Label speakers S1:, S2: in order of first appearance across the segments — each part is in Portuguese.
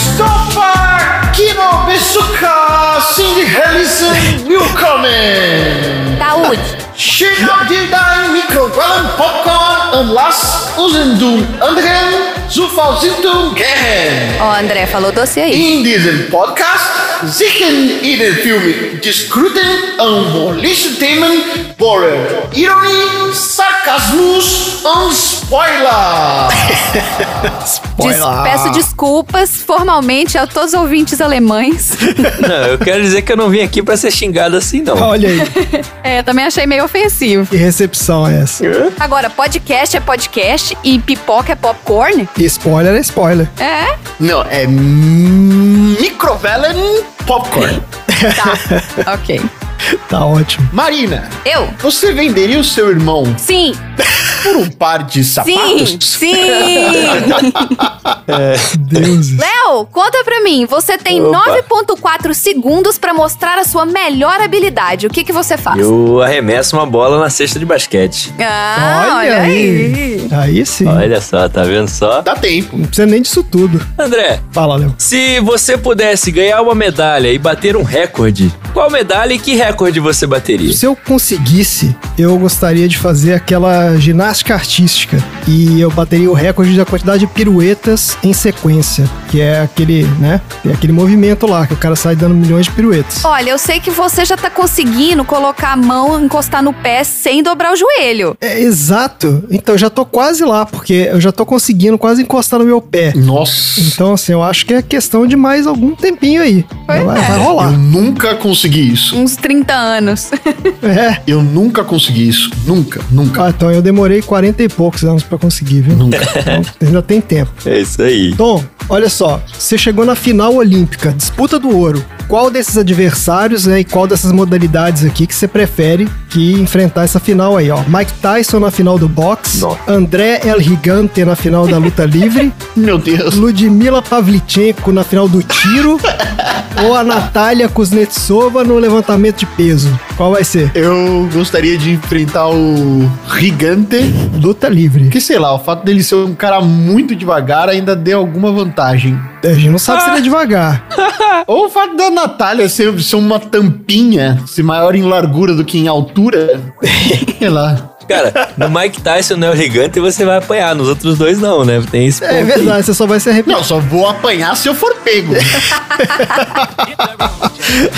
S1: Stoppa! Kino Besuka! Cindy Harrison, willkommen!
S2: Saúde!
S1: Schön auf dir dein Mikrofon, Popcorn und lass unseren du anderen Zufall sind und gehen!
S2: Ó, André, falou doce aí.
S1: In diesem Podcast sichern ihre Filme diskutieren und politische Themen bohren Ironie, Sarkasmus und Spoiler.
S2: Des- peço desculpas formalmente a todos os ouvintes alemães.
S3: Não, eu quero dizer que eu não vim aqui pra ser xingado assim, não.
S4: Olha aí,
S2: É, também achei meio ofensivo.
S4: que recepção é essa?
S2: Agora, podcast é podcast e pipoca é popcorn?
S4: Spoiler é spoiler.
S2: É?
S1: Não, é Microvelen Popcorn.
S2: Tá. ok.
S4: Tá ótimo.
S1: Marina,
S2: Eu?
S1: você venderia o seu irmão
S2: Sim!
S1: por um par de
S2: Sim!
S1: sapatos?
S2: Sim!
S4: Deuses.
S2: Léo, conta pra mim. Você tem
S3: Opa.
S2: 9,4 segundos pra mostrar a sua melhor habilidade. O que, que você faz?
S3: Eu arremesso uma bola na cesta de basquete.
S2: Ah, olha, aí.
S4: Aí sim.
S3: Olha só, tá vendo só?
S1: Dá tempo.
S4: Não precisa nem disso tudo.
S3: André,
S4: Fala, Léo.
S3: se você pudesse ganhar uma medalha e bater um recorde, qual medalha e que recorde você bateria?
S4: Se eu conseguisse, eu gostaria de fazer aquela ginástica artística. E eu bateria o recorde da quantidade de piruetas em sequência. Que é aquele, né? É aquele movimento lá, que o cara sai dando milhões de piruetas.
S2: Olha, eu sei que você já tá conseguindo colocar a mão, encostar no pé sem dobrar o joelho.
S4: É, exato. Então eu já tô quase lá, porque eu já tô conseguindo quase encostar no meu pé.
S1: Nossa,
S4: Então, assim, eu acho que é questão de mais algum tempinho aí.
S2: Pois
S4: vai,
S2: é.
S4: vai
S1: eu
S4: rolar.
S1: nunca consegui isso.
S2: Uns 30 anos.
S4: É.
S1: Eu nunca consegui isso. Nunca, nunca.
S4: Ah, então eu demorei 40 e poucos anos pra conseguir, viu?
S1: Nunca.
S4: Então, ainda tem tempo.
S3: É isso aí.
S4: Tom, olha só, você chegou na final olímpica, disputa do ouro. Qual desses adversários né, e qual dessas modalidades aqui que você prefere que enfrentar essa final aí, ó? Mike Tyson na final do boxe,
S3: Nossa.
S4: André El Gigante na final da luta livre,
S1: Meu Deus.
S4: Ludmila Pavlichenko na final do tiro ou a Natália Kuznetsova no levantamento de peso? Qual vai ser?
S1: Eu gostaria de enfrentar o Gigante.
S4: Luta livre.
S1: Que sei lá, o fato dele ser um cara muito devagar ainda deu alguma vantagem.
S4: A gente não sabe se ele é devagar.
S1: Ou o fato da Natália ser, ser uma tampinha, ser maior em largura do que em altura. sei lá.
S3: Cara, no Mike Tyson, né, o gigante, você vai apanhar. Nos outros dois, não, né? Tem esse ponto
S4: É
S3: aí.
S4: verdade, você só vai se arrepender.
S1: Não, só vou apanhar se eu for pego.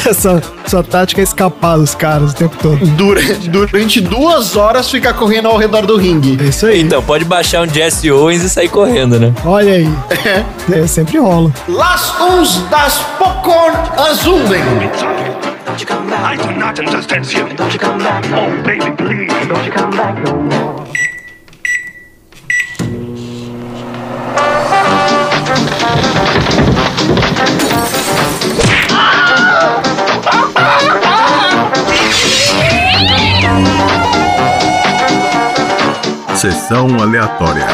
S4: Essa sua tática é escapar dos caras o tempo todo.
S1: Dura- durante duas horas ficar correndo ao redor do
S4: É
S1: ringue.
S4: isso aí.
S3: Então, pode baixar um Jesse Owens e sair correndo, né?
S4: Olha aí. É, sempre rola.
S1: Las uns das popcorn azulen.
S5: Don't you come back. I do not understand you. Don't you come back. Oh, baby, please. Don't you come back no more.
S6: Sessão aleatória.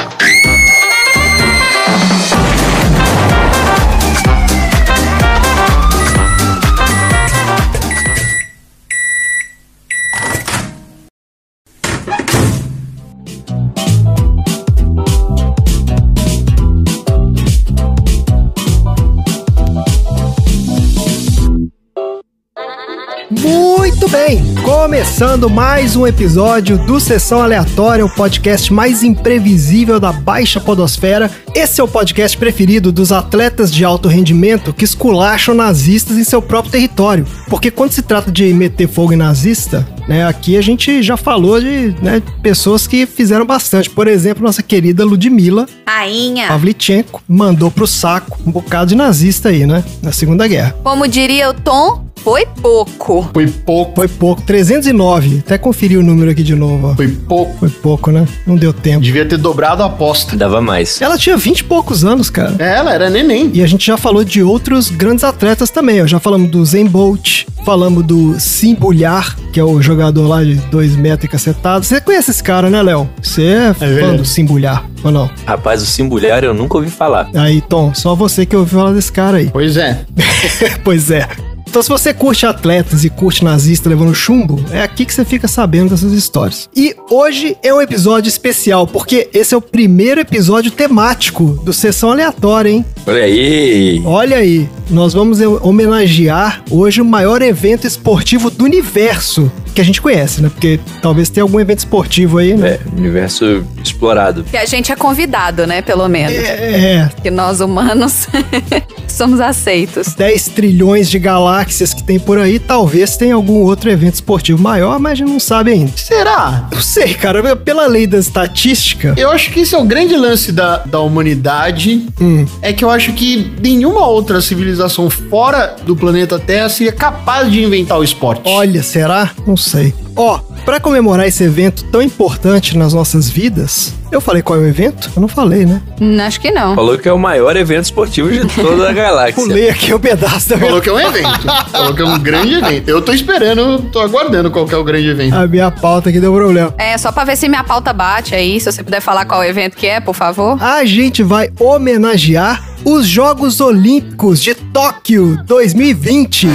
S4: Muito bem! Começando mais um episódio do Sessão Aleatória, o podcast mais imprevisível da Baixa Podosfera. Esse é o podcast preferido dos atletas de alto rendimento que esculacham nazistas em seu próprio território. Porque quando se trata de meter fogo em nazista, né, aqui a gente já falou de né, pessoas que fizeram bastante. Por exemplo, nossa querida Ludmilla,
S2: Rainha.
S4: Pavlichenko mandou pro saco um bocado de nazista aí, né? Na Segunda Guerra.
S2: Como diria o Tom, foi pouco.
S1: Foi pouco,
S4: Foi pouco, 309. Até conferi o número aqui de novo, ó.
S1: foi pouco.
S4: Foi pouco, né? Não deu tempo.
S1: Devia ter dobrado a aposta.
S3: Dava mais.
S4: Ela tinha 20 e poucos anos, cara.
S1: Ela era neném.
S4: E a gente já falou de outros grandes atletas também, ó. Já falamos do Zen Bolt, falamos do Simbulhar, que é o jogador lá de 2 metros e cacetado. Você conhece esse cara, né, Léo? Você é fã
S1: verdade.
S4: do Simbulhar, ou não?
S3: Rapaz, o simbulhar eu nunca ouvi falar.
S4: Aí, Tom, só você que ouviu falar desse cara aí.
S1: Pois é.
S4: pois é. Então, se você curte atletas e curte nazista levando chumbo, é aqui que você fica sabendo dessas histórias. E hoje é um episódio especial, porque esse é o primeiro episódio temático do Sessão Aleatória, hein?
S3: Olha aí.
S4: Olha aí, nós vamos homenagear hoje o maior evento esportivo do universo que a gente conhece, né? Porque talvez tenha algum evento esportivo aí, né?
S3: É, universo explorado.
S2: Que a gente é convidado, né? Pelo menos.
S4: É,
S2: Que nós humanos somos aceitos.
S4: 10 trilhões de galáxias que tem por aí, talvez tenha algum outro evento esportivo maior, mas a gente não sabe ainda.
S1: Será?
S4: Não sei, cara, pela lei da estatística,
S1: Eu acho que esse é o grande lance da, da humanidade.
S4: Hum.
S1: É que eu acho que nenhuma outra civilização fora do planeta Terra seria capaz de inventar o esporte.
S4: Olha, será? Não sei. Ó, pra comemorar esse evento tão importante nas nossas vidas, eu falei qual é o evento? Eu não falei, né?
S2: Hum, acho que não.
S3: Falou que é o maior evento esportivo de toda a galáxia.
S4: Pulei aqui o pedaço da minha,
S1: Falou que é um evento. Falou que é um grande evento. Eu tô esperando, tô aguardando qual que é o grande evento.
S4: a minha pauta que deu problema.
S2: É, só pra ver se minha pauta bate aí, se você puder falar qual evento que é, por favor.
S4: A gente vai homenagear os Jogos Olímpicos de Tóquio 2020.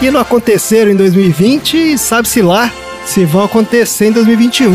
S4: Que não aconteceram em 2020 e sabe-se lá se vão acontecer em 2021.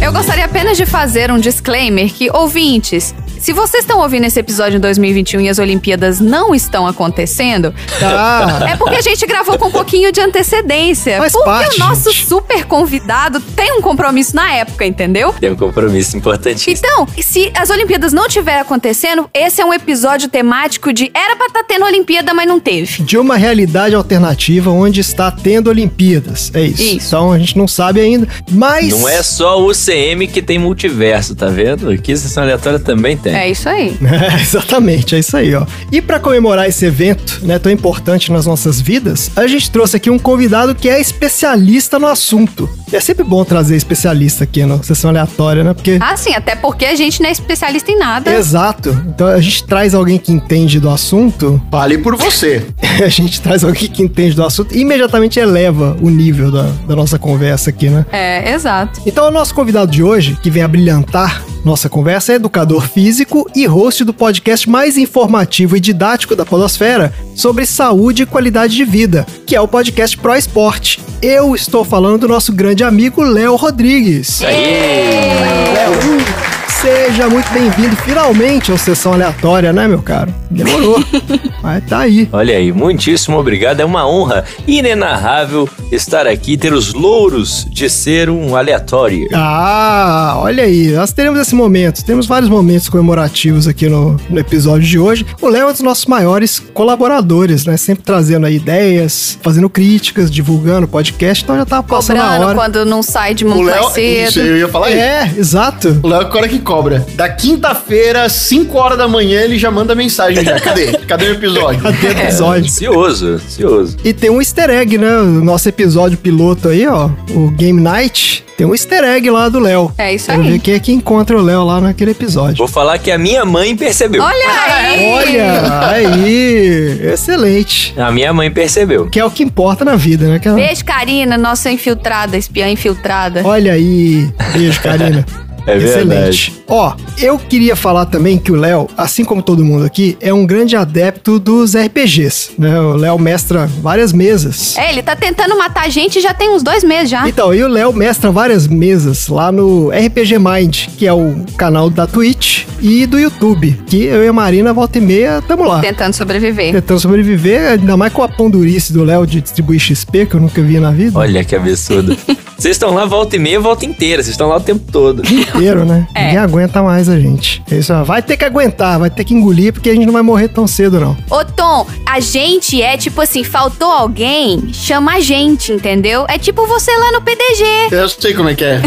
S2: Eu gostaria apenas de fazer um disclaimer que, ouvintes, se vocês estão ouvindo esse episódio em 2021 e as Olimpíadas não estão acontecendo,
S4: Tá.
S2: é porque a gente gravou com um pouquinho de antecedência.
S4: Faz
S2: porque
S4: parte,
S2: o nosso
S4: gente.
S2: super convidado tem um compromisso na época, entendeu?
S3: Tem um compromisso importantíssimo.
S2: Então, se as Olimpíadas não estiver acontecendo, esse é um episódio temático de era pra estar tendo Olimpíada, mas não teve.
S4: de uma realidade alternativa onde está tendo Olimpíadas. É isso.
S2: Isso.
S4: Então a gente não sabe ainda, mas
S3: Não é só o UCM que tem multiverso, tá vendo? Aqui a sessão aleatória também tem.
S2: É isso aí.
S4: É, exatamente, é isso aí, ó. E pra comemorar esse evento, né, tão importante nas nossas vidas, a gente trouxe aqui um convidado que é especialista no assunto. E é sempre bom trazer especialista aqui na sessão aleatória, né? Porque
S2: Ah, sim, até porque a gente não é especialista em nada.
S4: Exato. Então a gente traz alguém que entende do assunto,
S1: Fale por você.
S4: a gente traz alguém que entende do assunto e imediatamente eleva o nível da- da nossa conversa aqui, né?
S2: É, exato.
S4: Então, o nosso convidado de hoje, que vem a brilhantar nossa conversa, é educador físico e host do podcast mais informativo e didático da Podosfera sobre saúde e qualidade de vida, que é o podcast Pro Esporte. Eu estou falando do nosso grande amigo Léo Rodrigues.
S3: Aê!
S4: Léo, seja muito bem-vindo finalmente ao Sessão Aleatória, né, meu caro? Demorou, mas tá aí.
S3: Olha aí, muitíssimo obrigado. É uma honra inenarrável estar aqui e ter os louros de ser um aleatório.
S4: Ah, olha aí, nós teremos esse momento, temos vários momentos comemorativos aqui no, no episódio de hoje. O Léo é um dos nossos maiores colaboradores, né? Sempre trazendo aí ideias, fazendo críticas, divulgando o podcast, então já tá passando a
S2: Cobrando
S4: hora.
S2: quando não sai de
S1: O
S2: muito mais
S1: Léo. é Isso,
S2: cedo.
S1: eu ia falar isso.
S4: É, exato.
S1: O Léo é o cara que cobra. Da quinta-feira, 5 horas da manhã, ele já manda mensagem. Já. Cadê? Cadê o episódio?
S4: Cadê o episódio?
S3: Ansioso, ansioso.
S4: E tem um easter egg, né? O nosso episódio piloto aí, ó, o Game Night, tem um easter egg lá do Léo.
S2: É isso
S4: Quero
S2: aí.
S4: ver quem é que encontra o Léo lá naquele episódio.
S3: Vou falar que a minha mãe percebeu.
S2: Olha aí!
S4: Olha, aí, excelente.
S3: A minha mãe percebeu.
S4: Que é o que importa na vida, né? Que é-
S2: Beijo, Karina, nossa infiltrada, espiã infiltrada.
S4: Olha aí. Beijo, Karina.
S3: É
S4: Excelente. Ó, eu queria falar também que o Léo, assim como todo mundo aqui, é um grande adepto dos RPGs. Né? O Léo mestra várias mesas.
S2: É, ele tá tentando matar a gente já tem uns dois meses já.
S4: Então, e o Léo mestra várias mesas lá no RPG Mind, que é o canal da Twitch e do YouTube, que eu e a Marina, volta e meia, tamo lá.
S2: Tentando sobreviver.
S4: tá. Tentando sobreviver, ainda mais com a pondurice do Léo de distribuir XP, que eu nunca vi na vida.
S3: Olha que absurdo. Vocês estão lá volta e meia, volta inteira. Vocês estão lá o tempo todo.
S4: inteiro, né?
S2: É.
S4: Ninguém aguenta mais a gente. É Isso, ó. vai ter que aguentar, vai ter que engolir, porque a gente não vai morrer tão cedo, não.
S2: Ô, Tom, a gente é tipo assim, faltou alguém, chama a gente, entendeu? É tipo você lá no PDG.
S1: Eu sei como é que é.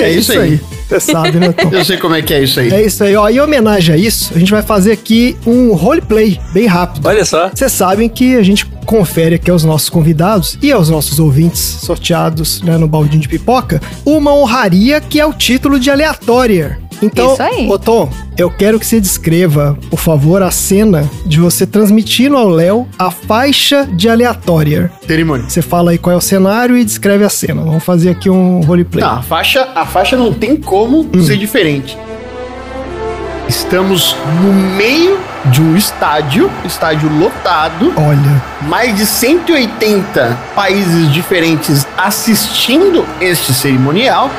S1: É isso aí.
S4: Você sabe, né, Tom?
S1: Eu sei como é que é isso aí.
S4: É isso aí, ó. Em homenagem a isso, a gente vai fazer aqui um roleplay bem rápido.
S3: Olha só.
S4: Vocês sabem que a gente confere aqui aos nossos convidados e aos nossos ouvintes sorteados né, no baldinho de pipoca uma honraria que é o título de aleatória. Então,
S2: Isso aí.
S4: ô Tom, Eu quero que você descreva, por favor, a cena de você transmitindo ao Léo a faixa de aleatória.
S1: Cerimônia.
S4: Você fala aí qual é o cenário e descreve a cena. Vamos fazer aqui um roleplay.
S1: Não, Tá, a faixa, a faixa não tem como ser diferente. Estamos no meio de um estádio, estádio lotado,
S4: Olha,
S1: mais de 180 países diferentes assistindo este cerimonial.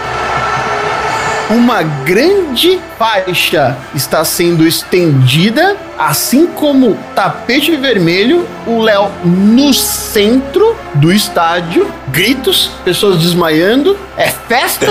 S1: Uma grande faixa está sendo estendida, assim como tapete vermelho, o Léo no centro do estádio, gritos, pessoas desmaiando, é festa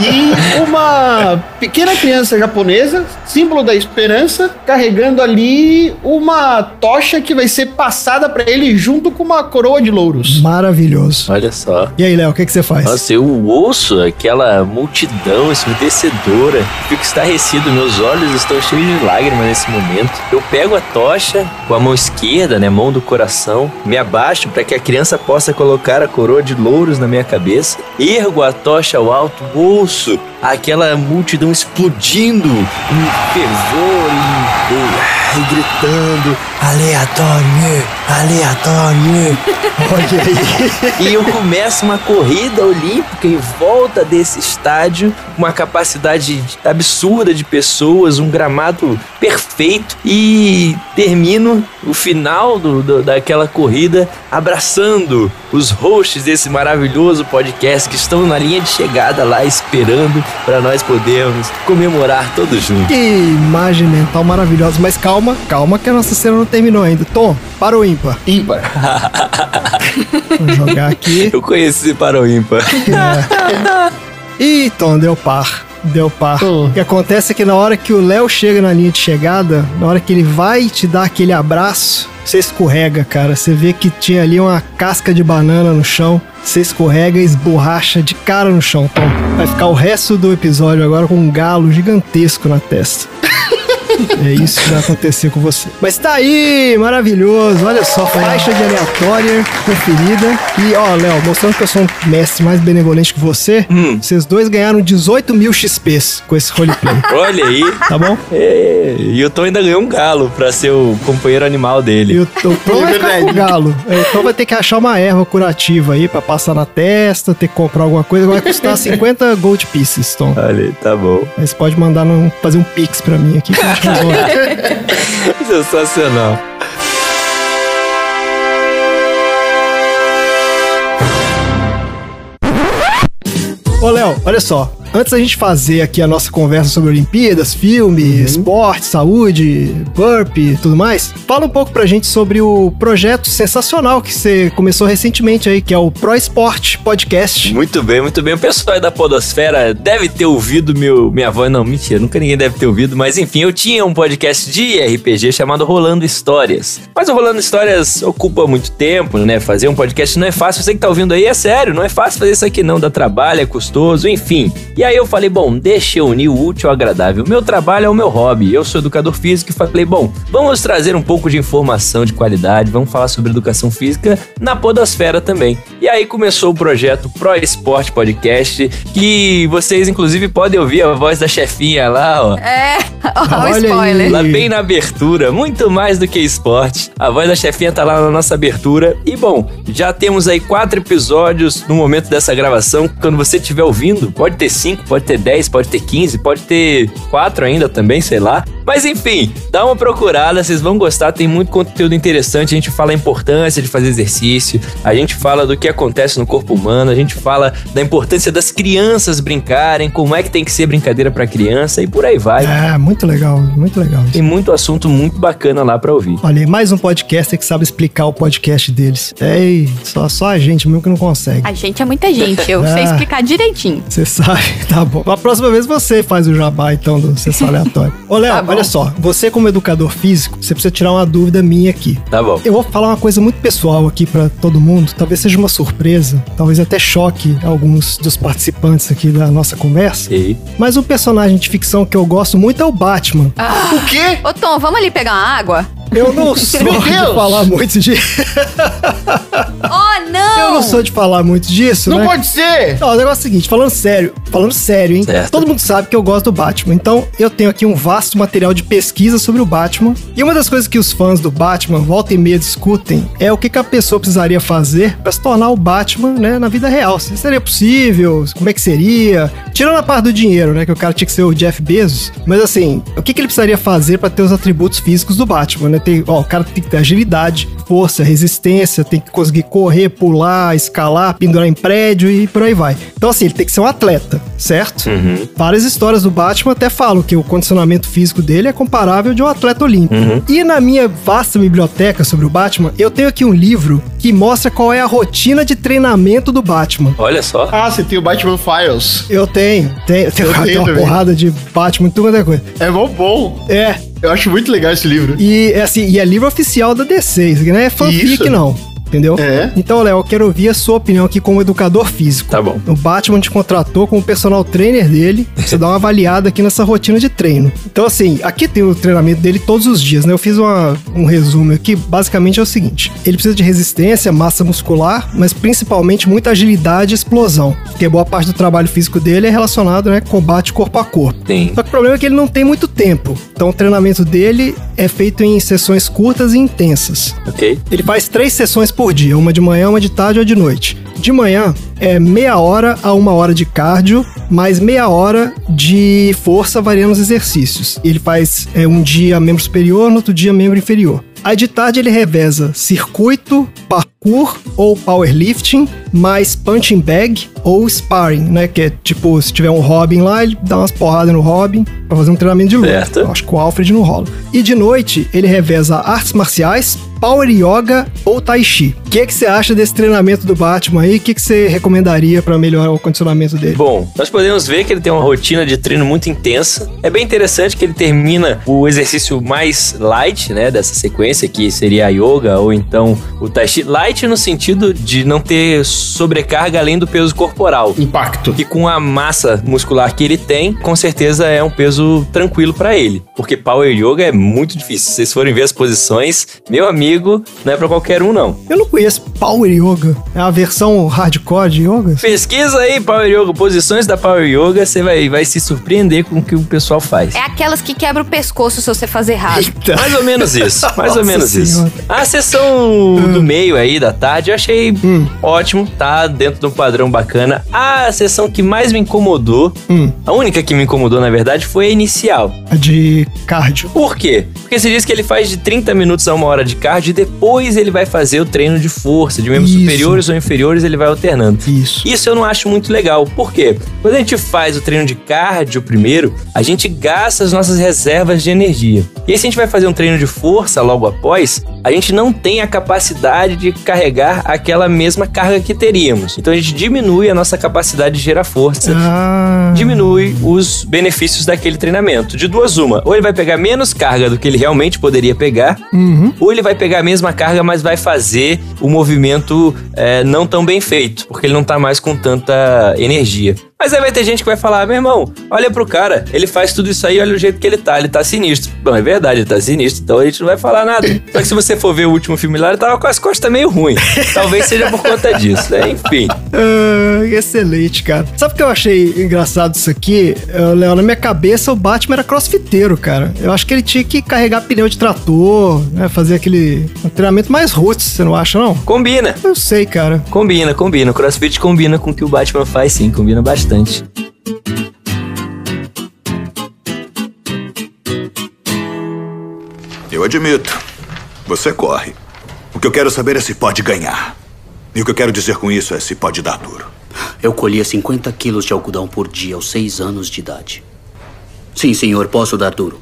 S1: e uma pequena criança japonesa, símbolo da esperança, carregando ali uma tocha que vai ser passada para ele junto com uma coroa de louros.
S4: maravilhoso.
S3: Olha só.
S4: E aí, Léo, o que, que você faz?
S3: Nossa, eu ouço aquela multidão ensurdecedora. Fico estarrecido, meus olhos estão cheios de lágrimas nesse momento. Eu pego a tocha com a mão esquerda, né, mão do coração, me abaixo para que a criança possa colocar a coroa de louros na minha cabeça. Ergo a tocha ao alto, ouço aquela multidão explodindo em fervor e, e- e gritando aleatório, né? aleatório. né?
S4: Olha aí.
S3: E eu começo uma corrida olímpica em volta desse estádio, uma capacidade absurda de pessoas, um gramado perfeito e termino o final do- do- daquela corrida abraçando os hosts desse maravilhoso podcast que estão na linha de chegada lá esperando para nós podermos comemorar todos juntos.
S4: Que imagem mental maravilhosa. Mas calma, calma que a nossa cena não terminou ainda. Tom, para o ímpar.
S1: Ímpar.
S4: Vou jogar aqui.
S3: Eu conheci para o ímpar.
S4: Ih, Tom, deu par. Deu par.
S1: Hum.
S4: O que acontece é que na hora que o Léo chega na linha de chegada, na hora que ele vai te dar aquele abraço, você escorrega, cara. Você vê que tinha ali uma casca de banana no chão. Você escorrega e esborracha de cara no chão, Tom. Vai ficar o resto do episódio agora com um galo gigantesco na testa. É isso que vai acontecer com você. É. Mas tá aí, maravilhoso. Olha só, faixa de aleatória, conferida. E ó, Léo, mostrando que eu sou um mestre mais benevolente que você, vocês dois ganharam 18 mil XPs com esse roleplay,
S3: Olha aí.
S4: tá bom?
S3: É, E o Tom ainda ganhou um galo para ser o companheiro animal dele.
S4: E o, o Tom vai ficar com o galo. É, O Tom vai ter que achar uma erva curativa aí pra passar na testa, ter que comprar alguma coisa. Vai custar 50 gold pieces, Tom.
S3: Olha, aí, tá bom.
S4: Aí você pode mandar num- fazer um pix pra mim aqui. que a gente resolve.
S3: Sensacional.
S4: Ô, Léo, olha só. Antes da gente fazer aqui a nossa conversa sobre Olimpíadas, filme, esporte, saúde, burp e tudo mais, fala um pouco pra gente sobre o projeto sensacional que você começou recentemente aí, que é o Pro Esporte Podcast.
S3: Muito bem, muito bem. O pessoal aí da Podosfera deve ter ouvido meu, minha voz. Não, mentira, nunca ninguém deve ter ouvido. Mas enfim, eu tinha um podcast de RPG chamado Rolando Histórias. Mas o Rolando Histórias ocupa muito tempo, né? Fazer um podcast não é fácil. Você que tá ouvindo aí, é sério, não é fácil fazer isso aqui não. Dá trabalho, é custoso, enfim. E aí eu falei, bom, deixa eu unir o útil ao agradável. Meu trabalho é o meu hobby. Eu sou educador físico e falei, bom, vamos trazer um pouco de informação de qualidade, vamos falar sobre educação física na podosfera também. E aí começou o projeto Pro Esporte Podcast, que vocês inclusive podem ouvir a voz da chefinha lá, ó.
S2: É, ó,
S4: Olha
S2: o spoiler.
S4: aí.
S3: Lá bem na abertura, muito mais do que esporte. A voz da chefinha tá lá na nossa abertura. E bom, já temos aí quatro episódios no momento dessa gravação. Quando você estiver ouvindo, pode ter cinco, pode ter dez, pode ter quinze, pode ter quatro ainda também, sei lá. Mas enfim, dá uma procurada, vocês vão gostar, tem muito conteúdo interessante. A gente fala a importância de fazer exercício, a gente fala do que acontece no corpo humano, a gente fala da importância das crianças brincarem, como é que tem que ser brincadeira pra criança e por aí vai.
S4: Ah, muito legal, muito legal.
S3: Tem muito assunto muito bacana lá pra ouvir.
S4: Olha aí, mais um podcaster que sabe explicar o podcast deles. Ei, só, só a gente mesmo que não consegue.
S6: A gente é muita gente, eu sei
S4: Ah.
S6: explicar direitinho.
S4: Você sabe, tá bom. A próxima vez você faz o jabá, então, do sessão aleatório. Ô, Léo,
S6: Tá bom.
S4: olha só. Você, como educador físico, você precisa tirar uma dúvida minha aqui.
S3: Tá bom.
S4: Eu vou falar uma coisa muito pessoal aqui pra todo mundo, talvez seja uma surpresa, talvez até choque alguns dos participantes aqui da nossa conversa.
S3: E
S4: Mas um personagem de ficção que eu gosto muito é o Batman.
S1: O quê?
S2: Ô, Tom, vamos ali pegar uma água?
S4: Eu não sou
S1: Meu
S4: de
S1: Deus!
S4: falar muito de.
S2: Oh, não!
S4: Eu não sou de falar muito disso,
S1: Não
S4: né?
S1: pode ser!
S4: Ó, o negócio é o seguinte, falando sério, falando sério, hein?
S3: Certo.
S4: Todo mundo sabe que eu gosto do Batman, então eu tenho aqui um vasto material de pesquisa sobre o Batman. E uma das coisas que os fãs do Batman volta e meia discutem é o que, que a pessoa precisaria fazer pra se tornar o Batman, né, na vida real. Se seria possível, como é que seria? Tirando a parte do dinheiro, né, que o cara tinha que ser o Jeff Bezos, mas assim, o que, que ele precisaria fazer pra ter os atributos físicos do Batman, né? Tem, ó, o cara tem que ter agilidade, força, resistência, tem que conseguir correr, pular, escalar, pendurar em prédio e por aí vai. Então, assim, ele tem que ser um atleta, certo?
S1: Uhum.
S4: Várias histórias do Batman até falam que o condicionamento físico dele é comparável de um atleta olímpico.
S1: Uhum.
S4: E na minha vasta biblioteca sobre o Batman, eu tenho aqui um livro que mostra qual é a rotina de treinamento do Batman.
S3: Olha só.
S1: Ah, você tem o Batman Files.
S4: Eu tenho, tenho, tenho,
S1: tenho
S4: tem uma
S1: também.
S4: porrada de Batman, tudo quanto é coisa.
S1: É mó bom.
S4: É,
S1: Eu acho muito legal esse livro.
S4: E é assim, e é livro oficial da DC, isso aqui não é fanfic,
S1: Isso.
S4: não. Entendeu?
S1: É.
S4: Então, Léo, eu quero ouvir a sua opinião aqui como educador físico.
S3: Tá bom.
S4: O Batman te contratou como personal trainer dele. Você dá uma avaliada aqui nessa rotina de treino. Então, assim, aqui tem o treinamento dele todos os dias, né? Eu fiz uma- um resumo aqui. Basicamente é o seguinte: ele precisa de resistência, massa muscular, mas principalmente muita agilidade e explosão. Porque boa parte do trabalho físico dele é relacionado, né? Combate corpo a corpo.
S3: Tem.
S4: Só que o problema é que ele não tem muito tempo. Então o treinamento dele é feito em sessões curtas e intensas.
S3: Ok.
S4: Ele faz três sessões por dia, uma de manhã, uma de tarde e uma de noite. De manhã é meia hora a uma hora de cardio, mais meia hora de força variando os exercícios. Ele faz é, um dia membro superior, no outro dia membro inferior. Aí de tarde ele reveza circuito, parkour ou powerlifting, mais punching bag ou sparring, né? Que é tipo, se tiver um Robin lá, ele dá umas porradas no Robin pra fazer um treinamento de luta.
S3: Certo.
S4: Eu Acho que o Alfred não rola. E de noite, ele reveza artes marciais, power yoga ou tai chi. O que que você acha desse treinamento do Batman aí? O que que você recomendaria pra melhorar o condicionamento dele?
S3: Bom, nós podemos ver que ele tem uma rotina de treino muito intensa. É bem interessante que ele termina o exercício mais light, né, dessa sequência, que seria a yoga ou então o tai chi. Light no sentido de não ter sobrecarga além do peso corporal.
S1: Impacto.
S3: que com a massa muscular que ele tem, com certeza é um peso tranquilo pra ele. Porque power yoga é muito difícil. Se vocês forem ver as posições, meu amigo, não é pra qualquer um não.
S4: Eu não conheço power yoga. É a versão hardcore de yoga?
S3: Pesquisa aí power yoga, posições da power yoga, você vai, vai se surpreender com o que o pessoal faz.
S2: É aquelas que quebra o pescoço se você fazer errado.
S3: Mais ou menos isso, mais ou
S4: Então. Nossa
S3: menos isso.
S4: Senhora. Hum.
S3: A sessão do meio aí da tarde eu achei ótimo, tá dentro de um padrão bacana. A sessão que mais me incomodou,
S4: Hum.
S3: a única que me incomodou na verdade foi a inicial.
S4: A de cardio.
S3: Por quê? Porque se diz que ele faz de 30 minutos a uma hora de cardio e depois ele vai fazer o treino de força, de membros
S4: Isso.
S3: superiores ou inferiores, ele vai alternando.
S4: Isso.
S3: Isso eu não acho muito legal. Por quê? Quando a gente faz o treino de cardio primeiro, a gente gasta as nossas reservas de energia. E aí, se a gente vai fazer um treino de força logo após, a gente não tem a capacidade de carregar aquela mesma carga que teríamos. Então a gente diminui a nossa capacidade de gerar força
S4: Ah.
S3: diminui os benefícios daquele treinamento. De duas, uma. Ou ele vai pegar menos carga do que ele realmente poderia pegar,
S4: Uhum.
S3: ou ele vai pegar a mesma carga, mas vai fazer o movimento é, não tão bem feito, porque ele não tá mais com tanta energia. Mas aí vai ter gente que vai falar, "Ah, meu irmão, olha pro cara, ele faz tudo isso aí, olha o jeito que ele tá, ele tá sinistro. Bom, é verdade, ele tá sinistro, então a gente não vai falar nada. Só que se você for ver o último filme lá, ele tava com as costas meio ruim. Talvez seja por conta disso, né? Enfim.
S4: Ah, excelente, cara. Sabe o que eu achei engraçado isso aqui? Eu, Léo, na minha cabeça o Batman era crossfiteiro, cara. Eu acho que ele tinha que carregar pneu de trator, né? Fazer aquele um treinamento mais roots, você não acha, não?
S3: Combina.
S4: Eu sei, cara.
S3: Combina, combina. O CrossFit combina com o que o Batman faz, sim, combina bastante.
S7: Eu admito. Você corre. O que eu quero saber é se pode ganhar. E o que eu quero dizer com isso é se pode dar duro.
S8: Eu colhia 50 quilos de algodão por dia aos seis anos de idade. Sim, senhor, posso dar duro.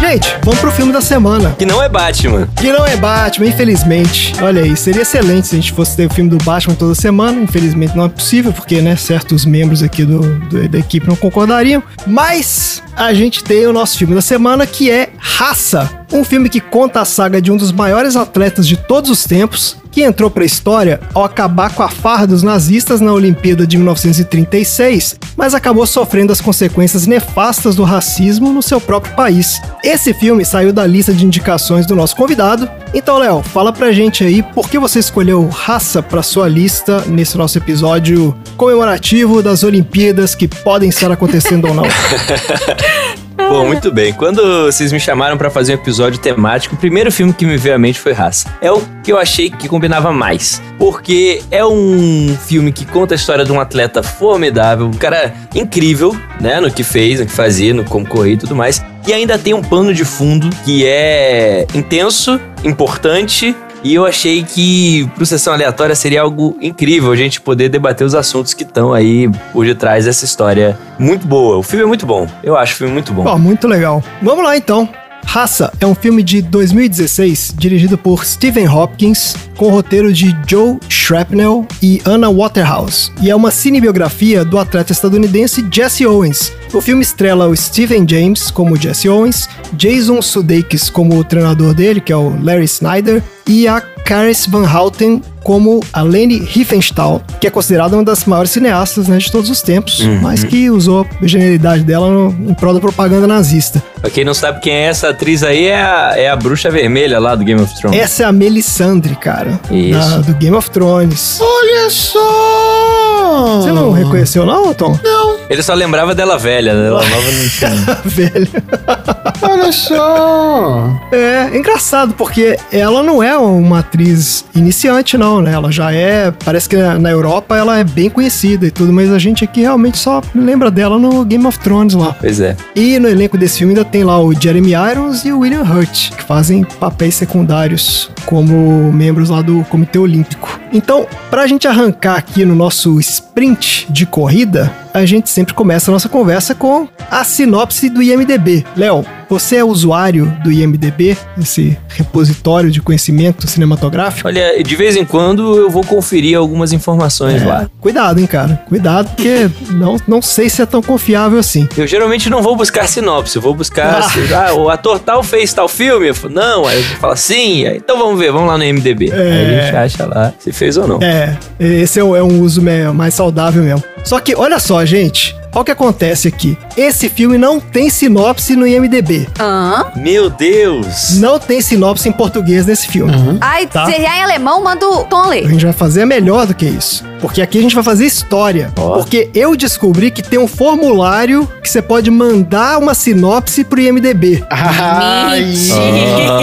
S4: Gente, vamos pro filme da semana.
S3: Que não é Batman.
S4: Que não é Batman, infelizmente. Olha aí, seria excelente se a gente fosse ter o filme do Batman toda semana. Infelizmente não é possível, porque, né, certos membros aqui do, do- da equipe não concordariam. Mas a gente tem o nosso filme da semana, que é Raça. um filme que conta a saga de um dos maiores atletas de todos os tempos, que entrou para a história ao acabar com a farra dos nazistas na Olimpíada de 1936, mas acabou sofrendo as consequências nefastas do racismo no seu próprio país. Esse filme saiu da lista de indicações do nosso convidado. Então, Léo, fala pra gente aí por que você escolheu raça pra sua lista nesse nosso episódio comemorativo das Olimpíadas que podem estar acontecendo ou não.
S3: Bom, muito bem. Quando vocês me chamaram pra fazer um episódio temático, o primeiro filme que me veio à mente foi Raça. É o que eu achei que combinava mais. Porque é um filme que conta a história de um atleta formidável, um cara incrível, né? No que fez, no que fazia, no como correr e tudo mais. E ainda tem um pano de fundo que é intenso, importante. E eu achei que pro Sessão Aleatória seria algo incrível a gente poder debater os assuntos que estão aí por detrás dessa história muito boa. O filme é muito bom. Eu acho o filme muito bom.
S4: Ó, muito legal. Vamos lá então. Raça é um filme de 2016, dirigido por Stephen Hopkins, com o roteiro de Joe Shrapnel e Anna Waterhouse, e é uma cinebiografia do atleta estadunidense Jesse Owens. O filme estrela o Stephen James como Jesse Owens, Jason Sudeikis como o treinador dele, que é o Larry Snyder, e a Caris Van Houten como a Leni Riefenstahl, que é considerada uma das maiores cineastas né, de todos os tempos, mas que usou a genialidade dela no- em prol da propaganda nazista.
S3: Pra quem não sabe quem é essa atriz aí, é a, é a bruxa vermelha lá do Game of Thrones.
S4: Essa é a Melisandre, cara.
S3: Isso.
S4: da- do Game of Thrones.
S1: Olha só!
S4: Você não reconheceu não, Tom? Ah,
S3: Ele só lembrava dela velha, né? Ela nova não tinha.
S4: Velho.
S1: Olha só!
S4: É, engraçado, porque ela não é uma atriz iniciante, não, né? Ela já é. Parece que na na Europa ela é bem conhecida e tudo, mas a gente aqui realmente só lembra dela no Game of Thrones lá.
S3: Pois é.
S4: E no elenco desse filme ainda tem lá o Jeremy Irons e o William Hurt, que fazem papéis secundários como membros lá do Comitê Olímpico. Então, pra gente arrancar aqui no nosso sprint de corrida, a gente sempre começa a nossa conversa com a sinopse do IMDB. Léo, você é usuário do IMDB, esse repositório de conhecimento cinematográfico?
S3: Olha, de vez em quando eu vou conferir algumas
S4: É.
S3: informações lá.
S4: Cuidado, hein, cara. Cuidado, porque não, não sei se é tão confiável assim.
S3: Eu geralmente não vou buscar sinopse, eu vou buscar.
S4: Ah.
S3: se- Ah, o ator tal fez tal filme? Eu falo, não, aí eu falo sim, aí, então vamos ver, vamos lá no MDB. Aí a gente acha lá se fez ou não.
S4: É, esse é um, é um uso me- mais saudável mesmo. Só que, olha só, gente. Olha o que acontece aqui. Esse filme não tem sinopse no IMDB.
S2: Hã?
S3: Meu Deus!
S4: Não tem sinopse em português nesse filme.
S2: Ai,
S4: Tá.
S2: se errar em alemão, manda o Tom
S4: A
S2: ler.
S4: gente vai fazer melhor do que isso. Porque aqui a gente vai fazer história.
S3: Ó.
S4: Porque eu descobri que tem um formulário que você pode mandar uma sinopse pro IMDB.
S1: Ai,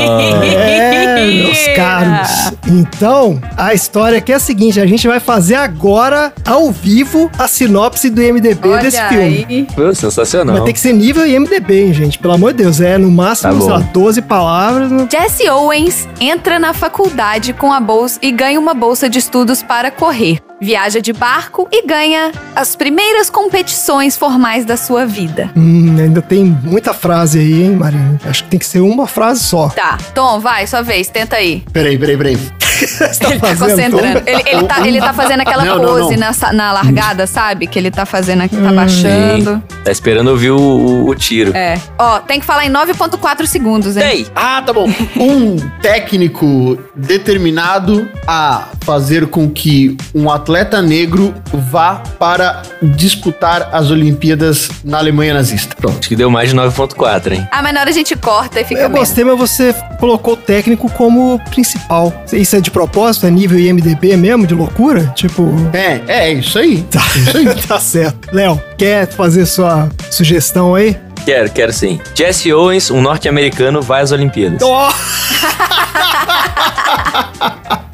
S4: É, meus caros. Então, a história aqui é a seguinte: a gente vai fazer agora, ao vivo, a sinopse do IMDB
S2: Olha
S4: desse filme.
S2: aí.
S3: Pô, sensacional.
S4: Vai ter que ser nível IMDB, hein, gente? Pelo amor de Deus, é no máximo,
S3: Tá
S4: sei lá,
S3: bom.
S4: 12 palavras. né?
S2: Jesse Owens entra na faculdade com a bolsa e ganha uma bolsa de estudos para correr. Viaja de barco e ganha as primeiras competições formais da sua vida.
S4: Hum, ainda tem muita frase aí, hein, Marina? Acho que tem que ser uma frase só.
S2: Tá, Tom, vai, sua vez, tenta aí.
S1: Ah. peraí, peraí, peraí.
S4: Você tá
S2: ele tá
S4: fazendo?
S2: concentrando. Ele, ele tá, ele tá fazendo aquela
S1: Não, não,
S2: pose
S1: não.
S2: Na, sa- na largada, sabe? Que ele tá fazendo aqui,
S4: Hum.
S2: tá baixando.
S3: Tá esperando ouvir o, o- o tiro.
S2: É. Ó, tem que falar em 9,4 segundos, hein?
S3: Ei!
S1: Ah, tá bom. Um técnico determinado a fazer com que um atleta negro vá para disputar as Olimpíadas na Alemanha nazista. Pronto.
S3: Acho que deu mais de 9.4, hein?
S2: Ah, mas na hora a gente corta e fica
S4: Eu
S2: mesmo.
S4: gostei, mas você colocou o técnico como principal. Isso é de propósito? É nível IMDB mesmo? De loucura? Tipo.
S1: É, é isso aí. Isso aí.
S4: tá certo. Léo, quer fazer sua sugestão aí?
S3: Quero, quero sim. Jesse Owens, um norte-americano, vai às Olimpíadas.
S4: Ó!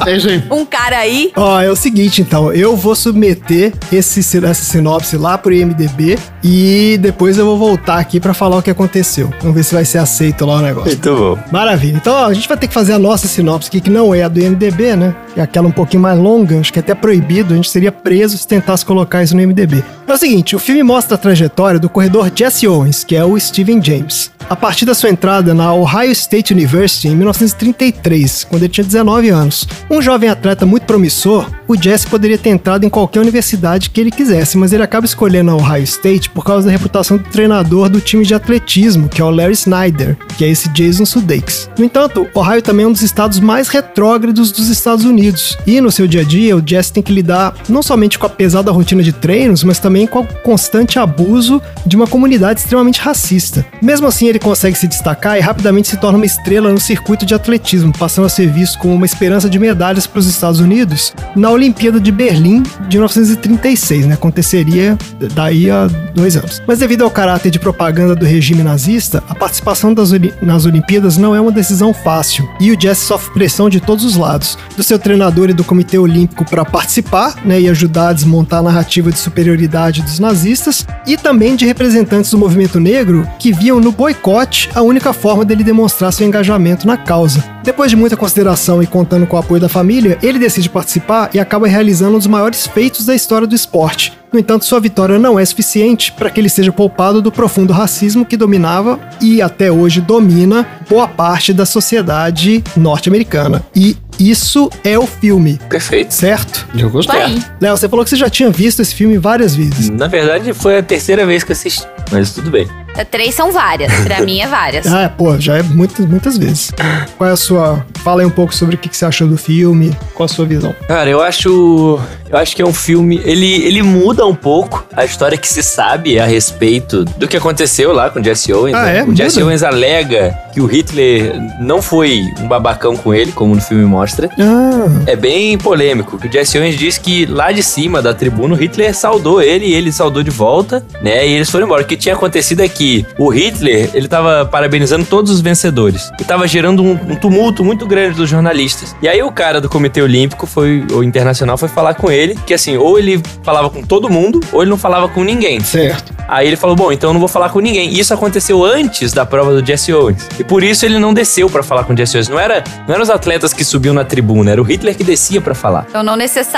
S1: É isso aí.
S2: Um cara aí.
S4: Ó, é o seguinte, então, eu vou submeter esse, sin- essa sinopse lá pro IMDB e depois eu vou voltar aqui pra falar o que aconteceu. Vamos ver se vai ser aceito lá o negócio.
S3: Muito bom.
S4: Maravilha. Então, ó, a gente vai ter que fazer a nossa sinopse aqui, que não é a do IMDB, né? Que é aquela um pouquinho mais longa, acho que é até proibido, a gente seria preso se tentasse colocar isso no IMDB. É o seguinte, o filme mostra a trajetória do corredor Jesse Owens, que é o Steven James. A partir da sua entrada na Ohio State University em 1933, quando ele tinha 19 anos, Um jovem atleta muito promissor, o Jesse poderia ter entrado em qualquer universidade que ele quisesse, mas ele acaba escolhendo a Ohio State por causa da reputação do treinador do time de atletismo, que é o Larry Snyder, que é esse Jason Sudeikis. No entanto, Ohio também é um dos estados mais retrógrados dos Estados Unidos, e no seu dia a dia o Jesse tem que lidar não somente com a pesada rotina de treinos, mas também com o constante abuso de uma comunidade extremamente racista. Mesmo assim, ele consegue se destacar e rapidamente se torna uma estrela no circuito de atletismo, passando a ser visto como uma esperança de medalhas para os Estados Unidos na Olimpíada de Berlim de 1936, né? Aconteceria daí a dois anos. Mas devido ao caráter de propaganda do regime nazista, a participação das Oli- nas Olimpíadas não é uma decisão fácil e o Jesse sofre pressão de todos os lados, do seu treinador e do Comitê Olímpico para participar, né, e ajudar a desmontar a narrativa de superioridade dos nazistas e também de representantes do movimento negro que viam no boicote a única forma dele demonstrar seu engajamento na causa. Depois de muita consideração e contando com o apoio da família, ele decide participar e acaba realizando um dos maiores feitos da história do esporte. No entanto, sua vitória não é suficiente para que ele seja poupado do profundo racismo que dominava e até hoje domina boa parte da sociedade norte-americana. E isso é o filme,
S3: Perfeito.
S4: certo?
S1: Eu gostei.
S6: Vai.
S4: Léo, você falou que você já tinha visto esse filme várias vezes.
S3: Na verdade, foi a terceira vez que assisti, mas tudo bem.
S2: É, Três são várias. Pra mim é várias.
S4: Ah, pô, já é muitas, muitas vezes. Qual é a sua. Fala aí um pouco sobre o que que você achou do filme, qual a sua visão.
S3: Cara, eu acho. Eu acho que é um filme. Ele, ele muda um pouco a história que se sabe a respeito do que aconteceu lá com o Jesse Owens.
S4: Ah,
S3: né?
S4: é?
S3: O Jesse
S4: Muda?
S3: Owens alega que o Hitler não foi um babacão com ele, como no filme mostra.
S4: Ah,
S3: É bem polêmico, que o Jesse Owens diz que lá de cima da tribuna o Hitler saudou ele e ele saudou de volta, né? E eles foram embora. O que tinha acontecido é que o Hitler, ele tava parabenizando todos os vencedores e tava gerando um, um tumulto muito grande dos jornalistas. E aí o cara do Comitê Olímpico foi, ou internacional, foi falar com ele, que assim, ou ele falava com todo mundo, ou ele não falava com ninguém.
S4: certo.
S3: Aí ele falou: Bom, então eu não vou falar com ninguém. E Isso aconteceu antes da prova do Jesse Owens. E por isso ele não desceu pra falar com o Jesse Owens. Não era, não eram os atletas que subiam na tribuna, era o Hitler que descia pra falar.
S2: Então não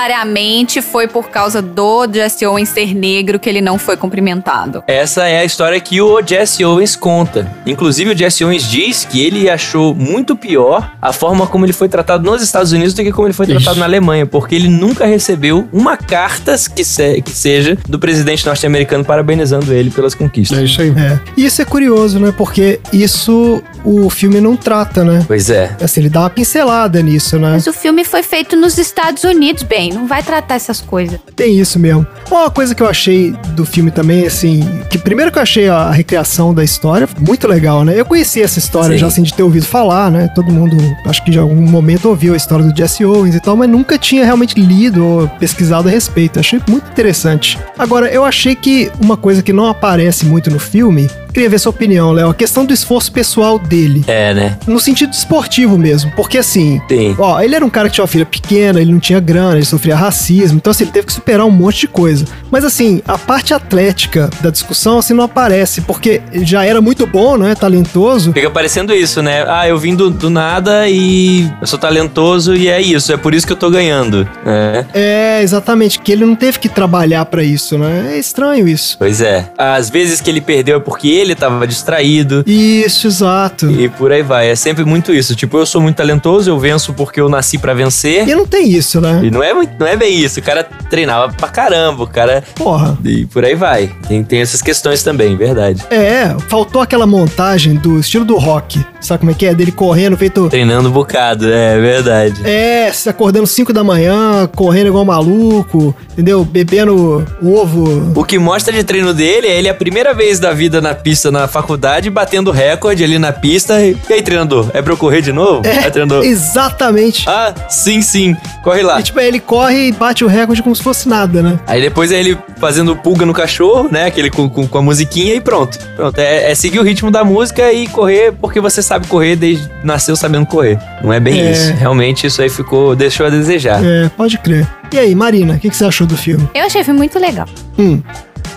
S2: necessariamente foi por causa do Jesse Owens ser negro que ele não foi cumprimentado.
S3: Essa é a história que o Jesse Owens conta. Inclusive, o Jesse Owens diz que ele achou muito pior a forma como ele foi tratado nos Estados Unidos do que como ele foi tratado
S1: Ixi.
S3: na Alemanha, porque ele nunca recebeu uma carta que, se- que seja do presidente norte-americano parabenizando ele pelas conquistas.
S1: É isso aí.
S4: É. E isso é curioso, né? Porque isso o filme não trata, né?
S3: Pois é.
S4: Assim, ele dá uma pincelada nisso, né?
S6: Mas o filme foi feito nos Estados Unidos, bem. Não vai tratar essas coisas.
S4: Tem isso mesmo. Uma coisa que eu achei do filme também, assim, que primeiro que eu achei a recriação da história muito legal, né? Eu conheci essa história
S3: Sim.
S4: já, assim, de ter ouvido falar, né? Todo mundo, acho que de algum momento ouviu a história do Jesse Owens e tal, mas nunca tinha realmente lido ou pesquisado a respeito. Achei muito interessante. Agora, eu achei que uma coisa que não aparece muito no filme, queria ver sua opinião, Léo, a questão do esforço pessoal dele,
S3: É, né?
S4: no sentido esportivo mesmo, porque assim,
S3: Tem.
S4: Ó, ele era um cara que tinha uma filha pequena, ele não tinha grana, ele sofria racismo, então assim, ele teve que superar um monte de coisa. Mas assim, a parte atlética da discussão assim não aparece, porque ele já era muito bom, né? Talentoso.
S3: Fica parecendo isso, né? Ah, eu vim do, do nada e eu sou talentoso e é isso, é por isso que eu tô ganhando. É.
S4: É, exatamente, que ele não teve que trabalhar pra isso, né? É estranho isso.
S3: Pois é. Às vezes que ele perdeu é porque ele tava distraído.
S4: Isso, exato.
S3: E por aí vai, é sempre muito isso. Tipo, eu sou muito talentoso, eu venço porque eu nasci pra vencer.
S4: E não tem isso, né?
S3: E não é, muito- não é bem isso, o cara treinava pra caramba, o cara.
S4: Porra.
S3: E por aí vai. Tem, tem essas questões também, verdade.
S4: É, faltou aquela montagem do estilo do rock. Sabe como é que é? Dele correndo, feito
S3: Treinando um bocado, é verdade.
S4: É, se acordando 5 da manhã, correndo igual maluco, entendeu? Bebendo ovo.
S3: O que mostra de treino dele é ele a primeira vez da vida na pista na faculdade, batendo recorde ali na pista. E aí, treinador, é pra eu correr de novo? É, treinador.
S4: Exatamente.
S3: Ah, sim, sim, corre lá.
S4: E, tipo, aí ele corre e bate o recorde como se fosse nada, né?
S3: Aí depois é ele fazendo pulga no cachorro, né? Aquele com, com, com a musiquinha e pronto. Pronto, é, é seguir o ritmo da música e correr porque você sabe correr desde nasceu sabendo correr. Não é bem
S4: É.
S3: isso. Realmente isso aí ficou, deixou a desejar.
S4: É, pode crer. E aí, Marina, o que, que você achou do filme?
S6: Eu achei o filme muito legal.
S4: Hum,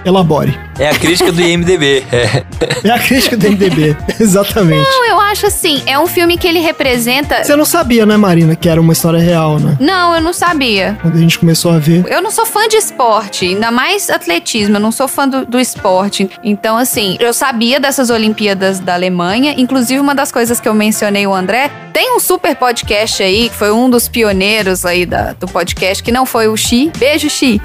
S4: elabore.
S3: É a crítica do IMDB. É.
S4: É a crítica do MDB, exatamente.
S6: Não, eu acho assim, é um filme que ele representa.
S4: Você não sabia, né, Marina, que era uma história real, né?
S2: Não, eu não sabia.
S4: Quando a gente começou a ver.
S2: Eu não sou fã de esporte, ainda mais atletismo, eu não sou fã do, do esporte. Então, assim, eu sabia dessas Olimpíadas da Alemanha, inclusive uma das coisas que eu mencionei o André, tem um super podcast aí, que foi um dos pioneiros aí da- do podcast, que não foi o Xi, beijo Xi,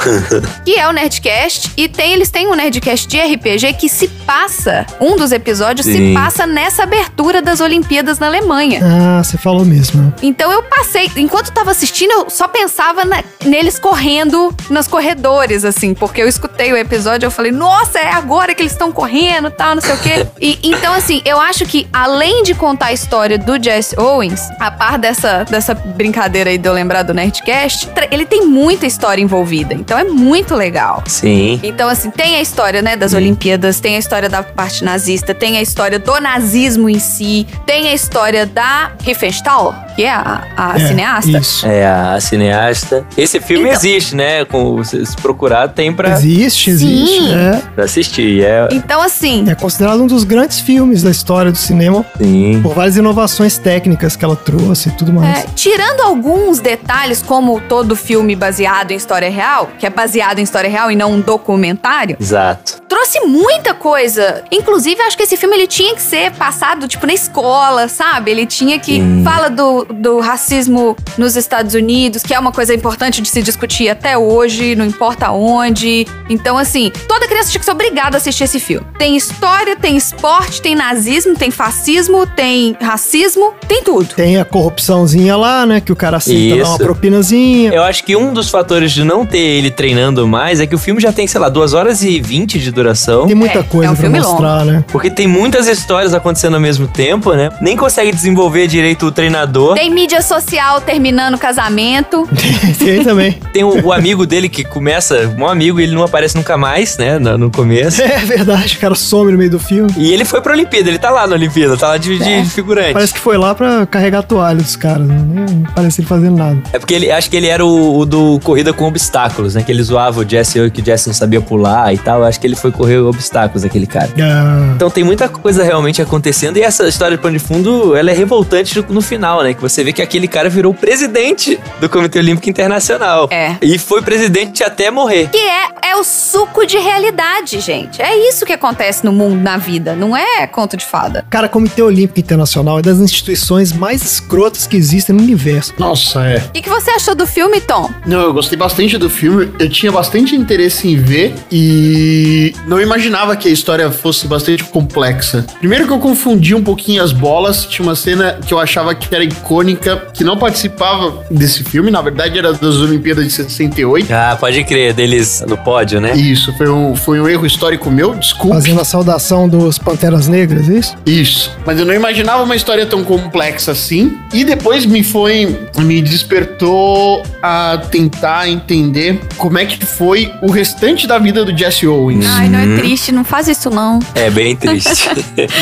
S2: que é o Nerdcast, e tem, eles têm um Nerdcast de RPG que se passa, um dos episódios se
S3: Sim.
S2: passa nessa abertura das Olimpíadas na Alemanha.
S4: Ah, você falou mesmo. né?
S2: Então eu passei, enquanto eu tava assistindo, eu só pensava na- neles correndo nos corredores, assim, porque eu escutei o episódio eu falei, nossa, é agora que eles estão correndo tal, não sei o quê. E, então, assim, eu acho que além de contar a história do Jesse Owens, a par dessa, dessa brincadeira aí de eu lembrar do Nerdcast, tra- ele tem muita história envolvida, então é muito legal.
S3: Sim.
S2: Então, assim, tem a história, né, das Olimpíadas, tem a história da parte nazista, tem a história do nazismo em si, tem a história da Riefenstahl, que é a, a
S4: É,
S2: cineasta.
S4: Isso.
S3: É, a cineasta. Esse filme
S2: Então.
S3: existe, né? Com, se procurar, tem pra,
S4: Existe, existe.
S2: Sim.
S4: É,
S3: pra assistir. É,
S2: Então, assim,
S4: é considerado um dos grandes filmes da história do cinema
S3: sim.
S4: por várias inovações técnicas que ela trouxe e tudo mais.
S2: é, tirando alguns detalhes, como todo filme baseado em história real, que é baseado em história real e não um documentário,
S3: Exato.
S2: trouxe muita coisa. Inclusive, acho que esse filme ele tinha que ser passado, tipo, na escola, sabe? Ele tinha que.
S3: Sim.
S2: Fala do, do racismo nos Estados Unidos, que é uma coisa importante de se discutir até hoje, não importa onde. Então, assim, toda criança tinha que ser obrigada a assistir esse filme. Tem história, tem esporte, tem nazismo, tem fascismo, tem racismo, tem tudo.
S4: Tem a corrupçãozinha lá, né? Que o cara aceita lá uma
S3: Isso.
S4: propinazinha.
S3: Eu acho que um dos fatores de não ter ele treinando mais é que o filme já tem, sei lá, 2 horas e 20 de duração.
S4: Tem muita
S2: É,
S4: coisa
S2: é um
S4: pra
S2: filme
S4: mostrar, né?
S3: Porque tem muitas histórias acontecendo ao mesmo tempo, né? Nem consegue desenvolver direito o treinador.
S2: Tem mídia social terminando o casamento.
S4: Tem também.
S3: Tem o, o amigo dele que começa, um amigo, e ele não aparece nunca mais, né? No, no começo.
S4: É verdade, o cara some no meio do filme.
S3: E ele foi pra Olimpíada, ele tá lá na Olimpíada, tá lá de, de figurante.
S4: É. Parece que foi lá pra carregar a toalha dos caras, né? Nem parece ele fazendo nada.
S3: É porque ele acho que ele era o, o do Corrida com Obstáculos, né? Que ele zoava o Jesse que o Jesse não sabia pular e tal. Eu acho que ele foi correr obstáculos, aquele cara.
S4: Ah,
S3: Então tem muita coisa realmente acontecendo e essa história de pano de fundo, ela é revoltante no, no final, né? Que você vê que aquele cara virou o presidente do Comitê Olímpico Internacional.
S2: É.
S3: E foi presidente até morrer.
S2: Que é, é o suco de realidade, gente. É isso que acontece no mundo, na vida. Não é conto de fada.
S4: Cara, Comitê Olímpico Internacional é das instituições mais escrotas que existem no universo.
S1: Nossa, é.
S2: O que, que você achou do filme, Tom?
S1: Não, eu gostei bastante do filme. Eu tinha bastante interesse em ver e não imaginava que a história fosse bastante complexa. Primeiro que eu confundi um pouquinho as bolas. Tinha uma cena que eu achava que era icônica, que não participava desse filme. Na verdade, era das Olimpíadas de 68.
S3: Ah, pode crer, deles no pódio, né?
S1: Isso, foi um, foi um erro histórico meu, desculpe.
S4: Fazendo a saudação dos Panteras Negras, é isso?
S1: Isso. Mas eu não imaginava uma história tão complexa assim. E depois me foi. me despertou a tentar entender como é que foi o restante da vida do Jesse Owens.
S4: Ah.
S2: Ai, não é triste, não faz isso não.
S3: É bem triste.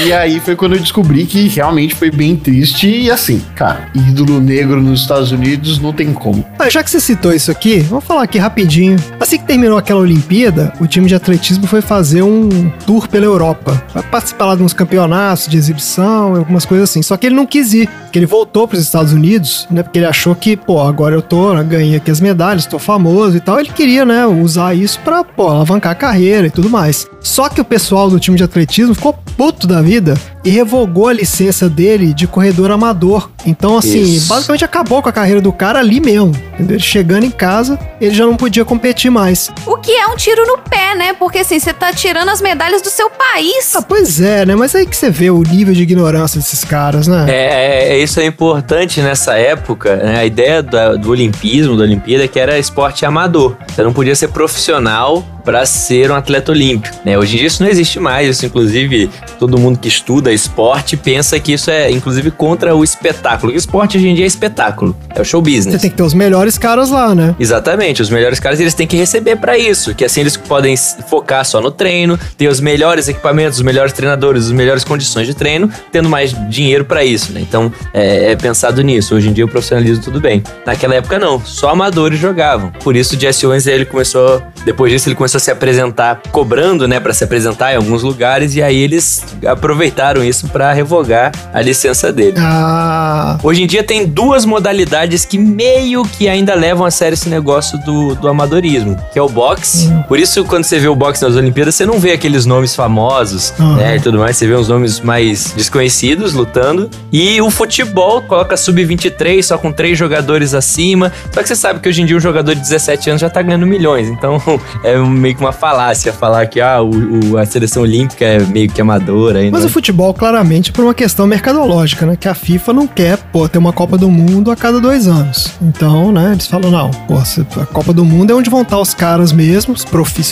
S1: E aí foi quando eu descobri que realmente foi bem triste. E assim, cara, ídolo negro nos Estados Unidos não tem como.
S4: Ah, já que você citou isso aqui, vamos falar aqui rapidinho. Assim que terminou aquela Olimpíada, o time de atletismo foi fazer um tour pela Europa. Vai participar lá de uns campeonatos de exibição, algumas coisas assim. Só que ele não quis ir, porque ele voltou para os Estados Unidos, né? Porque ele achou que, pô, agora eu tô, né, ganhei aqui as medalhas, tô famoso e tal. Ele queria, né, usar isso pra, pô, alavancar a carreira e tudo mais. Só que o pessoal do time de atletismo ficou puto da vida e revogou a licença dele de corredor amador. Então, assim,
S3: Isso.
S4: basicamente basicamente acabou com a carreira do cara ali mesmo. Entendeu? Ele chegando em casa, ele já não podia competir mais.
S2: O que é um tiro no pé, né? Porque assim, você tá tirando as medalhas do seu país.
S4: Ah, pois é, né? Mas aí que você vê o nível de ignorância desses caras, né?
S3: É, é, é, isso é importante nessa época, né? A ideia da- do olimpismo, da Olimpíada, que era esporte amador. Você não podia ser profissional para ser um atleta olímpico, né? Hoje em dia isso não existe mais. Isso, inclusive, todo mundo que estuda esporte pensa que isso é, inclusive, contra o espetáculo. O esporte hoje em dia é espetáculo, é o show business.
S4: Você tem que ter os melhores caras lá, né?
S3: Exatamente, os melhores caras eles têm que receber pra isso, que assim eles podem s- focar só no treino, ter os melhores equipamentos, os melhores treinadores, as melhores condições de treino, tendo mais dinheiro pra isso, né? Então é, é pensado nisso. Hoje em dia o profissionalismo tudo bem. Naquela época não, só amadores jogavam. Por isso o Jesse Owens ele começou Depois disso, ele começou a se apresentar, cobrando, né, para se apresentar em alguns lugares, e aí eles aproveitaram isso para revogar a licença dele.
S4: Ah,
S3: Hoje em dia tem duas modalidades que meio que ainda levam a sério esse negócio do, do amadorismo, que é o boxe.
S4: Hum.
S3: Por isso, quando você vê o boxe nas Olimpíadas, você não vê aqueles nomes famosos,
S4: Uhum.
S3: né, e tudo mais. Você vê uns nomes mais desconhecidos lutando. E o futebol coloca sub-23, só com três jogadores acima. Só que você sabe que hoje em dia um jogador de 17 anos já tá ganhando milhões. Então, é meio que uma falácia falar que ah, o, o- a seleção olímpica é meio que amadora. ainda.
S4: Mas o futebol, claramente, por uma questão mercadológica, né? Que a FIFA não quer, pô, ter uma Copa do Mundo a cada dois anos. Então, né, eles falam, não, pô, se- a Copa do Mundo é onde vão estar os caras mesmos,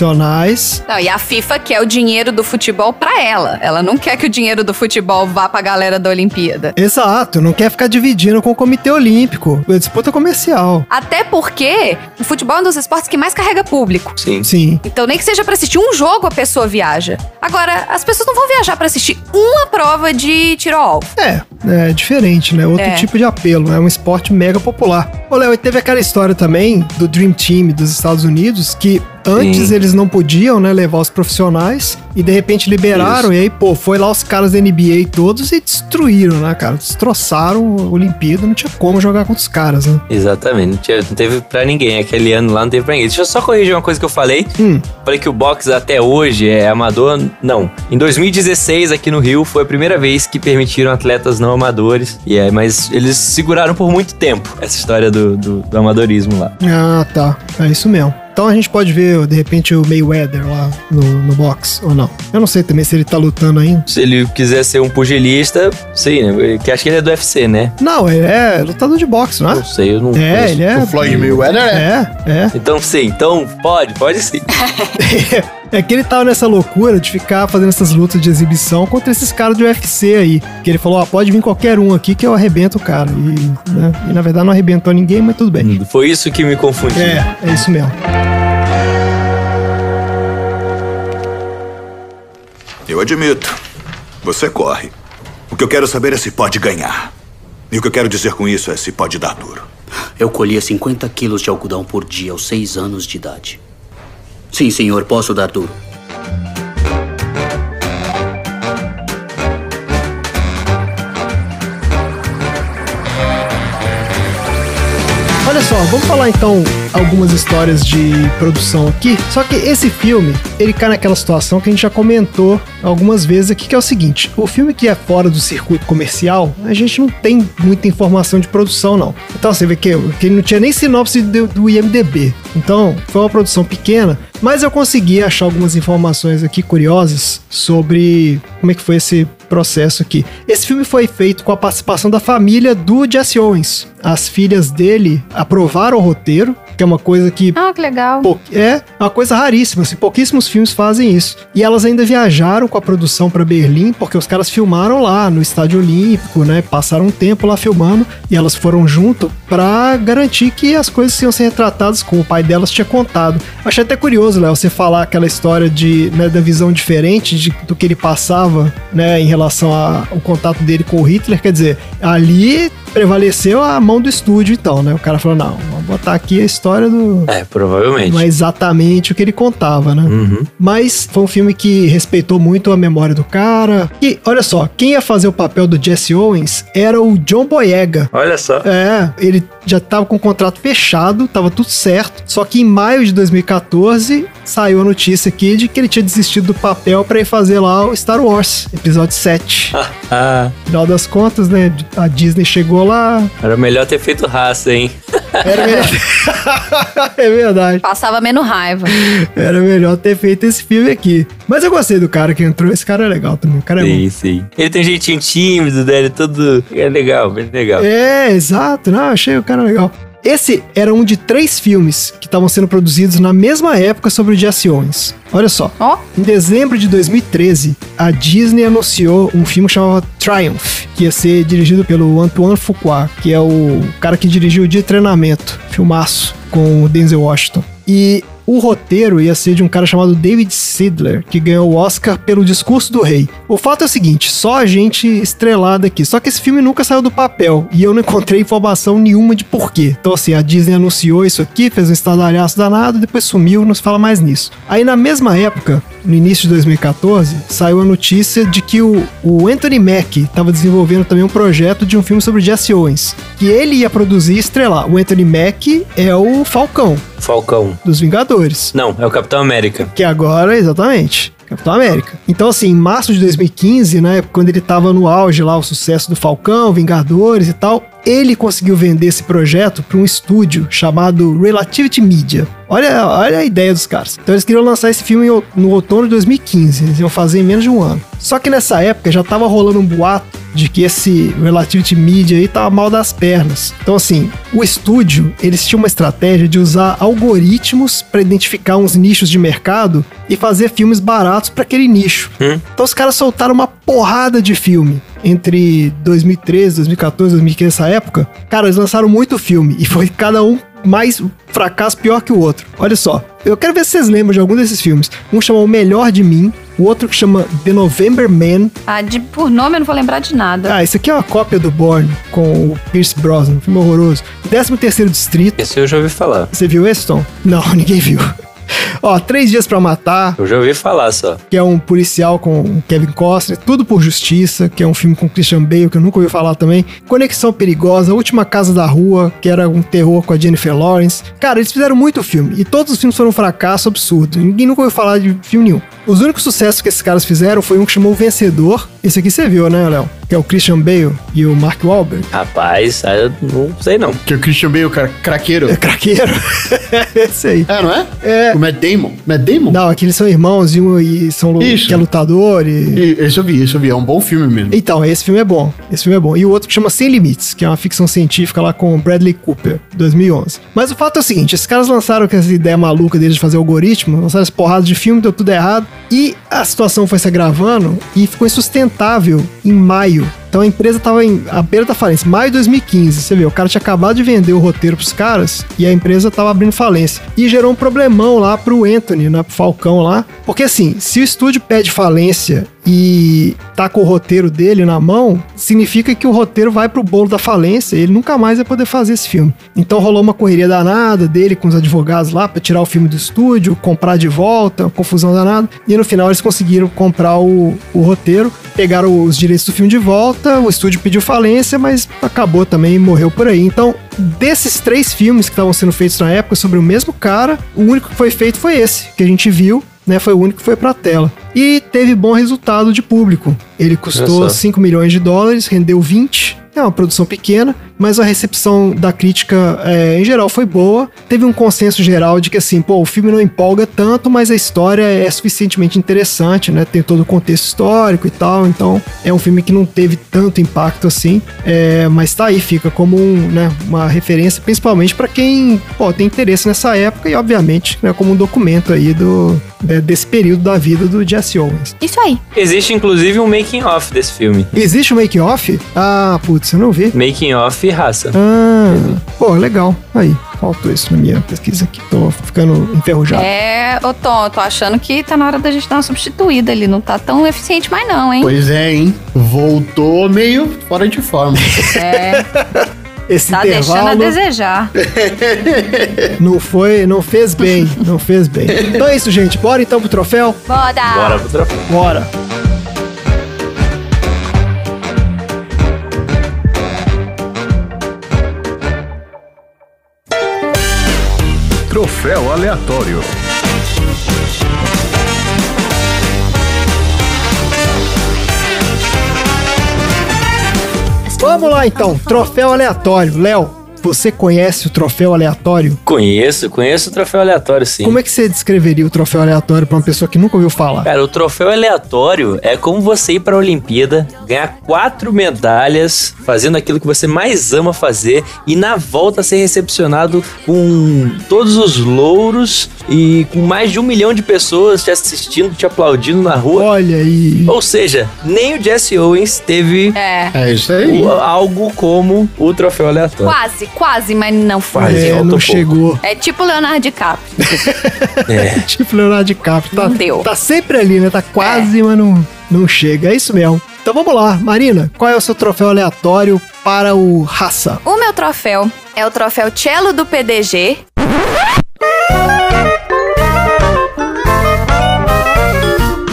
S4: profissionais.
S2: Não, e a FIFA quer o dinheiro do futebol pra ela. Ela não quer que o dinheiro do futebol vá pra galera da Olimpíada.
S4: Exato, não quer ficar dividindo com o Comitê Olímpico. É Disputa comercial.
S2: Até porque o futebol é um dos esportes que mais carrega público.
S3: Sim.
S4: Sim.
S2: Então, nem que seja pra assistir um jogo, a pessoa viaja. Agora, as pessoas não vão viajar pra assistir uma prova de tiro ao alvo.
S4: É, é diferente, né? Outro
S2: É.
S4: tipo de apelo, é um esporte mega popular. Ô, Léo, e teve aquela história também do Dream Team dos Estados Unidos, que antes
S3: Sim.
S4: eles não podiam, né, levar os profissionais, e de repente liberaram, e aí, pô, foi lá os caras da NBA todos e destruíram, né, cara? Destroçaram a Olimpíada, não tinha como jogar contra os caras, né?
S3: Exatamente, não, tinha- não teve pra ninguém. Aquele ano lá não teve pra ninguém. Deixa eu só corrigir uma coisa que eu falei.
S4: Hum.
S3: Falei que o boxe até hoje é amador. Não. Em 2016, aqui no Rio, foi a primeira vez que permitiram atletas não amadores. E é, mas eles seguraram por muito tempo essa história do, do- do amadorismo lá.
S4: Ah, tá. É isso mesmo. Então a gente pode ver, de repente, o Mayweather lá no, no box, ou não. Eu não sei também se ele tá lutando ainda.
S3: Se ele quiser ser um pugilista, sei, né? Que acho que ele é do UFC, né?
S4: Não, ele é lutador de boxe, não é?
S3: Não sei, eu não.
S4: É,
S3: conheço.
S4: ele é.
S1: O Floyd Mayweather é.
S4: É, é.
S3: Então, sim, então pode, pode sim.
S4: É que ele tava nessa loucura de ficar fazendo essas lutas de exibição contra esses caras do UFC aí. Que ele falou, ó, pode vir qualquer um aqui que eu arrebento o cara. E, né, e, na verdade não arrebentou ninguém, mas tudo bem.
S3: Foi isso que me confundiu.
S4: É, é isso mesmo.
S7: Eu admito. Você corre. O que eu quero saber é se pode ganhar. E o que eu quero dizer com isso é se pode dar duro.
S8: Eu colhia 50 quilos de algodão por dia aos seis anos de idade. Sim, senhor, posso dar duro.
S4: Olha só, vamos falar então algumas histórias de produção aqui. Só que esse filme, ele cai naquela situação que a gente já comentou algumas vezes aqui, que é o seguinte: o filme que é fora do circuito comercial, a gente não tem muita informação de produção, não. Então você vê que, que ele não tinha nem sinopse do, do IMDB. Então, foi uma produção pequena, mas eu consegui achar algumas informações aqui curiosas sobre como é que foi esse processo aqui. Esse filme foi feito com a participação da família do Jesse Owens. As filhas dele aprovaram o roteiro, que é uma coisa que
S6: Ah, que legal.
S4: pou- é uma coisa raríssima, assim, pouquíssimos filmes fazem isso. E elas ainda viajaram com a produção para Berlim, porque os caras filmaram lá no Estádio Olímpico, né? Passaram um tempo lá filmando e elas foram junto para garantir que as coisas iam ser retratadas como o pai delas tinha contado. Achei até curioso, Léo, você falar aquela história de, né, da visão diferente de- do que ele passava, né, em relação a- ao contato dele com o Hitler, quer dizer, ali prevaleceu a mão do estúdio então, né? O cara falou: "Não, vamos botar aqui a história do
S3: É, provavelmente.
S4: não é exatamente o que ele contava, né?
S3: Uhum.
S4: Mas foi um filme que respeitou muito a memória do cara. E olha só, quem ia fazer o papel do Jesse Owens era o John Boyega.
S3: Olha só.
S4: É, ele já tava com o contrato fechado, tava tudo certo. Só que em maio de 2014 saiu a notícia aqui de que ele tinha desistido do papel pra ir fazer lá o Star Wars, episódio 7.
S3: Ah,
S4: Afinal das contas, né? A Disney chegou lá.
S3: era melhor ter feito raça, hein?
S4: Era melhor... é verdade.
S2: Passava menos raiva.
S4: Era melhor ter feito esse filme aqui. Mas eu gostei do cara que entrou. Esse cara é legal também. O cara é bom.
S3: Sim, sim. Ele tem um jeitinho tímido dele, tudo. É legal, bem legal.
S4: É, exato. Não, achei o cara legal. Esse era um de três filmes que estavam sendo produzidos na mesma época sobre o Jesse Owens. Olha só.
S2: Ó.
S4: Em dezembro de 2013, a Disney anunciou um filme chamado Triumph, que ia ser dirigido pelo Antoine Fuqua, que é o cara que dirigiu o de treinamento, filmaço, com o Denzel Washington. E O roteiro ia ser de um cara chamado David Sidler, que ganhou o Oscar pelo Discurso do Rei. O fato é o seguinte, só a gente estrelada aqui. Só que esse filme nunca saiu do papel e eu não encontrei informação nenhuma de porquê. Então assim, a Disney anunciou isso aqui, fez um estadalhaço danado, depois sumiu, não se fala mais nisso. Aí na mesma época, no início de 2014, saiu a notícia de que o, o Anthony Mack estava desenvolvendo também um projeto de um filme sobre Jesse Owens, que ele ia produzir e estrelar. O Anthony Mack é o Falcão
S3: Falcão.
S4: dos Vingadores.
S3: Não, é o Capitão América.
S4: Que agora, exatamente. Capitão América. Então, assim, em março de 2015, né, quando ele tava no auge lá, o sucesso do Falcão, Vingadores e tal, ele conseguiu vender esse projeto para um estúdio chamado Relativity Media. Olha, olha a ideia dos caras. Então, eles queriam lançar esse filme em o- no outono de 2015, eles iam fazer em menos de um ano. Só que nessa época já tava rolando um boato de que esse Relativity Media aí tava mal das pernas. Então, assim, o estúdio, eles tinham uma estratégia de usar algoritmos para identificar uns nichos de mercado e fazer filmes baratos para aquele nicho. Então, os caras soltaram uma porrada de filme. Entre 2013, 2014, 2015, essa época, cara, eles lançaram muito filme e foi cada um mais fracasso pior que o outro. Olha só, eu quero ver se vocês lembram de algum desses filmes. Um chama O Melhor de Mim, o outro que chama The November Man,
S2: Ah, de, por nome eu não vou lembrar de nada.
S4: ah, isso aqui é uma cópia do Born com o Pierce Brosnan, um filme horroroso. 13 terceiro Distrito.
S3: Esse eu já ouvi falar.
S4: Você viu esse, Tom? Não, ninguém viu. Ó, Três Dias pra Matar,
S3: Eu já ouvi falar só.
S4: que é um policial com o Kevin Costner. Tudo por Justiça, que é um filme com Christian Bale, que eu nunca ouvi falar também. Conexão Perigosa, Última Casa da Rua, que era um terror com a Jennifer Lawrence. Cara, eles fizeram muito filme. E todos os filmes foram um fracasso absurdo. Ninguém nunca ouviu falar de filme nenhum. Os únicos sucessos que esses caras fizeram foi um que chamou O Vencedor. Esse aqui você viu, né, Léo? Que é o Christian Bale e o Mark Wahlberg.
S3: Rapaz, aí eu não sei não.
S1: Que o Christian Bale, cara, craqueiro.
S4: É craqueiro. Esse aí.
S1: É, não é?
S4: É.
S1: O Matt Damon. Matt Damon?
S4: Não, aqui eles são irmãos e um e são lu-
S1: Isso.
S4: que é lutador e.
S1: E- Esse eu vi, esse eu vi. É um bom filme mesmo.
S4: Então, esse filme é bom. Esse filme é bom. E o outro que chama Sem Limites, que é uma ficção científica lá com o Bradley Cooper, 2011. Mas o fato é o seguinte, esses caras lançaram com essa ideia maluca deles de fazer algoritmo, lançaram essa porrada de filme, deu tudo errado, e a situação foi se agravando e ficou insustentável em maio. Então a empresa tava em, à beira da falência, maio de 2015, você vê, o cara tinha acabado de vender o roteiro pros caras e a empresa tava abrindo falência. E gerou um problemão lá pro Anthony, né, pro Falcão lá, porque assim, se o estúdio pede falência e tá com o roteiro dele na mão, significa que o roteiro vai pro bolo da falência e ele nunca mais vai poder fazer esse filme. Então rolou uma correria danada dele com os advogados lá pra tirar o filme do estúdio, comprar de volta, uma confusão danada. E no final eles conseguiram comprar o, o roteiro, pegaram os direitos do filme de volta, o estúdio pediu falência, mas acabou também e morreu por aí. Então, desses três filmes que estavam sendo feitos na época sobre o mesmo cara, o único que foi feito foi esse, que a gente viu, né? Foi o único que foi pra tela. E teve bom resultado de público. Ele custou
S3: Olha só.
S4: 5 milhões de dólares, rendeu 20. É uma produção pequena, mas a recepção da crítica é, em geral foi boa. Teve um consenso geral de que assim, pô, o filme não empolga tanto, mas a história é suficientemente interessante, né? Tem todo o contexto histórico e tal, então é um filme que não teve tanto impacto assim, é, mas tá aí, fica como um, né, uma referência, principalmente pra quem pô, tem interesse nessa época e, obviamente, né, como um documento aí do, né, desse período da vida do Jesse Owens.
S6: Isso aí.
S3: Existe inclusive um making off desse filme.
S4: Existe o make-off? Ah, putz, eu não vi.
S3: Making off e raça.
S4: Ah, pô, legal. Aí, faltou isso na minha pesquisa aqui. Tô ficando enferrujado.
S2: É, ô Tom, eu tô achando que tá na hora da gente dar uma substituída ali. Não tá tão eficiente mais, não, hein?
S1: Pois é, hein? Voltou meio fora de forma.
S2: É,
S4: Esse
S2: tá deixando a
S4: intervalo
S2: desejar.
S4: não foi, não fez bem, não fez bem. Então é isso, gente. Bora então pro troféu?
S6: Bora!
S3: Bora pro troféu.
S4: Bora.
S9: Troféu aleatório.
S4: Vamos lá então, troféu aleatório. Léo, você conhece o troféu aleatório?
S3: Conheço, conheço o troféu aleatório, sim.
S4: Como é que você descreveria o troféu aleatório pra uma pessoa que nunca ouviu falar?
S3: Cara, o troféu aleatório é como você ir pra Olimpíada, ganhar quatro medalhas, fazendo aquilo que você mais ama fazer e na volta ser recepcionado com todos os louros e com mais de um milhão de pessoas te assistindo, te aplaudindo na rua.
S4: Olha aí.
S3: Ou seja, nem o Jesse Owens teve
S2: É,
S1: É isso aí.
S3: o- algo como o troféu aleatório.
S6: Quase,
S2: Quase, mas não foi.
S3: Quase. Mas
S4: É,
S3: falta um
S4: não
S3: pouco.
S4: chegou.
S2: É tipo Leonardo DiCaprio.
S3: É.
S4: Tipo Leonardo DiCaprio. Tá,
S2: Não deu.
S4: tá sempre ali, né? Tá quase, mas não, não chega. É isso mesmo. Então vamos lá. Marina, qual é o seu troféu aleatório para o Raça?
S2: O meu troféu é o troféu cello do PDG.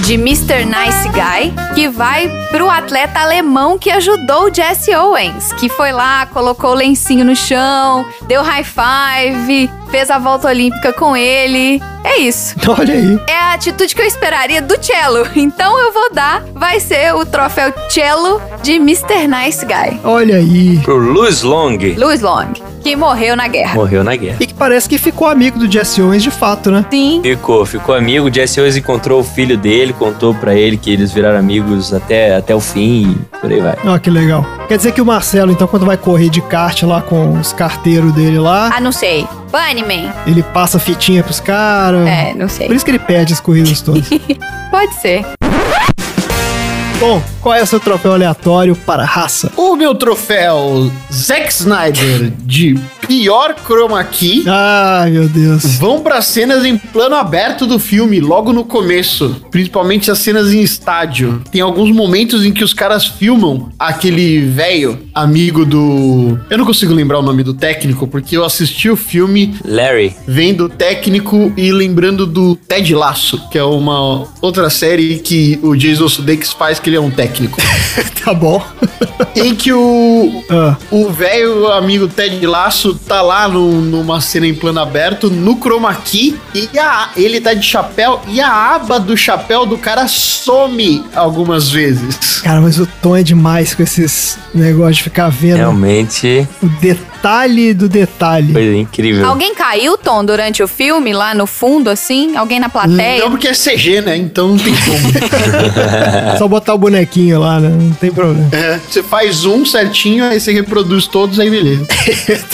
S2: De Mr. Nice Guy, que vai pro atleta alemão que ajudou o Jesse Owens, que foi lá, colocou o lencinho no chão, deu high five, fez a volta olímpica com ele. É isso.
S4: Olha aí.
S2: É a atitude que eu esperaria do cello. Então eu vou dar, vai ser o troféu cello de Mr. Nice Guy.
S4: Olha aí.
S3: Pro Louis Long,
S2: Louis Long, que morreu na guerra.
S3: morreu na guerra.
S4: E que parece que ficou amigo do Jesse Owens de fato, né?
S2: Sim.
S3: Ficou, ficou amigo. Jesse Owens encontrou o filho dele, contou pra ele que eles viraram amigos até, até o fim e por aí vai.
S4: Ó, que legal. Quer dizer que o Marcelo, então, quando vai correr de kart lá com os carteiros dele lá,
S2: Ah, não sei. Bunnyman.
S4: ele passa fitinha pros caras.
S2: É, não sei.
S4: Por isso que ele perde as corridas todas.
S2: Pode ser.
S4: Bom, qual é o seu troféu aleatório para a raça?
S1: O meu troféu Zack Snyder de pior chroma key
S4: Ai, meu Deus.
S1: vão para cenas em plano aberto do filme, logo no começo, principalmente as cenas em estádio. Tem alguns momentos em que os caras filmam aquele velho amigo do, eu não consigo lembrar o nome do técnico porque eu assisti o filme
S3: Larry,
S1: vendo o técnico e lembrando do Ted Lasso, que é uma outra série que o Jason Sudeikis faz que ele é um técnico,
S4: Tá bom.
S1: em que o
S4: Ah,
S1: o velho amigo Ted Lasso tá lá no- numa cena em plano aberto, no chroma key, e a- ele tá de chapéu, e a aba do chapéu do cara some algumas vezes.
S4: cara, mas o Tom é demais com esses negócios de ficar vendo
S3: É um- realmente
S4: o detalhe do detalhe.
S3: foi incrível.
S2: Alguém caiu, Tom, durante o filme, lá no fundo, assim? Alguém
S4: Hum,
S2: na plateia?
S1: Não porque é CG, né? Então não tem como.
S3: é.
S4: Só botar o bonequinho lá, né? Não tem problema.
S1: É, você faz um certinho, aí você reproduz todos, aí beleza.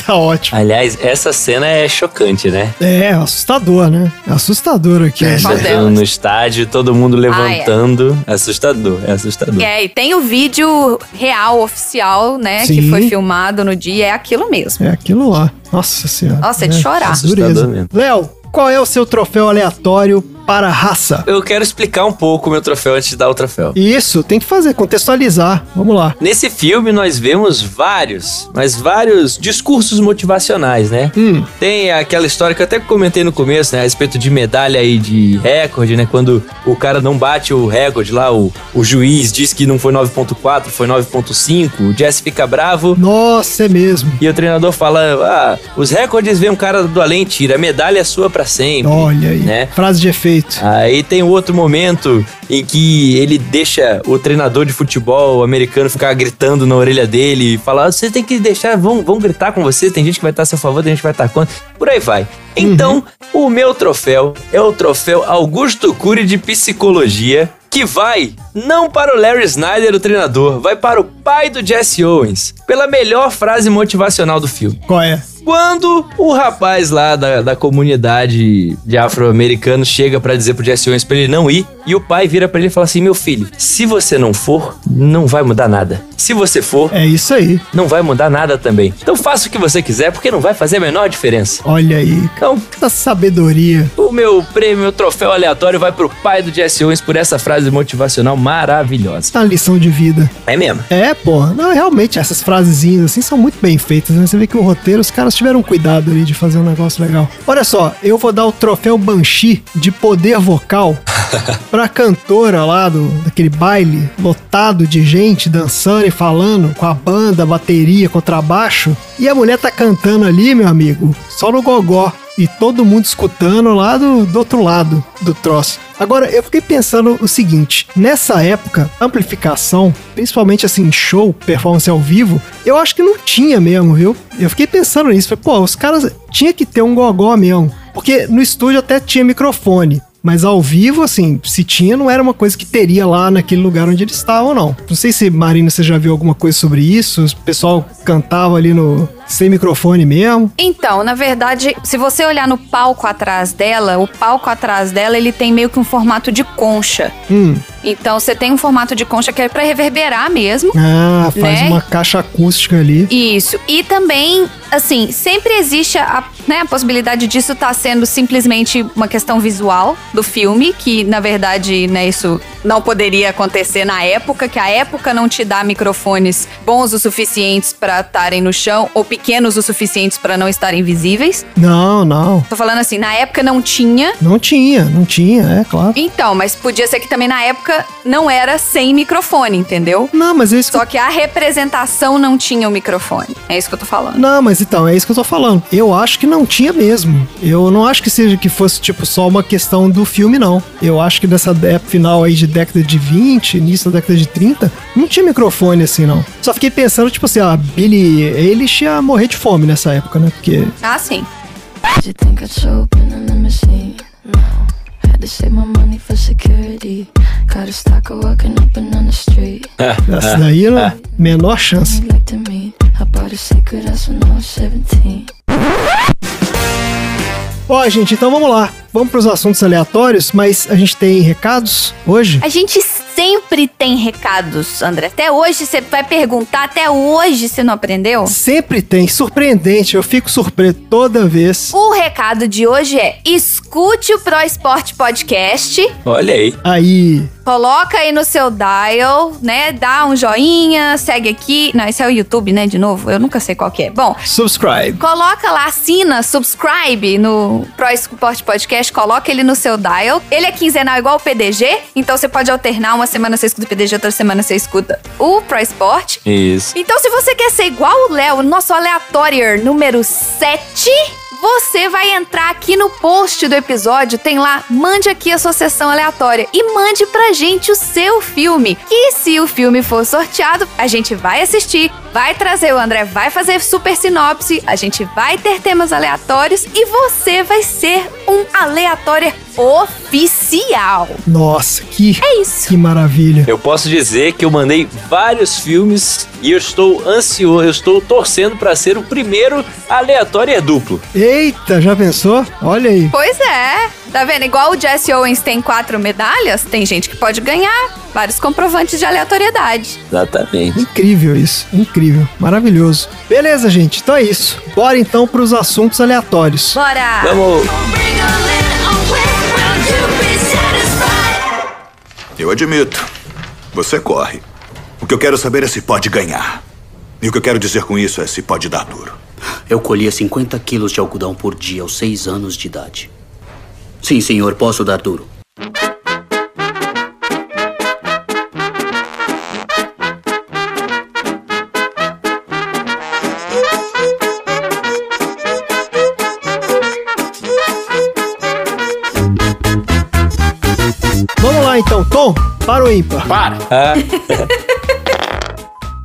S4: tá ótimo.
S3: Aliás, essa cena é chocante, né?
S4: É, assustador, né? Assustador aqui.
S1: É,
S2: Qual
S3: Essa
S2: delas?
S3: cena no estádio, todo mundo
S2: Ah, é.
S3: levantando. Assustador, é assustador.
S2: É, e tem o vídeo real, oficial, né?
S4: Sim.
S2: Que foi filmado no dia. É aquilo mesmo.
S4: É aquilo lá. Nossa senhora.
S2: Nossa, é de chorar.
S3: Assustador
S4: Dureza.
S3: mesmo.
S4: Léo, qual é o seu troféu aleatório para a raça?
S3: Eu quero explicar um pouco o meu troféu antes de dar o troféu.
S4: Isso, tem que fazer, contextualizar. Vamos lá.
S3: Nesse filme nós vemos vários, mas vários discursos motivacionais, né?
S4: Hum.
S3: Tem aquela história que eu até comentei no começo, né? A respeito de medalha e de recorde, né? Quando o cara não bate o recorde lá, o, o juiz diz que não foi 9.4, foi 9.5, o Jesse fica bravo.
S4: Nossa, é mesmo.
S3: E o treinador fala: Ah, os recordes vem um cara do além, tira, a medalha é sua pra sempre.
S4: Olha aí.
S3: Né?
S4: Frase de efeito.
S3: Aí tem outro momento em que ele deixa o treinador de futebol americano ficar gritando na orelha dele e falar: você tem que deixar, vão, vão gritar com você, tem gente que vai estar a seu favor, tem gente que vai estar contra. Por aí vai. Então, o meu troféu é o troféu Augusto Cury de Psicologia. Que vai não para o Larry Snyder, o treinador, vai para o pai do Jesse Owens, pela melhor frase motivacional do filme.
S4: Qual é?
S3: Quando o rapaz lá da, da comunidade de afro-americanos chega pra dizer pro Jesse Owens pra ele não ir, e o pai vira pra ele e fala assim: Meu filho, se você não for, não vai mudar nada. Se você for,
S4: É isso aí.
S3: não vai mudar nada também. Então faça o que você quiser, porque não vai fazer a menor diferença.
S4: Olha aí.
S3: Então,
S4: Essa sabedoria.
S3: o meu prêmio, o troféu aleatório vai pro pai do Jesse Owens por essa frase motivacional maravilhosa.
S4: Isso é uma lição de vida.
S3: É mesmo?
S4: É, pô. Não, realmente, essas frasezinhas assim são muito bem feitas, né? Você vê que o roteiro, os caras tiveram cuidado ali de fazer um negócio legal. Olha só, eu vou dar o troféu Banshee de poder vocal pra cantora lá do, daquele baile lotado de gente dançando e falando com a banda, bateria, contrabaixo. E a mulher tá cantando ali, meu amigo, só no gogó. E todo mundo escutando lá do, do outro lado do troço. Agora, eu fiquei pensando o seguinte: nessa época, amplificação, principalmente assim, show, performance ao vivo, eu acho que não tinha mesmo, viu? Eu fiquei pensando nisso. Falei, pô, os caras tinha que ter um gogó mesmo. Porque no estúdio até tinha microfone. Mas ao vivo, assim, se tinha, não era uma coisa que teria lá naquele lugar onde eles estavam, não. Não sei se, Marina, você já viu alguma coisa sobre isso? O pessoal cantava ali no. Sem microfone mesmo.
S2: Então, na verdade, se você olhar no palco atrás dela, o palco atrás dela, ele tem meio que um formato de concha.
S4: Hum.
S2: Então, você tem um formato de concha que é pra reverberar mesmo.
S4: Ah, faz
S2: Né?
S4: uma caixa acústica ali.
S2: Isso. E também, assim, sempre existe a, né, a possibilidade disso estar sendo simplesmente uma questão visual do filme, que na verdade, né, isso não poderia acontecer na época, que a época não te dá microfones bons o suficientes para estarem no chão ou pequenos o suficientes para não estarem visíveis.
S4: Não, não.
S2: Tô falando assim, na época não tinha.
S4: Não tinha, não tinha, é claro.
S2: Então, mas podia ser que também na época não era sem microfone, entendeu?
S4: Não, mas é isso que
S2: Só que a representação não tinha o microfone. É isso que eu tô falando.
S4: Não, mas então, é isso que eu tô falando. Eu acho que não tinha mesmo. Eu não acho que seja que fosse, tipo, só uma questão do filme, não. Eu acho que nessa época final aí de década de 20, início da década de 30, não tinha microfone assim, não. Só fiquei pensando, tipo assim, a Billy Eilish ia morrer de fome nessa época, né? Porque
S2: Ah, sim.
S9: Did you think I'd open in the machine? No. Had to save my money for security. Got a stock of walking up and on the street.
S4: essa daí era a menor chance.
S9: You like to meet. I bought a secret house when I was 17.
S4: Ó, gente, então vamos lá. Vamos pros assuntos aleatórios, mas a gente tem recados hoje?
S2: A gente sempre tem recados, André. Até hoje você vai perguntar, até hoje você não aprendeu?
S4: Sempre tem, surpreendente, eu fico surpreso toda vez.
S2: O recado de hoje é: escute o Pro Esporte Podcast,
S3: Olha aí.
S4: Aí,
S2: coloca aí no seu dial, né? Dá um joinha, segue aqui. Não, esse é o YouTube, né? De novo, eu nunca sei qual que é. Bom,
S4: subscribe.
S2: Coloca lá, assina, subscribe no Pro Esporte Podcast, coloca ele no seu dial. Ele é quinzenal igual o PDG, então você pode alternar, uma semana você escuta o PDG, outra semana você escuta o Pro Esporte.
S3: Isso.
S2: Então se você quer ser igual o Léo, nosso aleatório número 7... Você vai entrar aqui no post do episódio, tem lá, mande aqui a sua sessão aleatória e mande pra gente o seu filme. Que se o filme for sorteado, a gente vai assistir, vai trazer o André, vai fazer super sinopse, a gente vai ter temas aleatórios e você vai ser um aleatório oficial.
S4: Nossa, que
S2: É isso.
S4: Que maravilha.
S3: Eu posso dizer que eu mandei vários filmes e eu estou ansioso, eu estou torcendo para ser o primeiro aleatório é duplo.
S4: Eita, já pensou? Olha aí.
S2: Pois é. Tá vendo? Igual o Jesse Owens tem quatro medalhas, tem gente que pode ganhar vários comprovantes de aleatoriedade.
S3: Exatamente.
S4: Incrível isso, incrível, maravilhoso. Beleza, gente, então é isso. Bora então pros assuntos aleatórios.
S2: Bora!
S3: Vamos.
S7: Eu admito. Você corre. O que eu quero saber é se pode ganhar. E o que eu quero dizer com isso é se pode dar duro.
S8: Eu colhia 50 quilos de algodão por dia aos seis anos de idade. Sim, senhor, posso dar duro.
S4: Vamos lá então, Tom, para o ímpar.
S1: Para!
S3: Ah,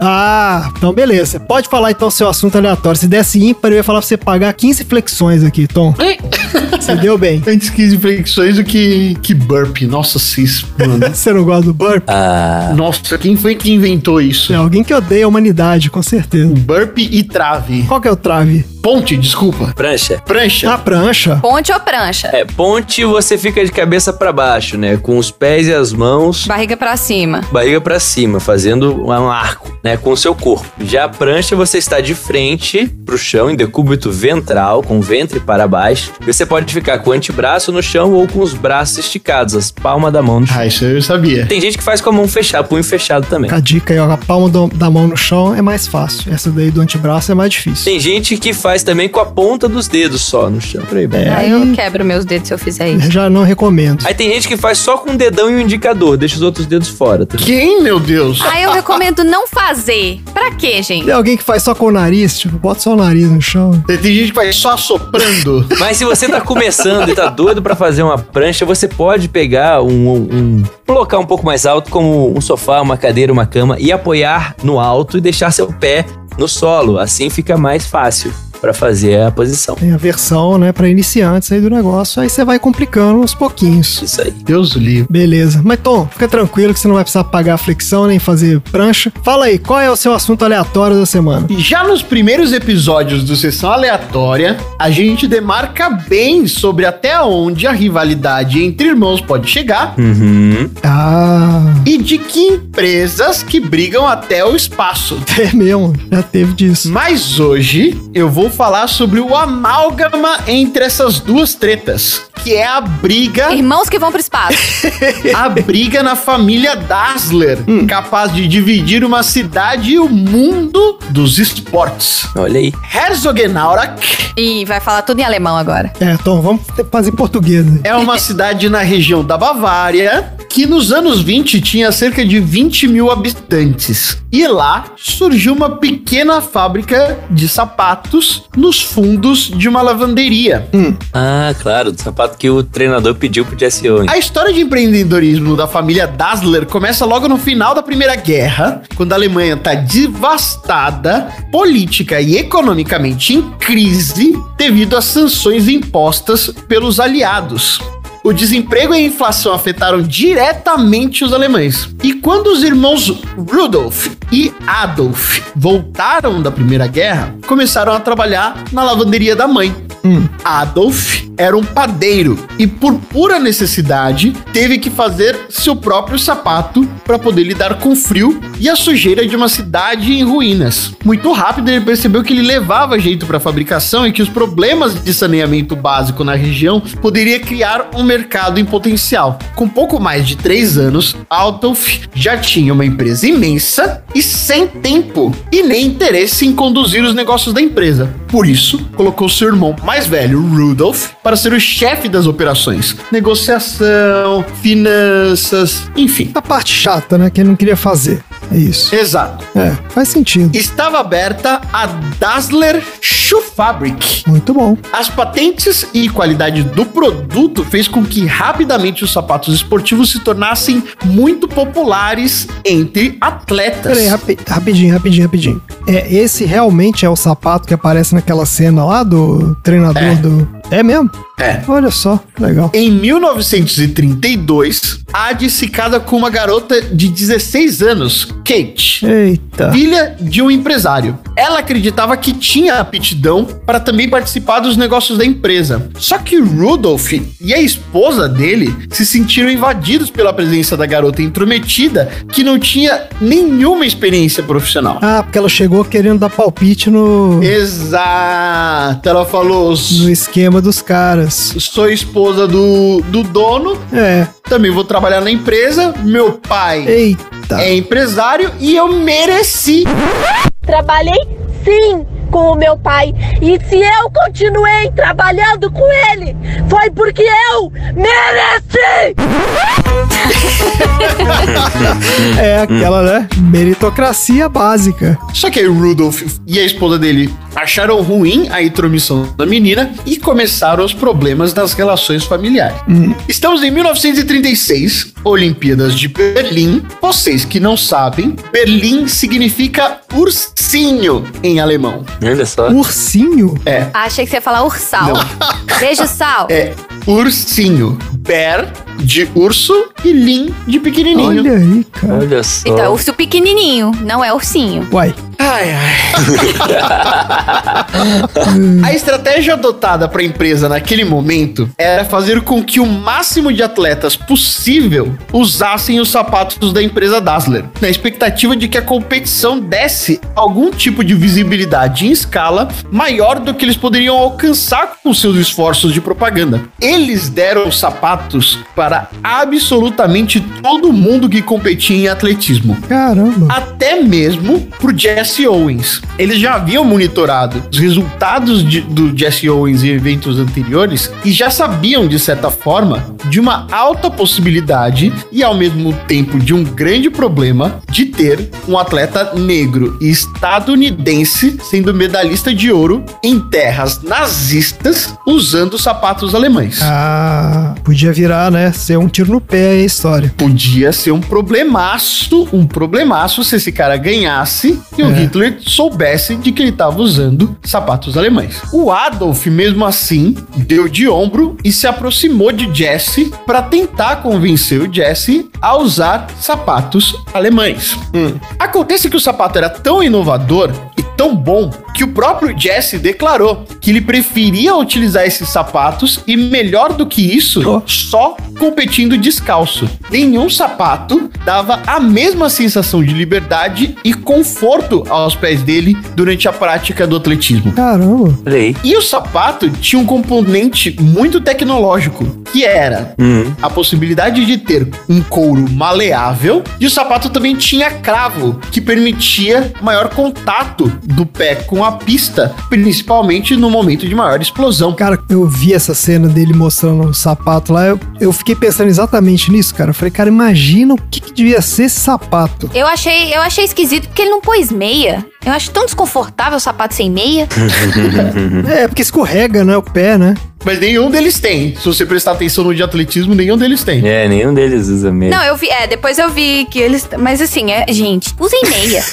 S4: Ah, então beleza. Pode falar então seu assunto aleatório. Se desse ímpar, eu ia falar pra você pagar 15 flexões aqui, Tom. Você deu bem.
S1: Antes 15 flexões do que, que burp. Nossa, vocês, mano.
S4: Você não gosta do burp?
S3: ah,
S1: Nossa, quem foi que inventou isso?
S4: É um alguém que odeia a humanidade, com certeza.
S1: Burp e trave.
S4: Qual que é o trave?
S1: Ponte, desculpa.
S3: prancha.
S1: Prancha.
S4: A prancha?
S2: Ponte ou prancha?
S3: É, ponte você fica de cabeça para baixo, né? Com os pés e as mãos,
S2: Barriga pra cima.
S3: barriga para cima, fazendo um arco, né? Com o seu corpo. Já a prancha você está de frente pro chão, em decúbito ventral, com o ventre para baixo. E Você pode ficar com o antebraço no chão ou com os braços esticados, as palmas da mão no chão.
S1: Ah, isso eu sabia.
S3: Tem gente que faz com a mão fechada, punho fechado também.
S4: A dica aí, ó, a palma do- da mão no chão é mais fácil. Essa daí do antebraço é mais difícil.
S3: Tem gente que faz também com a ponta dos dedos só no chão. Por aí, vai.
S4: É,
S2: Aí eu quebro meus dedos se eu fizer isso.
S4: já não recomendo.
S3: Aí tem gente que faz só com o dedão e o indicador, deixa os outros dedos fora. tá?
S1: Quem, meu Deus?
S2: Aí eu recomendo não fazer. Pra quê, gente?
S4: Tem alguém que faz só com o nariz, tipo, bota só o nariz no chão.
S1: Tem tem gente que vai só soprando.
S3: Mas se você tá começando e tá doido pra fazer uma prancha, você pode pegar um, um, um local um pouco mais alto, como um sofá, uma cadeira, uma cama, e apoiar no alto e deixar seu pé no solo. Assim fica mais fácil. pra pra fazer a posição.
S4: Tem a versão, né, pra iniciantes aí do negócio, aí você vai complicando aos pouquinhos.
S3: Isso aí.
S1: Deus livre.
S4: Beleza. Mas Tom, fica tranquilo que você não vai precisar pagar flexão nem fazer prancha. Fala aí, qual é o seu assunto aleatório da semana?
S1: Já nos primeiros episódios do Sessão Aleatória, a gente demarca bem sobre até onde a rivalidade entre irmãos pode chegar
S3: Uhum.
S4: Ah,
S1: e de que empresas que brigam até o espaço.
S4: é mesmo, já teve disso.
S1: Mas hoje eu vou falar sobre o amálgama entre essas duas tretas, que é a briga
S2: Irmãos que vão pro espaço.
S1: a briga na família Dassler, capaz de dividir uma cidade e o mundo dos esportes.
S3: Olha aí.
S1: Herzogenaurach
S2: Ih, vai falar tudo em alemão agora.
S4: É, Tom, vamos fazer em português. aí.
S1: é uma cidade na região da Bavária que nos anos 20 tinha cerca de 20 mil habitantes. E lá surgiu uma pequena fábrica de sapatos nos fundos de uma lavanderia.
S3: Ah, claro, do sapato que o treinador pediu pro Jesse Owens.
S1: A história de empreendedorismo da família Dassler começa logo no final da Primeira Guerra, quando a Alemanha está devastada, política e economicamente em crise devido às sanções impostas pelos aliados. O desemprego e a inflação afetaram diretamente os alemães. E quando os irmãos Rudolf e Adolf voltaram da Primeira Guerra, começaram a trabalhar na lavanderia da mãe. Adolf era um padeiro e, por pura necessidade, teve que fazer seu próprio sapato para poder lidar com o frio e a sujeira de uma cidade em ruínas. Muito rápido, ele percebeu que ele levava jeito para a fabricação e que os problemas de saneamento básico na região poderia criar um mercado em potencial. Com pouco mais de três anos, Adolf já tinha uma empresa imensa e sem tempo e nem interesse em conduzir os negócios da empresa. Por isso, colocou seu irmão mais velho, Rudolf, para ser o chefe das operações, negociação, finanças, enfim.
S4: A parte chata, né, que ele não queria fazer. É isso.
S1: Exato.
S4: É, faz sentido.
S1: Estava aberta a Dassler Shoe Fabric,
S4: Muito bom.
S1: As patentes e qualidade do produto fez com que rapidamente os sapatos esportivos se tornassem muito populares entre atletas.
S4: Peraí, rapi- rapidinho, rapidinho, rapidinho. É, esse realmente é o sapato que aparece naquela cena lá do treinador do. É mesmo?
S1: É.
S4: Olha só, que legal.
S1: Em 1932, Adi se casa com uma garota de 16 anos, Kate,
S4: Eita.
S1: filha de um empresário. Ela acreditava que tinha aptidão para também participar dos negócios da empresa. Só que Rudolf e a esposa dele se sentiram invadidos pela presença da garota intrometida que não tinha nenhuma experiência profissional.
S4: Ah, porque ela chegou querendo dar palpite no,
S1: Exato! Ela falou:
S4: no
S1: "S-
S4: esquema dos caras.
S1: sou esposa do, do dono,
S4: É.
S1: também vou trabalhar na empresa, meu pai
S4: Eita.
S1: é empresário e eu mereci.
S10: Trabalhei sim com o meu pai. E se eu continuei trabalhando com ele, foi porque eu mereci!
S4: É aquela, né? Meritocracia básica.
S1: Só que aí o Rudolf e a esposa dele acharam ruim a intromissão da menina e começaram os problemas das relações familiares. Estamos em 1936, Olimpíadas de Berlim. Vocês que não sabem, Berlim significa ursinho em alemão.
S3: Olha só.
S4: Hum. Ursinho?
S1: É,
S2: Ah, achei que você ia falar ursal. Beijo, sal.
S1: É ursinho. Bear de urso e Lin de pequenininho.
S4: Olha aí, cara.
S3: Olha só.
S2: Então, é urso pequenininho, não é ursinho.
S4: Uai.
S1: Ai, ai. a estratégia adotada para a empresa naquele momento era fazer com que o máximo de atletas possível usassem os sapatos da empresa Dassler, na expectativa de que a competição desse algum tipo de visibilidade em escala maior do que eles poderiam alcançar com seus esforços de propaganda. Eles deram os sapatos para absolutamente todo mundo que competia em atletismo
S4: Caramba.
S1: até mesmo pro Jesse Owens. Eles já haviam monitorado os resultados de- do Jesse Owens em eventos anteriores e já sabiam, de certa forma, de uma alta possibilidade e, ao mesmo tempo, de um grande problema de ter um atleta negro e estadunidense sendo medalhista de ouro em terras nazistas usando sapatos alemães.
S4: Ah, podia virar, né? Ser um tiro no pé aí a história.
S1: Podia ser um problemaço, um problemaço se esse cara ganhasse e o Hitler soubesse de que ele estava usando sapatos alemães. O Adolf, mesmo assim, deu de ombro e se aproximou de Jesse para tentar convencer o Jesse a usar sapatos alemães. Acontece que o sapato era tão inovador e tão bom que o próprio Jesse declarou que ele preferia utilizar esses sapatos e melhor do que isso, só competindo descalço. Nenhum sapato dava a mesma sensação de liberdade e conforto aos pés dele durante a prática do atletismo.
S4: Caramba.
S1: E o sapato tinha um componente muito tecnológico, que era a possibilidade de ter um couro maleável e o sapato também tinha cravo, que permitia maior contato do pé com a pista, principalmente no momento de maior explosão.
S4: Cara, eu vi essa cena dele mostrando o sapato lá. Eu, eu fiquei pensando exatamente nisso, cara. Eu falei, cara, imagina o que, que devia ser esse sapato.
S6: Eu achei, eu achei esquisito porque ele não pôs meia. Eu acho tão desconfortável o sapato sem meia.
S4: É, porque escorrega, né? O pé, né?
S1: Mas nenhum deles tem. Se você prestar atenção no de atletismo, nenhum deles tem.
S3: É, nenhum deles usa mesmo.
S2: Não, eu vi. É, depois eu vi que eles. Mas assim, é, gente, usem meia.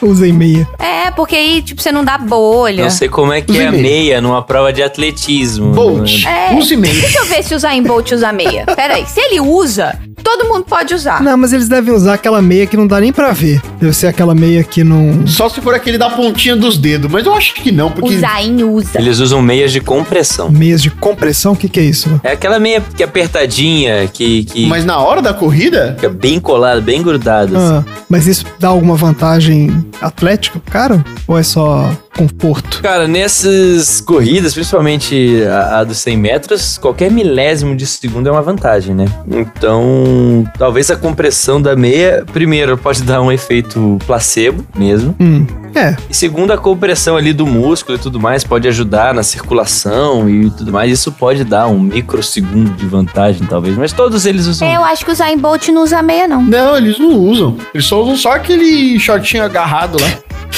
S4: Usei meia.
S2: é, porque aí, tipo, você não dá bolha.
S3: Não sei como é que é a
S1: Primeiro.
S3: meia numa prova de atletismo.
S1: Bolt, um
S2: É.
S1: use meia.
S2: Deixa eu ver se usar em Bolt usa meia. Peraí, se ele usa, todo mundo pode usar.
S4: Não, mas eles devem usar aquela meia que não dá nem pra ver. Deve ser aquela meia que não.
S1: Só se for aquele da pontinha dos dedos, mas eu acho que não, porque
S2: Usar em usa.
S3: Eles usam meias de compressão.
S4: Meias de compressão, o que, que é isso?
S3: É aquela meia que é apertadinha, que, que
S1: mas na hora da corrida,
S3: fica bem colada, bem grudada. assim.
S4: Ah, mas isso dá alguma vantagem atlética, pro cara? Ou é só conforto?
S3: Cara, nessas corridas, principalmente a, a dos 100 metros, qualquer milésimo de segundo é uma vantagem, né? Então, talvez a compressão da meia, primeiro, pode dar um efeito placebo mesmo.
S4: Hum, é.
S3: E segundo, a compressão ali do músculo e tudo mais pode ajudar na circulação e tudo mais. Isso pode dar um microsegundo de vantagem, talvez. Mas todos eles
S2: É,
S3: usam.
S6: eu acho que usar em Bolt não usa meia, não.
S1: não, eles não usam. Eles só usam só aquele shortinho agarrado lá.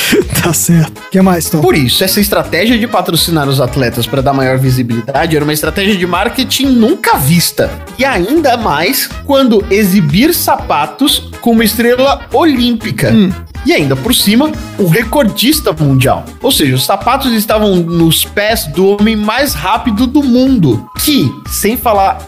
S4: Tá certo. O que mais, Tom?
S1: Por isso, essa estratégia de patrocinar os atletas para dar maior visibilidade era uma estratégia de marketing nunca vista. E ainda mais quando exibir sapatos com uma estrela olímpica. E ainda por cima, o recordista mundial. Ou seja, os sapatos estavam nos pés do homem mais rápido do mundo, que, sem falar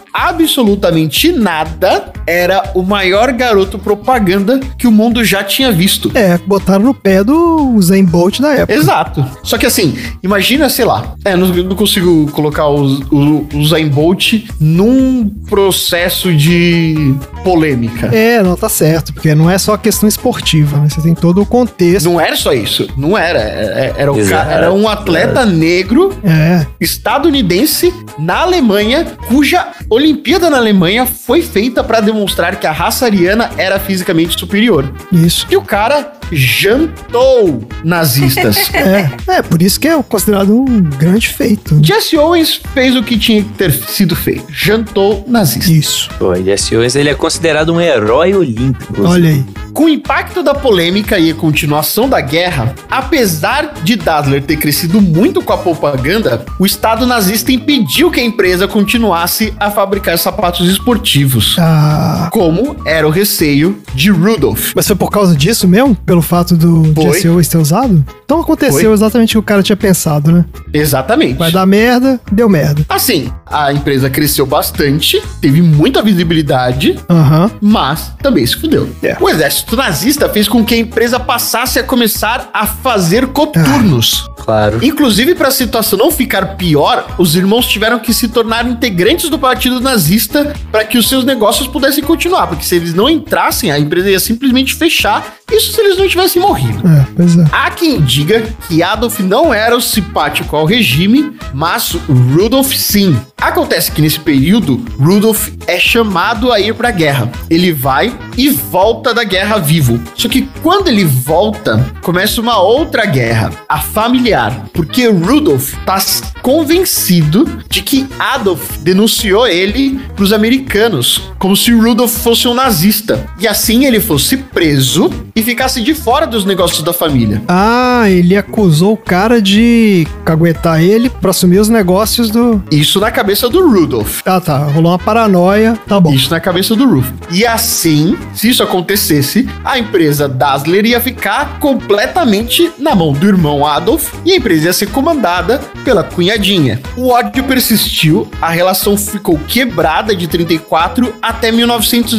S1: absolutamente nada, era o maior garoto propaganda que o mundo já tinha visto.
S4: É, botaram no pé do Usain Bolt da época.
S1: Exato. É, Só que assim, imagina, sei lá. É, não, não consigo colocar o, o, o Zayn Bolt num processo de polêmica.
S4: É, não, tá certo, porque não é só questão esportiva, né? Você tem todo o contexto.
S1: Não era só isso. Não era. Era, era o
S3: Exato.
S1: cara, era um atleta negro
S4: É,
S1: estadunidense na Alemanha, cuja Olimpíada na Alemanha foi feita para demonstrar que a raça ariana era fisicamente superior.
S4: isso.
S1: E o cara jantou nazistas.
S4: É, é, por isso que é considerado um grande feito.
S1: Jesse Owens fez o que tinha que ter sido feito. Jantou nazista.
S4: Isso.
S3: Pô, ele é Owens, ele é considerado um herói olímpico.
S1: é.
S4: Olha aí.
S1: Com o impacto da polêmica e a continuação da guerra, apesar de Dassler ter crescido muito com a propaganda, o Estado nazista impediu que a empresa continuasse a fabricar sapatos esportivos,
S4: Ah,
S1: como era o receio de Rudolf.
S4: mas foi por causa disso mesmo? Pelo fato do
S1: Foi.
S4: Jesse Owens ter usado? Então aconteceu
S1: Foi.
S4: exatamente o que o cara tinha pensado, né?
S1: Exatamente.
S4: Vai dar merda, deu merda.
S1: Assim, a empresa cresceu bastante, teve muita visibilidade,
S4: Aham.
S1: mas também se fudeu. O exército nazista fez com que a empresa passasse a começar a fazer coturnos.
S3: Claro.
S1: Inclusive, para a situação não ficar pior, os irmãos tiveram que se tornar integrantes do partido nazista para que os seus negócios pudessem continuar, porque se eles não entrassem, a empresa ia simplesmente fechar, isso se eles não tivessem morrido.
S4: É, pois é.
S1: Há quem diga que Adolf não era o simpático ao regime, mas Rudolf sim. Acontece que nesse período, Rudolf é chamado a ir para a guerra. Ele vai e volta da guerra vivo. Só que quando ele volta, começa uma outra guerra, a familiar, porque Rudolf tá está convencido de que Adolf denunciou ele para os americanos Como se Rudolph fosse um nazista. E assim ele fosse preso e ficasse de fora dos negócios da família.
S4: Ah, ele acusou o cara de caguetar ele pra assumir os negócios do.
S1: Isso na cabeça do Rudolph.
S4: Ah, tá. Rolou uma paranoia. Tá bom.
S1: Isso na cabeça do Rudolph. E assim, se isso acontecesse, a empresa Dassler ia ficar completamente na mão do irmão Adolf e a empresa ia ser comandada pela cunhadinha. O ódio persistiu, a relação ficou quebrada de 34 até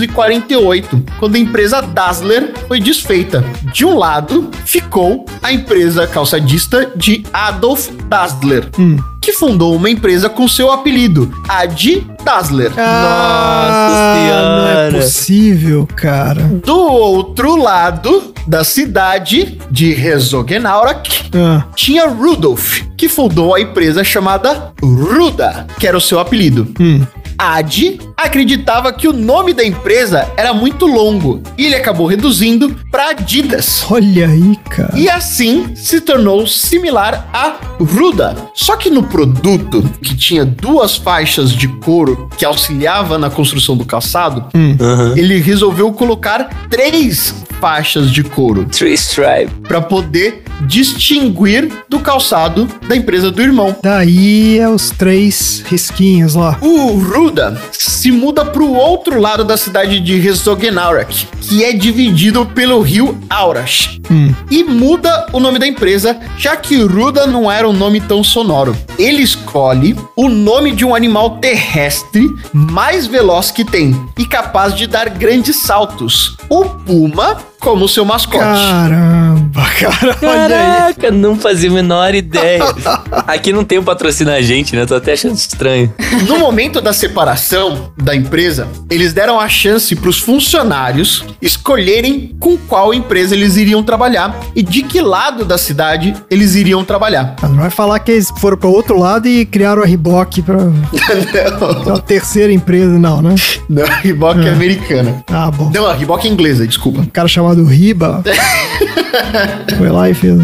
S1: 1948, quando a empresa Dassler foi desfeita. De um lado, ficou a empresa calçadista de Adolf Dassler.
S4: Hum.
S1: Que fundou uma empresa com seu apelido, a de Dassler.
S4: Ah, Não é
S3: Senhora.
S4: possível, cara.
S1: Do outro lado da cidade de Rezogenaurak,
S4: Ah,
S1: tinha Rudolf, que fundou a empresa chamada Ruda, que era o seu apelido.
S4: hum.
S1: Ad acreditava que o nome da empresa era muito longo e ele acabou reduzindo para Adidas.
S4: Olha aí, cara.
S1: E assim se tornou similar à Ruda. Só que no produto, que tinha duas faixas de couro que auxiliava na construção do calçado, ele resolveu colocar três faixas de couro
S3: Tree Stripe.
S1: para poder distinguir do calçado da empresa do irmão.
S4: Daí é os três risquinhos lá.
S1: O Ruda se muda para o outro lado da cidade de Rezogenaurak, que é dividido pelo rio Aurash.
S4: Hum.
S1: E muda o nome da empresa, já que Ruda não era um nome tão sonoro. Ele escolhe o nome de um animal terrestre mais veloz que tem e capaz de dar grandes saltos. O Puma como seu mascote.
S4: Caramba, cara. Olha aí.
S3: Caraca, não fazia a menor ideia. Aqui não tem o patrocínio a gente, né? Tô até achando estranho.
S1: No momento da separação da empresa, eles deram a chance para os funcionários escolherem com qual empresa eles iriam trabalhar e de que lado da cidade eles iriam trabalhar.
S4: Ah, Não vai falar que eles foram para outro lado e criaram a Reebok pra pra uma terceira empresa, não, né?
S1: Não, a Reebok é americana.
S4: Ah, bom.
S1: Não, a Reebok é inglesa, desculpa.
S4: Um cara chamado Riba foi lá e fez.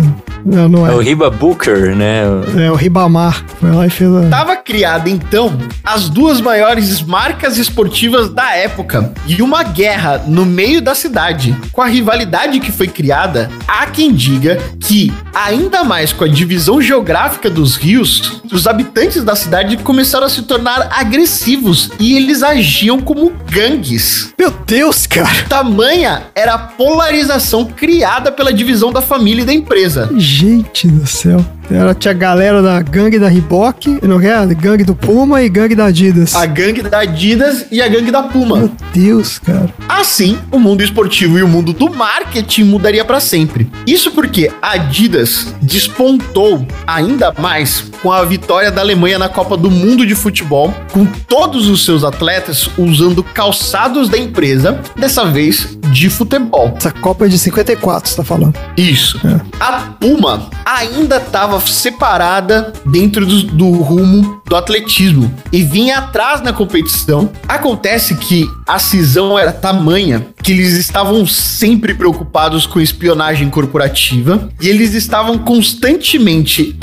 S4: Não, não
S3: É o
S4: é.
S3: Riba Booker, né?
S4: É o Tá. Ribamar. Foi lá e fez. a-
S1: Tava criada então as duas maiores marcas esportivas da época e uma guerra no meio da cidade. Com a rivalidade que foi criada, há quem diga que, ainda mais com a divisão geográfica dos rios, os habitantes da cidade começaram a se tornar agressivos e eles agiam como gangues.
S4: Meu Deus, cara.
S1: Tamanha era a polarização criada pela divisão da família e da empresa.
S4: Gente do céu. Era, tinha a galera da gangue da Reebok, não é? Gangue do Puma e gangue da Adidas.
S1: A gangue da Adidas e a gangue da Puma.
S4: Meu Deus, cara.
S1: Assim, o mundo esportivo e o mundo do marketing mudaria para sempre. Isso porque a Adidas despontou ainda mais com a vitória da Alemanha na Copa do Mundo de Futebol, com todos os seus atletas usando calçados da empresa, dessa vez de futebol.
S4: Essa Copa é de 54, você tá falando.
S1: Isso. A Puma ainda estava separada dentro do, do rumo do atletismo e vinha atrás na competição. Acontece que a cisão era tamanha que eles estavam sempre preocupados com espionagem corporativa e eles estavam constantemente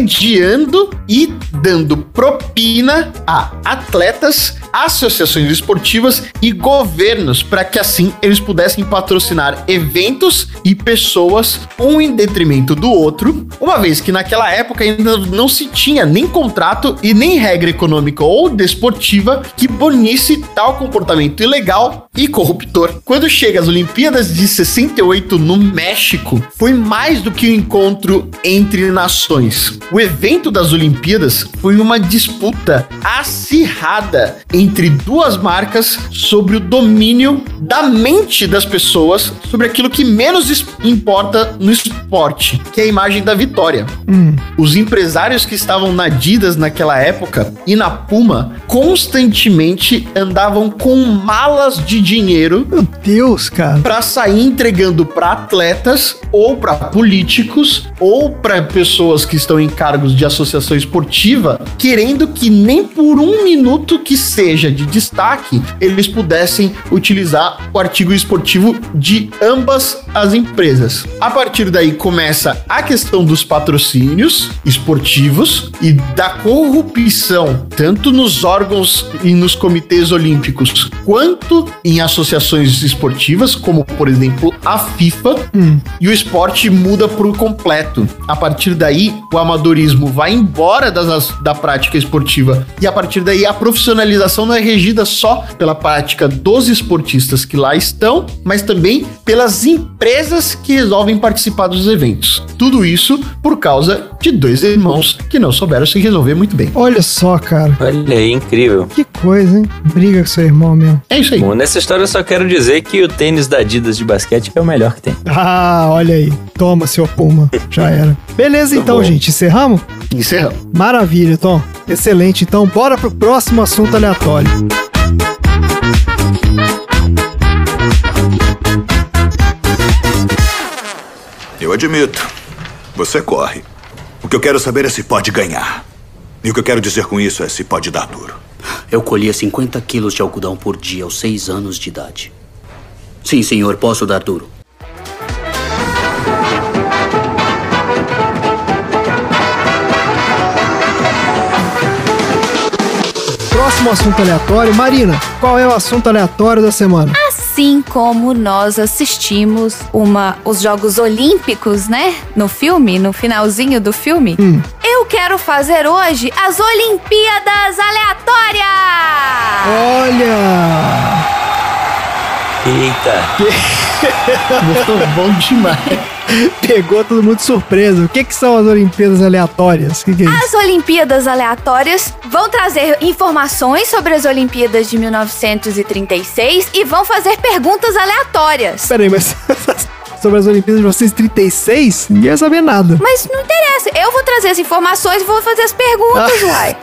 S1: assediando e dando propina a atletas, associações esportivas e governos para que assim eles pudessem patrocinar eventos e pessoas, um em detrimento do outro, uma vez que naquela época ainda não se tinha nem contrato e nem regra econômica ou desportiva que punisse tal comportamento ilegal e corruptor. Quando chega as Olimpíadas de 68 no México, foi mais do que um encontro entre nações. O evento das Olimpíadas foi uma disputa acirrada entre duas marcas sobre o domínio da mente das pessoas sobre aquilo que menos es- importa no esporte, que é a imagem da vitória. Os empresários que estavam na Adidas naquela época e na Puma constantemente andavam com malas de dinheiro
S4: Meu Deus, cara.
S1: para sair entregando para atletas ou para políticos ou para pessoas que estão em cargos de associação esportiva, querendo que nem por um minuto que seja de destaque eles pudessem utilizar o artigo esportivo de ambas as empresas. A partir daí começa a questão dos patrocínios esportivos e da corrupção, tanto nos órgãos e nos comitês olímpicos, quanto em associações esportivas, como por exemplo a FIFA, e o esporte muda por completo. A partir daí, o amadorismo vai embora das, as- da prática esportiva e a partir daí a profissionalização não é regida só pela prática dos esportistas que lá estão, mas também pelas empresas que resolvem participar dos eventos. Tudo isso por causa de dois irmãos que não souberam se resolver muito bem.
S4: Olha só, cara.
S3: Olha aí, incrível.
S4: Que coisa, hein? Briga com seu irmão meu.
S1: É isso aí.
S3: Bom, nessa história eu só quero dizer que o tênis da Adidas de basquete é o melhor que tem.
S4: Ah, olha aí. Toma, seu Puma. Já era. Beleza, então, gente. Encerramos?
S1: Encerramos.
S4: Maravilha, Tom. Excelente. Então, bora pro próximo assunto aleatório.
S7: Eu admito. Você corre. O que eu quero saber é se pode ganhar. E o que eu quero dizer com isso é se pode dar duro.
S8: Eu colhia 50 quilos de algodão por dia aos 6 anos de idade. Sim, senhor, posso dar duro.
S4: Próximo assunto aleatório. Marina, qual é o assunto aleatório da semana?
S2: Assim como nós assistimos uma, os Jogos Olímpicos, né? No filme, no finalzinho do filme. Eu quero fazer hoje as Olimpíadas Aleatórias!
S4: Olha!
S3: Eita!
S1: Gostou bom demais.
S4: Pegou todo mundo de surpresa. O que, que são as Olimpíadas aleatórias? O que, que é isso?
S2: As Olimpíadas Aleatórias vão trazer informações sobre as Olimpíadas de 1936 e vão fazer perguntas aleatórias.
S4: Peraí, mas sobre as Olimpíadas de vocês 36, ninguém ia saber nada.
S2: Mas não interessa, eu vou trazer as informações e vou fazer as perguntas, uai.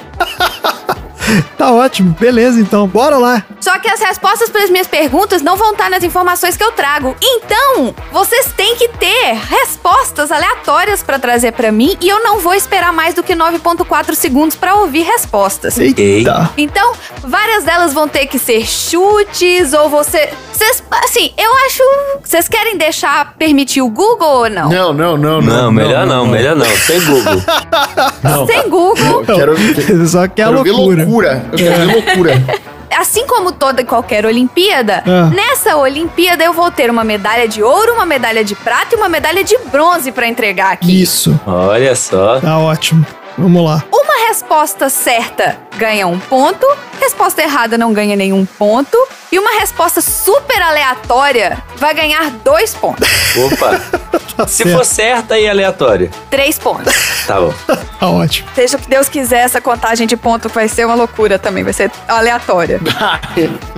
S4: Tá ótimo, beleza então, bora lá.
S2: Só que as respostas para as minhas perguntas não vão estar nas informações que eu trago. Então, vocês têm que ter respostas aleatórias para trazer para mim e eu não vou esperar mais do que 9.4 segundos para ouvir respostas.
S4: Eita.
S2: Então, várias delas vão ter que ser chutes ou você, vocês, assim, eu acho, vocês querem deixar permitir o Google ou não?
S1: Não, não, não, não.
S3: Não, melhor não, melhor não. Sem Google.
S2: Sem Google.
S1: Eu Quero,
S4: Só que é
S1: quero ver
S4: loucura.
S1: loucura. Eu quero ver loucura.
S2: assim como toda e qualquer Olimpíada,
S4: Ah.
S2: nessa Olimpíada eu vou ter uma medalha de ouro, uma medalha de prata e uma medalha de bronze pra entregar aqui.
S4: Isso,
S3: Olha só.
S4: tá ótimo. Vamos lá.
S2: Uma resposta certa ganha um ponto, resposta errada não ganha nenhum ponto, e uma resposta super aleatória vai ganhar dois pontos.
S3: Opa. Se
S4: Tá certo.
S3: for certa e aleatória.
S2: Três pontos.
S3: Tá bom.
S4: Tá ótimo.
S2: Seja o que Deus quiser, essa contagem de ponto vai ser uma loucura também, vai ser aleatória.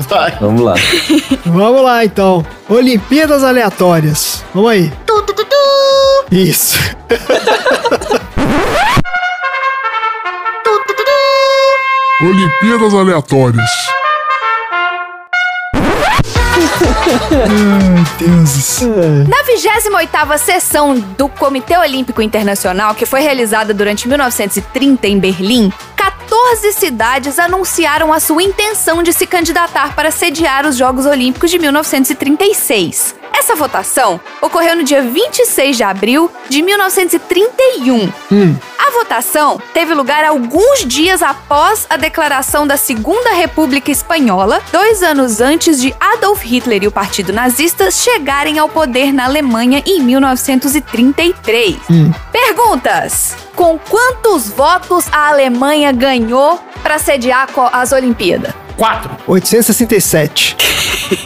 S1: Vai.
S3: Vamos lá.
S4: Vamos lá então. Olimpíadas aleatórias. Vamos aí. Isso.
S11: Olimpíadas aleatórias.
S4: Deus do céu.
S2: Na 28ª sessão do Comitê Olímpico Internacional, que foi realizada durante 1930 em Berlim, 14 cidades anunciaram a sua intenção de se candidatar para sediar os Jogos Olímpicos de 1936. Essa votação ocorreu no dia 26 de abril de 1931. A votação teve lugar alguns dias após a declaração da Segunda República Espanhola, dois anos antes de Adolf Hitler e o Partido Nazista chegarem ao poder na Alemanha em 1933.
S4: Hum.
S2: Perguntas: Com quantos votos a Alemanha ganhou para sediar co- as Olimpíadas?
S1: Quatro.
S4: 867.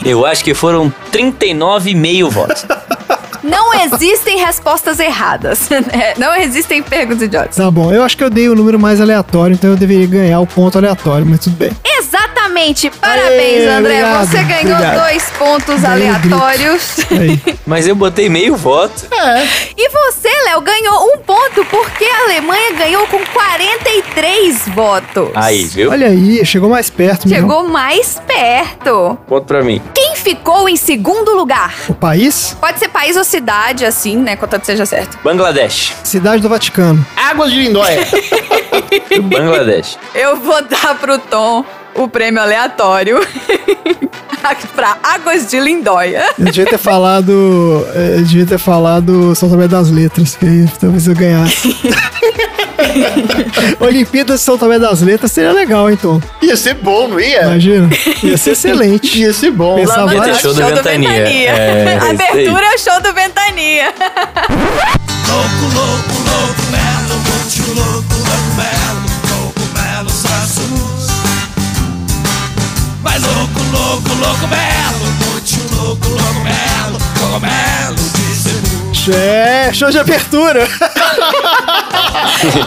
S3: Eu acho que foram 39,5 votos.
S2: Não existem respostas erradas. né? Não existem perguntas idiotas.
S4: Tá bom, eu acho que eu dei o número mais aleatório, então eu deveria ganhar o ponto aleatório, mas tudo bem.
S2: Exatamente! Parabéns,
S4: Aê,
S2: André.
S4: obrigado,
S2: Você ganhou
S4: obrigado.
S2: dois pontos
S4: Ganhei o grito.
S2: aleatórios.
S4: Aí.
S3: Mas eu botei meio voto.
S2: E você, Léo, ganhou um ponto porque a Alemanha ganhou com 43 votos.
S3: Aí, viu?
S4: Olha aí, chegou mais perto mesmo.
S2: Chegou mais perto.
S3: Ponto pra mim.
S2: Quem ficou em segundo lugar?
S4: O país?
S2: Pode ser país ou cidade, assim, né? Contanto seja certo.
S3: Bangladesh.
S4: Cidade do Vaticano.
S1: Águas de Lindóia.
S3: Bangladesh.
S2: Eu vou dar pro Tom o prêmio aleatório. pra Águas de Lindóia.
S4: Eu devia ter falado. eh, Eu devia ter falado São Tomé das Letras, que aí talvez eu ganhasse. Olimpíadas de São Tomé das Letras seria legal, então.
S1: Ia ser bom, não ia?
S4: Imagina. É. Ia ser excelente.
S1: Ia ser bom.
S4: Pensar
S1: Lá-
S4: várias-
S3: Vai ter show do Ventania. É, é isso aí.
S2: Abertura é o show do Ventania.
S4: É, show de abertura.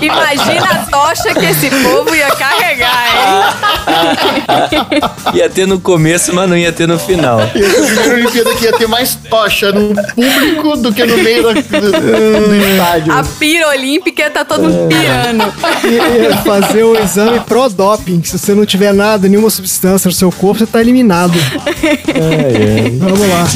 S2: Imagina a tocha que esse povo ia carregar, hein?
S3: Ia ter no começo, mas não ia ter no final.
S1: A Olimpíada que ia ter mais tocha no público do que no meio da- do, do estádio.
S2: A pira olímpica ia tá todo mundo pirando.
S4: Ia fazer o exame pró-doping. que Se você não tiver nada, nenhuma substância no seu corpo, você tá eliminado. Vamos lá.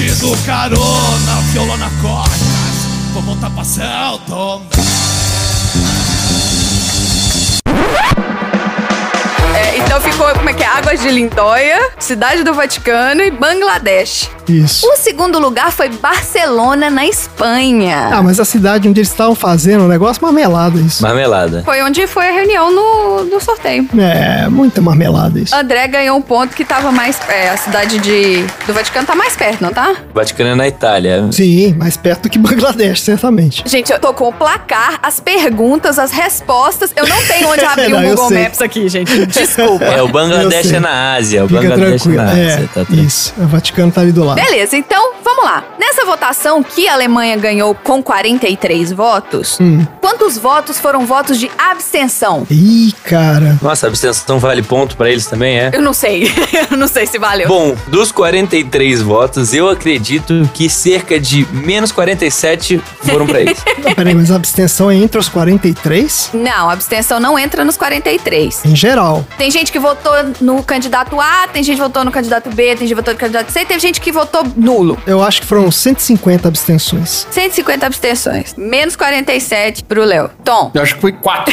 S2: É, então ficou, como é que é? Águas de Lindóia, Cidade do Vaticano e Bangladesh.
S4: Isso.
S2: O segundo lugar foi Barcelona, na Espanha.
S4: Ah, mas a cidade onde eles estavam fazendo o negócio, marmelada isso.
S3: Marmelada.
S2: Foi onde foi a reunião no, no sorteio.
S4: É, muita marmelada isso.
S2: André ganhou um ponto que tava mais. É, a cidade de, do Vaticano tá mais perto, não tá?
S3: O Vaticano é na Itália.
S4: Sim, mais perto do que Bangladesh, certamente.
S2: Gente, eu tô com o placar, as perguntas, as respostas. Eu não tenho onde abrir
S4: Não,
S2: o
S4: eu
S2: Google
S4: sei.
S2: Maps aqui, gente. Desculpa.
S3: É, o Bangladesh
S4: sei.
S3: é na Ásia. O
S4: Fica
S3: Bangladesh é
S4: tranquilo.
S3: na Ásia.
S4: É,
S3: tá tranquilo.
S4: isso. O Vaticano tá ali do lado.
S2: Beleza, então vamos lá. Nessa votação que a Alemanha ganhou com 43 votos, quantos votos foram votos de abstenção?
S4: Ih, cara.
S3: Nossa, a abstenção vale ponto pra eles também, é?
S2: Eu não sei. eu não sei se valeu.
S3: Bom, dos 43 votos, eu acredito que cerca de menos 47 foram pra eles.
S4: Não, peraí, mas a abstenção é entre os 43?
S2: Não, a abstenção não entra nos 43.
S4: Em geral.
S2: Tem gente que votou no candidato A, tem gente que votou no candidato B, tem gente que votou no candidato C, teve gente que votou nulo.
S4: Eu acho que foram 150 abstenções.
S2: 150 abstenções. Menos 47 pro Léo. Tom.
S1: Eu acho que foi quatro.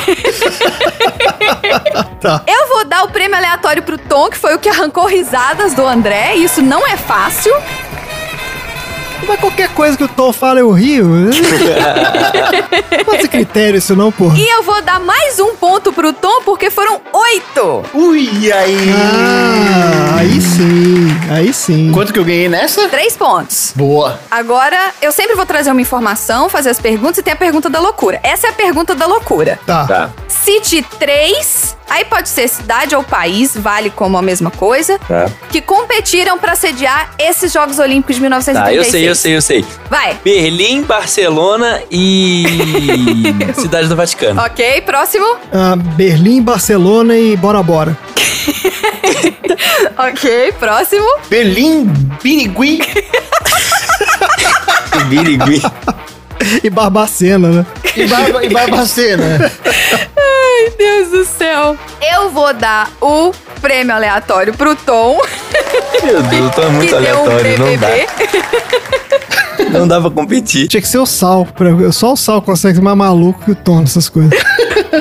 S2: Eu vou dar o prêmio aleatório pro Tom, que foi o que arrancou risadas do André. e Isso não é fácil.
S4: Mas qualquer coisa que o Tom fala, eu rio. Quanto esse critério isso não, porra?
S2: E eu vou dar mais um ponto pro Tom, porque foram oito.
S1: Ui, aí.
S4: Ah, aí sim, aí sim.
S1: Quanto que eu ganhei nessa?
S2: Três pontos.
S1: Boa.
S2: Agora, eu sempre vou trazer uma informação, fazer as perguntas e tem a pergunta da loucura. Essa é a pergunta da loucura.
S4: Tá.
S3: Tá.
S2: Cite três, aí pode ser cidade ou país, vale como a mesma coisa,
S3: Tá.
S2: que competiram pra sediar esses Jogos Olímpicos de
S3: Tá,
S2: 1936.
S3: eu sei, eu sei, eu sei.
S2: Vai.
S3: Berlim, Barcelona e. Cidade do Vaticano.
S2: Ok, próximo.
S4: Ah, Berlim, Barcelona e bora bora.
S2: Ok, próximo.
S1: Berlim, Birigui.
S3: Birigui.
S4: E Barbacena, né?
S1: e, Barba, e Barbacena.
S2: Deus do céu. Eu vou dar o prêmio aleatório pro Tom,
S3: Meu Deus, eu tô
S2: que
S3: muito
S2: deu um
S3: aleatório. não
S2: BBB.
S3: dá. Não dá pra competir.
S4: Tinha que ser o Sal. Pra... Só o Sal consegue ser mais maluco que o Tom nessas coisas.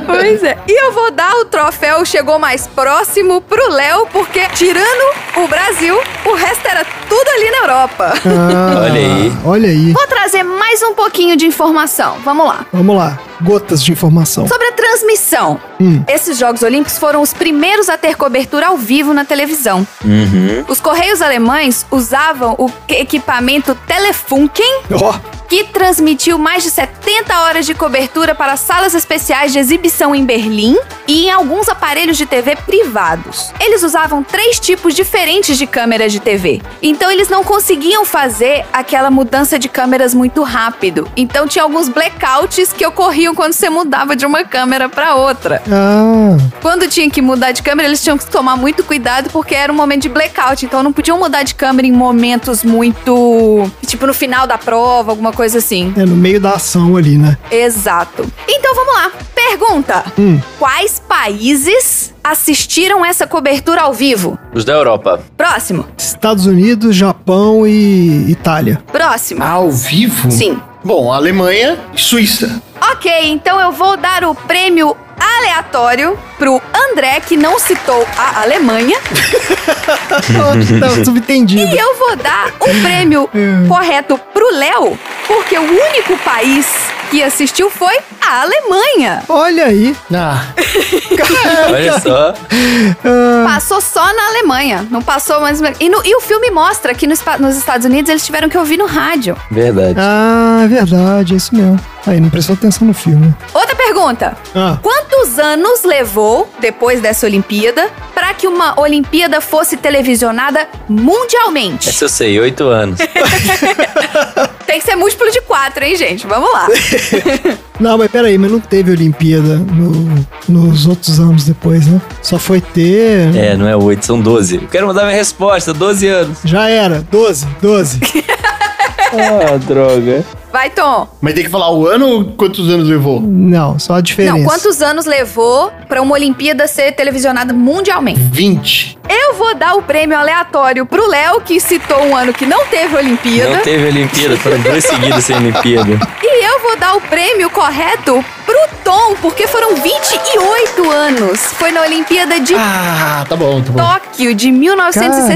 S2: Pois é. E eu vou dar o troféu chegou mais próximo pro Léo, porque tirando o Brasil, o resto era tudo ali na Europa.
S4: Ah,
S3: Olha aí.
S4: Olha aí.
S2: Vou trazer mais um pouquinho de informação. Vamos lá.
S4: Vamos lá. Gotas de informação.
S2: Sobre a transmissão. Esses Jogos Olímpicos foram os primeiros a ter cobertura ao vivo na televisão. Os Correios Alemães usavam o equipamento Telefunken,
S4: Ó,
S2: que transmitiu mais de 70 horas de cobertura para salas especiais de exibição em Berlim e em alguns aparelhos de TV privados. Eles usavam três tipos diferentes de câmeras de TV. Então eles não conseguiam fazer aquela mudança de câmeras muito rápido. Então tinha alguns blackouts que ocorriam quando você mudava de uma câmera para outra.
S4: ah,
S2: Quando tinha que mudar de câmera, eles tinham que tomar muito cuidado porque era um momento de blackout, então não podiam mudar de câmera em momentos muito, tipo no final da prova, alguma coisa assim.
S4: é no meio da ação ali, né?
S2: Exato. Então vamos lá. Pergunta: Quais países assistiram essa cobertura ao vivo?
S3: Os da Europa.
S2: Próximo.
S4: Estados Unidos, Japão e Itália.
S2: Próximo.
S1: Ao vivo?
S2: Sim.
S1: Bom, Alemanha e Suíça.
S2: Ok, então eu vou dar o prêmio aleatório pro André que não citou a Alemanha.
S4: Tava subentendido.
S2: E eu vou dar o prêmio correto pro Léo, porque o único país que assistiu foi a Alemanha.
S4: Olha aí.
S1: Ah,
S3: Olha só.
S2: Passou só na Alemanha, não passou mais. E, no- e o filme mostra que nos, pa- nos Estados Unidos eles tiveram que ouvir no rádio.
S3: Verdade.
S4: Ah, é verdade, é isso mesmo. Aí, não prestou atenção no filme.
S2: Outra pergunta:
S4: Ah,
S2: quantos anos levou depois dessa Olimpíada para que uma Olimpíada fosse televisionada mundialmente?
S3: Essa eu sei, oito anos.
S2: Tem que ser múltiplo de quatro, hein, gente? Vamos lá.
S4: não, mas peraí, mas não teve Olimpíada no- nos outros anos depois, né? Só foi ter.
S3: É, não é oito, são doze. Eu quero mandar minha resposta, doze anos.
S4: Já era, 12, 12.
S3: Ah, droga.
S2: Vai, Tom.
S1: mas tem que falar o ano ou quantos anos levou?
S4: Não, só a diferença.
S2: Não, quantos anos levou pra uma Olimpíada ser televisionada mundialmente?
S1: 20.
S2: Eu vou dar o prêmio aleatório pro Léo, que citou um ano que não teve Olimpíada.
S3: Não teve Olimpíada, foram dois seguidos sem Olimpíada.
S2: E eu vou dar o prêmio correto pro Tom, porque foram 28 anos. Foi na Olimpíada de
S1: Ah, tá bom, tá bom.
S2: Tóquio de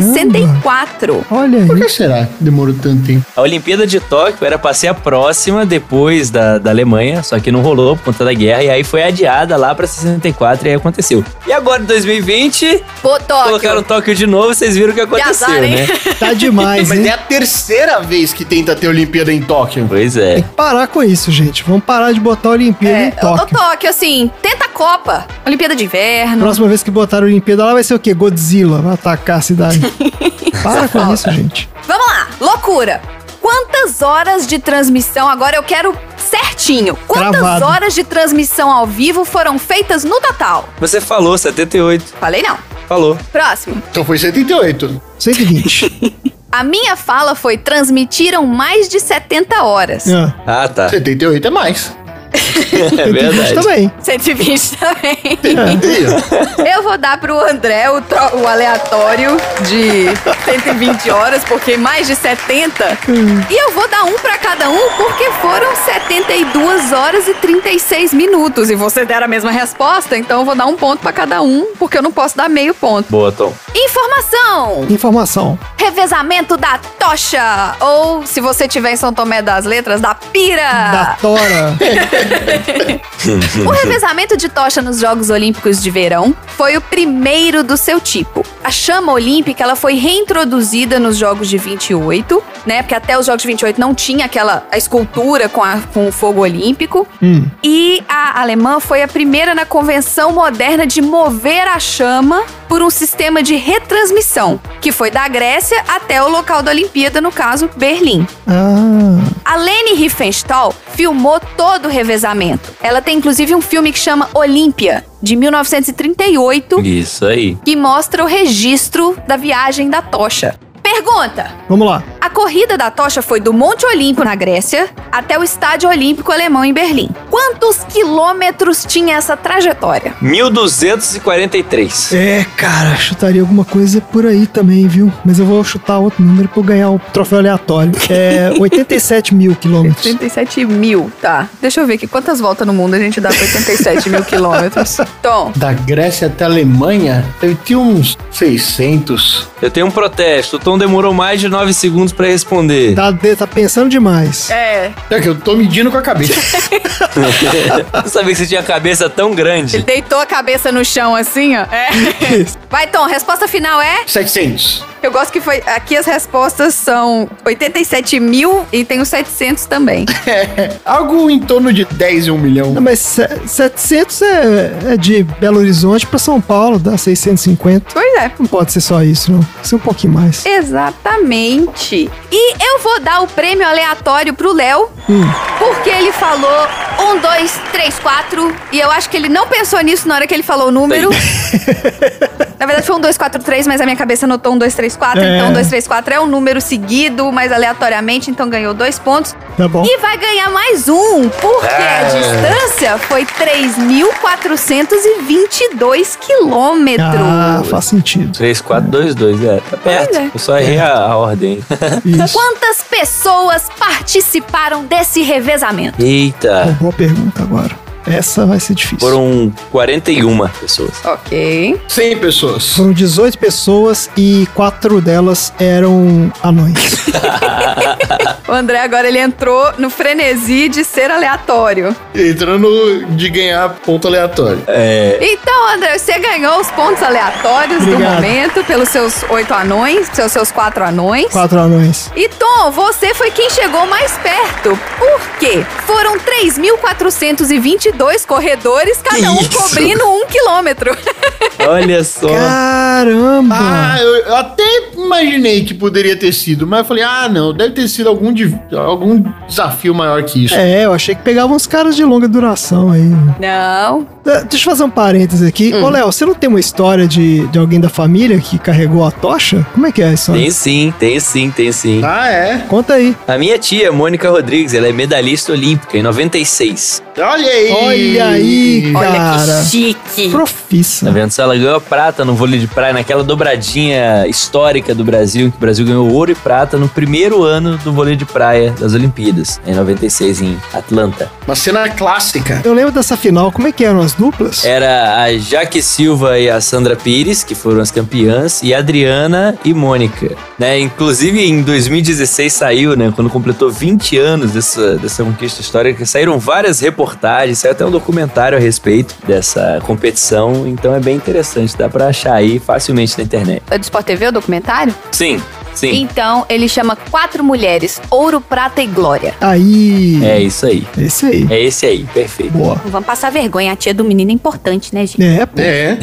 S2: 1964.
S4: Olha aí.
S1: Por que será que demorou tanto tempo?
S3: A Olimpíada de Tóquio era pra ser a próxima depois da, da Alemanha, só que não rolou por conta da guerra, e aí foi adiada lá pra 64 e aí aconteceu. E agora, em 2020,
S2: Pô, Tóquio.
S3: colocaram Tóquio de novo, vocês viram o que
S2: Que
S3: aconteceu,
S2: azar, hein?
S3: né?
S4: Tá demais,
S1: Mas é
S4: hein?
S1: a terceira vez que tenta ter Olimpíada em Tóquio.
S3: Pois
S4: Tem
S3: é.
S4: que parar com isso, gente. Vamos parar de botar a Olimpíada
S2: É,
S4: em
S2: ô, ô,
S4: Tóquio.
S2: Tóquio, assim, tenta a Copa. Olimpíada de Inverno.
S4: Próxima vez que botar a Olimpíada lá vai ser o quê? Godzilla vai atacar a cidade. Para com isso, gente.
S2: Vamos lá, loucura. Quantas horas de transmissão? Agora eu quero certinho. Quantas
S4: Cravado.
S2: horas de transmissão ao vivo foram feitas no total?
S3: Você falou, 78.
S2: Falei não.
S3: Falou.
S2: Próximo.
S1: Então foi 78.
S4: 120.
S2: A minha fala foi transmitiram mais de 70 horas.
S4: ah,
S3: Ah, tá.
S1: 78 é mais.
S3: É
S4: 120
S3: verdade.
S4: também.
S2: 120 também.
S1: Aí, ó.
S2: Eu vou dar pro André o, tro- o aleatório de 120 horas, porque mais de 70. E eu vou dar um pra cada um, porque foram 72 horas e 36 minutos. E você der a mesma resposta, então eu vou dar um ponto pra cada um, porque eu não posso dar meio ponto.
S3: Boa, Tom.
S2: Informação!
S4: Informação.
S2: Revezamento da tocha! Ou, se você tiver em São Tomé das Letras, da
S1: Ah.
S2: pira!
S4: Da Tora.
S2: O revezamento de tocha nos Jogos Olímpicos de Verão foi o primeiro do seu tipo. A chama olímpica ela foi reintroduzida nos Jogos de 28, né? Porque até os Jogos de 28 não tinha aquela a escultura com, a- com o fogo olímpico.
S4: Hum.
S2: E a alemã foi a primeira na convenção moderna de mover a chama por um sistema de retransmissão, que foi da Grécia até o local da Olimpíada, no caso, Berlim.
S4: Ah,
S2: A Lene Riefenstahl filmou todo o revezamento. Ela tem inclusive um filme que chama Olímpia, de 1938,
S3: Isso aí.
S2: que mostra o registro da viagem da tocha. Pergunta:
S4: vamos lá.
S2: A corrida da tocha foi do Monte Olimpo, na Grécia, até o Estádio Olímpico Alemão, em Berlim. Quantos quilômetros tinha essa trajetória?
S3: 1243.
S4: É, cara, chutaria alguma coisa por aí também, viu? Mas eu vou chutar outro número pra eu ganhar o troféu aleatório. É 87 mil quilômetros.
S2: 87 mil, tá. Deixa eu ver aqui quantas voltas no mundo a gente dá pra 87 mil quilômetros. Tom,
S1: Da Grécia até a Alemanha, deve ter uns 600.
S3: Eu tenho um protesto. O Tom demorou mais de 9 segundos pra responder.
S4: Tá, de- tá pensando demais.
S2: é,
S1: É que eu tô medindo com a cabeça.
S3: Eu sabia que você tinha a cabeça tão
S2: Ele
S3: grande.
S2: deitou a cabeça no chão assim, ó. É. Vai, Tom, resposta final é?
S1: 700.
S2: Eu gosto que foi. Aqui as respostas são 87 mil e tem os 700 também.
S1: Algo em torno de 10 e 1 milhão.
S4: Não, mas se- 700 é, é de Belo Horizonte pra São Paulo, dá 650.
S2: pois é.
S4: Não pode ser só isso, não. Tem que ser um pouquinho mais.
S2: Exatamente. E eu vou dar o prêmio aleatório pro Léo, porque ele falou um, dois, três, quatro. E eu acho que ele não pensou nisso na hora que ele falou o número. na verdade foi um, dois, quatro, três, mas a minha cabeça anotou um, dois, três, quatro.
S4: É.
S2: Então, um, dois, três, quatro é um número seguido, mas aleatoriamente, então ganhou dois pontos.
S4: Tá bom? É.
S2: E vai ganhar mais um, porque a distância foi 3.422 quilômetros.
S4: Ah, faz sentido.
S3: 3422, é. Tá perto.
S2: Olha.
S3: Eu só errei a, a ordem.
S4: Isso.
S2: Quantas pessoas participaram desse revezamento?
S3: Eita.
S4: Boa pergunta agora. Essa vai ser difícil.
S3: Foram 41 pessoas.
S2: Ok.
S1: 100 pessoas.
S4: Foram 18 pessoas e quatro delas eram anões.
S2: O André agora ele entrou no frenesi de ser aleatório.
S1: Entrando de ganhar ponto aleatório.
S3: É.
S2: Então, André, você ganhou os pontos aleatórios do
S4: Obrigado.
S2: momento pelos seus oito anões, pelos seus quatro anões.
S4: quatro anões.
S2: E Tom, você foi quem chegou mais perto. Por quê? Foram 3.422 corredores, cada
S3: Que
S2: um
S3: isso?
S2: cobrindo um quilômetro.
S3: Olha só.
S4: Caramba!
S1: Ah, eu, eu até imaginei que poderia ter sido, mas eu falei, ah, não, deve ter sido algum, de- algum desafio maior que isso.
S4: É, eu achei que pegavam uns caras de longa duração aí.
S2: Não.
S4: Ah, Deixa eu fazer um parênteses aqui. Ô, Léo, você não tem uma história de, de alguém da família que carregou a tocha? Como é que é a história?
S3: Tem sim, tem sim, tem sim.
S1: Ah, é?
S4: Conta aí.
S3: A minha tia, Mônica Rodrigues, ela é medalhista olímpica em 96.
S1: Olha aí!
S4: Olha aí, cara.
S6: Chique.
S3: Tá
S4: Profissa.
S3: vendo? só? Ela ganhou a prata no vôlei de praia, naquela dobradinha histórica do Brasil, que o Brasil ganhou ouro e prata no primeiro ano do vôlei de praia das Olimpíadas, em 96, em Atlanta.
S1: Uma cena clássica.
S4: Eu lembro dessa final. Como é que eram as duplas?
S3: Era a Jaque Silva e a Sandra Pires, que foram as campeãs, e a Adriana e Mônica. Né? Inclusive, em 2016 saiu, né? Quando completou 20 anos dessa, dessa conquista histórica, saíram várias reportagens, saiu até um documentário a respeito dessa competição. Então é bem interessante, dá pra achar aí facilmente na internet.
S2: É do Sport TV o documentário?
S3: Sim, sim.
S2: Então, ele chama Quatro Mulheres, Ouro, Prata e Glória.
S4: Aí.
S3: É isso aí.
S4: É isso aí.
S3: É esse aí, perfeito.
S4: Boa.
S6: Não vamos passar vergonha. A tia do menino é importante, né, gente?
S4: É, pô.
S1: É.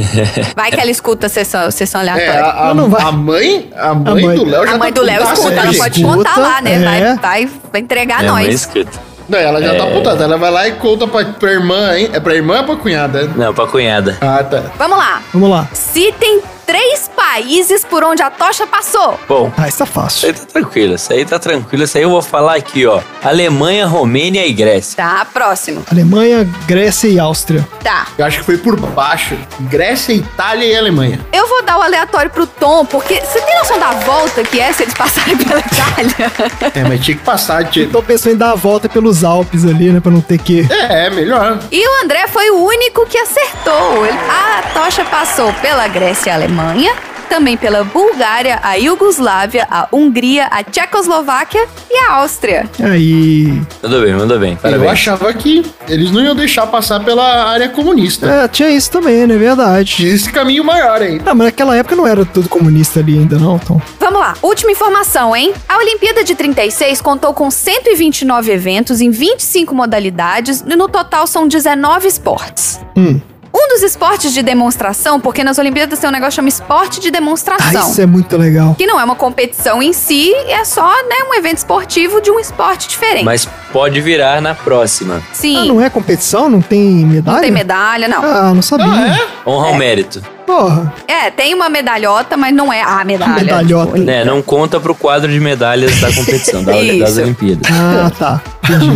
S2: Vai que ela escuta a sessão, sessão
S1: É,
S2: aleatória.
S1: a, a-
S4: Não, não vai.
S1: a mãe, a mãe,
S4: mãe.
S1: do Léo já
S2: A mãe
S1: tá
S2: do Léo
S1: putada,
S2: escuta, ela
S1: né,
S2: pode
S1: gente?
S2: contar lá, né?
S4: é.
S2: Vai, vai, vai entregar
S3: Minha mãe
S2: nós.
S3: escuta.
S1: Não, ela já tá putada. Ela vai lá e conta pra, pra irmã, hein? É pra irmã ou pra cunhada?
S3: Não, pra cunhada.
S1: Ah, tá.
S2: Vamos lá.
S4: Vamos lá.
S2: Citem três países por onde a tocha passou.
S3: Bom,
S4: Ah, isso tá
S3: Isso
S4: fácil.
S3: aí tá tranquilo, isso aí tá tranquilo. Isso aí eu vou falar aqui, ó. Alemanha, Romênia e Grécia.
S2: Tá, próximo.
S4: Alemanha, Grécia e Áustria.
S2: Tá.
S1: Eu acho que foi por baixo. Grécia, Itália e Alemanha.
S2: Eu vou dar o aleatório pro Tom, porque você tem noção da volta que é se eles passarem pela Itália?
S1: É, mas tinha que passar. Tinha...
S4: Tô pensando em dar a volta pelos Alpes ali, né? Pra não ter que.
S1: É, é melhor.
S2: e o André foi o único que acertou. Ele- A tocha passou pela Grécia e a Alemanha, também pela Bulgária, a Iugoslávia, a Hungria, a Tchecoslováquia e a Áustria.
S4: Aí.
S3: Mandou bem, mandou bem.
S1: Eu
S3: Parabéns.
S1: achava que eles não iam deixar passar pela área comunista.
S4: É, tinha isso também, né? Verdade.
S1: Tinha esse caminho maior ainda.
S4: Ah, mas naquela época não era tudo comunista ali ainda, não, Tom?
S2: Vamos lá, última informação, hein? A Olimpíada de 36 contou com 129 eventos em 25 modalidades, e no total são 19 esportes.
S4: Hum.
S2: Um dos esportes de demonstração, porque nas Olimpíadas tem um negócio que chama esporte de
S4: Ah,
S2: demonstração.
S4: isso é muito legal.
S2: Que não é uma competição em si, é só né, um evento esportivo de um esporte diferente.
S3: Mas pode virar na próxima.
S4: Ah,
S2: Sim,
S4: não é competição? Ah, Não tem medalha?
S2: não tem medalha, não.
S4: Ah, não sabia.
S3: Honra ao
S1: É.
S3: mérito.
S4: Porra.
S2: É, tem uma medalhota, mas não é a medalha.
S4: Medalhota.
S2: Tipo,
S3: Né, não conta pro quadro de medalhas da competição, da, das
S2: Isso.
S3: Olimpíadas.
S4: Ah, tá.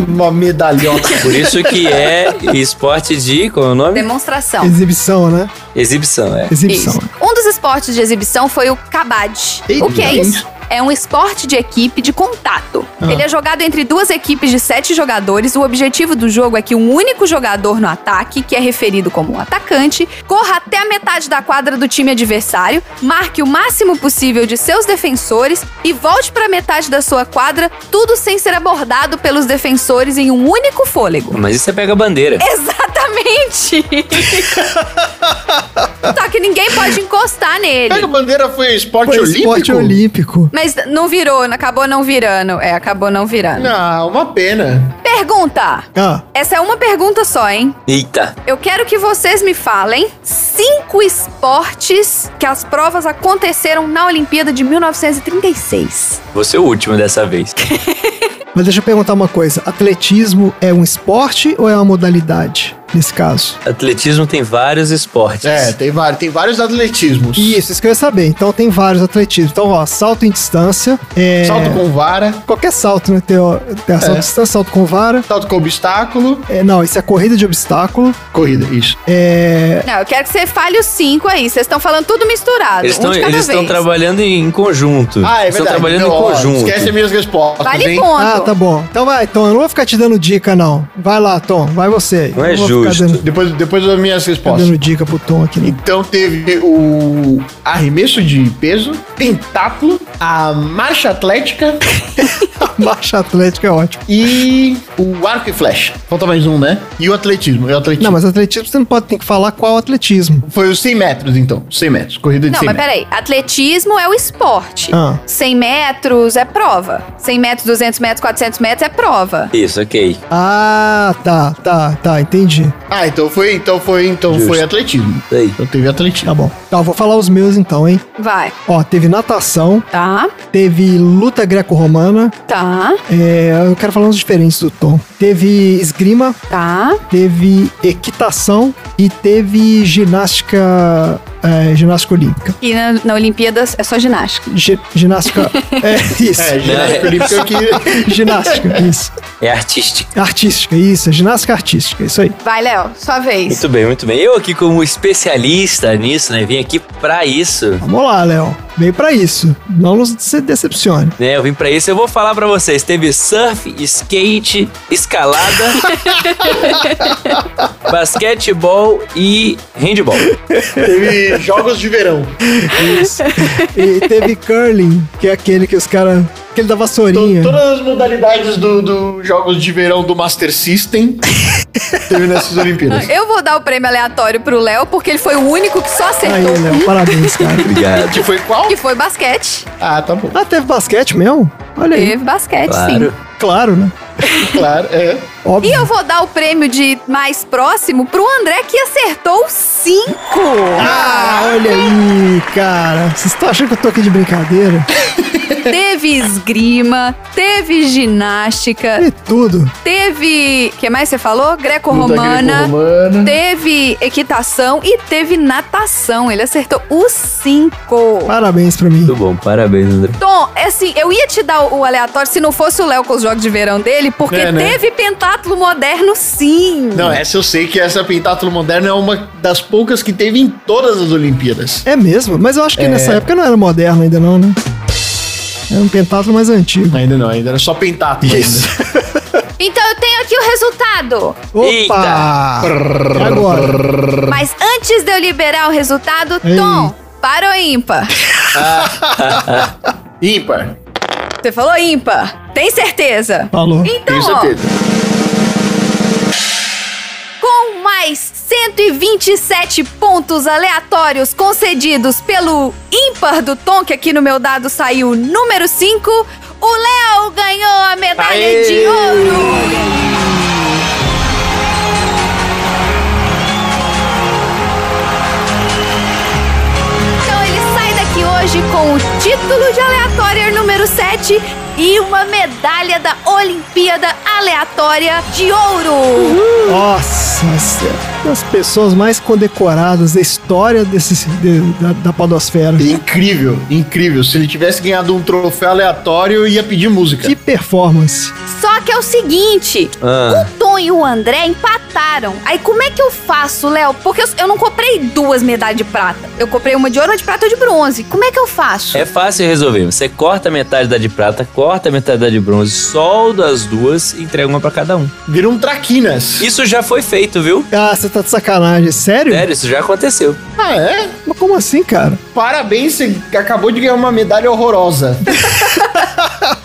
S1: Uma medalhota.
S3: Por isso que é esporte de, como é o nome?
S2: Demonstração.
S4: Exibição, né?
S3: Exibição, é.
S4: Exibição.
S2: Isso. Um dos esportes de exibição foi o kabaddi.
S4: Eita.
S2: O que é isso? É um esporte de equipe de contato.
S4: Ah.
S2: Ele é jogado entre duas equipes de sete jogadores. O objetivo do jogo é que um único jogador no ataque, que é referido como um atacante, corra até a metade da quadra do time adversário, marque o máximo possível de seus defensores e volte para metade da sua quadra, tudo sem ser abordado pelos defensores em um único fôlego.
S3: Mas isso é pega a bandeira.
S2: Exatamente! Só que ninguém pode encostar
S1: Pega a
S2: nele.
S1: bandeira foi esporte
S4: Foi
S1: olímpico?
S4: esporte olímpico.
S2: Mas não virou, não- acabou não virando. É, acabou não virando.
S1: Não, uma pena.
S2: Pergunta!
S4: Ah,
S2: Essa é uma pergunta só, hein?
S1: É.
S3: Eita.
S2: Eu quero que vocês me falem cinco esportes que as provas aconteceram na Olimpíada de 1936.
S3: Vou ser o último dessa vez.
S4: mas deixa eu perguntar uma coisa. Atletismo é um esporte ou é uma modalidade, nesse caso?
S3: Atletismo tem vários esportes.
S1: É, tem vários, tem vários atletismos.
S4: Isso, isso que eu ia saber. Então tem vários atletismos. Então, ó, salto em distância. É...
S1: Salto com vara,
S4: Qualquer salto, né? Tem, ó, tem a salto em distância, salto com vara.
S1: salto com obstáculo,
S4: É, não, isso é corrida de obstáculo.
S1: corrida, isso.
S4: É.
S2: Não, eu quero que você fale os cinco aí. Vocês estão falando tudo misturado.
S3: Eles
S2: um de cada vez.
S3: estão trabalhando em conjunto.
S1: Ah, é
S3: Eles estão
S1: verdade.
S3: trabalhando
S1: Então,
S3: em
S1: ó,
S3: conjunto.
S1: Esquece as minhas respostas,
S2: Vale
S1: hein?
S2: ponto.
S4: Ah, tá bom. Então vai, Tom. Eu não vou ficar te dando dica, não. Vai lá, Tom. Vai você.
S3: Não é
S4: Eu vou
S1: Justo.
S4: dando-
S1: Depois, depois das minhas
S4: Tá
S1: respostas.
S4: dando dica pro Tom aqui. né?
S1: Então teve o arremesso de peso, tentáculo, a marcha atlética
S4: A marcha atlética é ótimo.
S1: e o arco e flecha. Falta mais um, né? E o atletismo. E o atletismo.
S4: Não, mas atletismo você não pode ter que falar qual atletismo.
S1: Foi os 100 metros, então. 100 metros. Corrida de
S2: Não,
S1: 100
S2: mas
S1: metros.
S2: peraí. Atletismo é o esporte.
S4: né? Ah.
S2: 100 metros é prova. 100 metros, 200 metros, 400 metros é prova.
S3: Isso, ok.
S4: Ah, tá, tá, tá, entendi.
S1: Ah, então foi, então foi, então
S3: Justo.
S1: foi atletismo.
S3: Sei.
S1: Então teve atletismo.
S4: Tá bom. Tá, vou falar os meus então, hein?
S2: Vai.
S4: Ó, teve natação,
S2: Tá,
S4: teve luta greco-romana.
S2: tá,
S4: É, eu quero falar uns diferentes do Tom. Teve esgrima,
S2: tá.
S4: teve equitação e teve ginástica. é, ginástica olímpica.
S2: E na, na Olimpíadas é só ginástica.
S4: Gi- ginástica. é, isso.
S1: É, ginástica olímpica eu queria.
S4: Ginástica, isso.
S3: É artístico.
S4: Artística, isso. é Ginástica artística, isso aí.
S2: Vai, Léo, sua vez.
S3: Muito bem, muito bem. Eu aqui como especialista nisso, né? Vim aqui pra isso.
S4: Vamos lá, Léo. Veio pra isso. Não nos se decepcione.
S3: Né, eu vim pra isso, eu vou falar pra vocês. Teve surf, skate, escalada, basquetebol e handball.
S1: Teve jogos de verão.
S4: E teve curling, que é aquele que os caras. Aquele da
S1: To-
S4: vassourinha.
S1: Todas as modalidades dos do jogos de verão do Master System teve nessas Olimpíadas.
S2: Eu vou dar o prêmio aleatório pro Léo, porque ele foi o único que só
S4: Aí, né?
S2: acertou.
S4: Léo, parabéns, cara.
S3: Obrigado.
S1: Que foi qual?
S2: Que foi basquete.
S1: Ah, tá bom.
S4: Ah, teve basquete mesmo? Olha aí.
S2: Teve basquete,
S3: Claro.
S2: sim.
S4: Claro, né?
S1: Claro, é.
S2: E
S4: Óbvio.
S2: eu vou dar o prêmio de mais próximo pro André, que acertou cinco.
S4: Ah, olha aí, cara. Vocês estão achando que eu tô aqui de brincadeira?
S2: Teve esgrima, teve ginástica,
S4: E tudo.
S2: teve. O que mais você falou? Greco-romana.
S1: Romana.
S2: Teve equitação e teve natação. Ele acertou os cinco.
S4: Parabéns pra mim.
S3: Muito bom, parabéns, André.
S2: Tom, é assim, eu ia te dar o aleatório se não fosse o Léo com os jogos de verão dele, porque
S1: É, né?
S2: teve pentátulo moderno sim.
S1: Não, essa eu sei que essa pentátulo moderna é uma das poucas que teve em todas as Olimpíadas.
S4: É mesmo? Mas eu acho que nessa época não era moderno ainda não, né? Era um pentáculo mais antigo.
S1: Ainda não, ainda era só pentátulo. Ainda.
S2: Então eu tenho aqui o resultado.
S4: Opa! E agora?
S2: Mas antes de eu liberar o resultado,
S4: Ei.
S2: Tom, para ou ímpar?
S1: Ímpar.
S2: Você falou ímpar. Tem certeza?
S4: Falou.
S2: Então,
S1: Tenho
S2: ó,
S1: certeza.
S2: com mais 127 pontos aleatórios concedidos pelo ímpar do Tom, que aqui no meu dado saiu número 5, o Léo ganhou a medalha
S3: Aê!
S2: de ouro. Então ele sai daqui hoje com o título de aleatória número 7 e uma medalha da Olimpíada Aleatória de Ouro.
S4: Nossa, essa é uma das pessoas mais condecoradas da história desse, de- da, da podosfera.
S1: Incrível, incrível. Se ele tivesse ganhado um troféu aleatório, ia pedir música.
S4: Que performance.
S2: Só que é o seguinte,
S3: Ah,
S2: o Tom e o André empataram. Aí como é que eu faço, Léo? Porque eu, eu não comprei duas medalhas de prata. Eu comprei uma de ouro, uma de prata e uma de bronze. Como é que eu faço?
S3: é fácil resolver. Você corta a metade da de prata, corta a metade da de bronze, solda as duas e entrega uma pra cada um.
S1: Vira um traquinas.
S3: Isso já foi feito, viu?
S4: Ah, você tá de sacanagem. Sério?
S3: Sério, isso já aconteceu.
S1: Ah, é?
S4: Mas como assim, cara?
S1: Parabéns, você acabou de ganhar uma medalha horrorosa.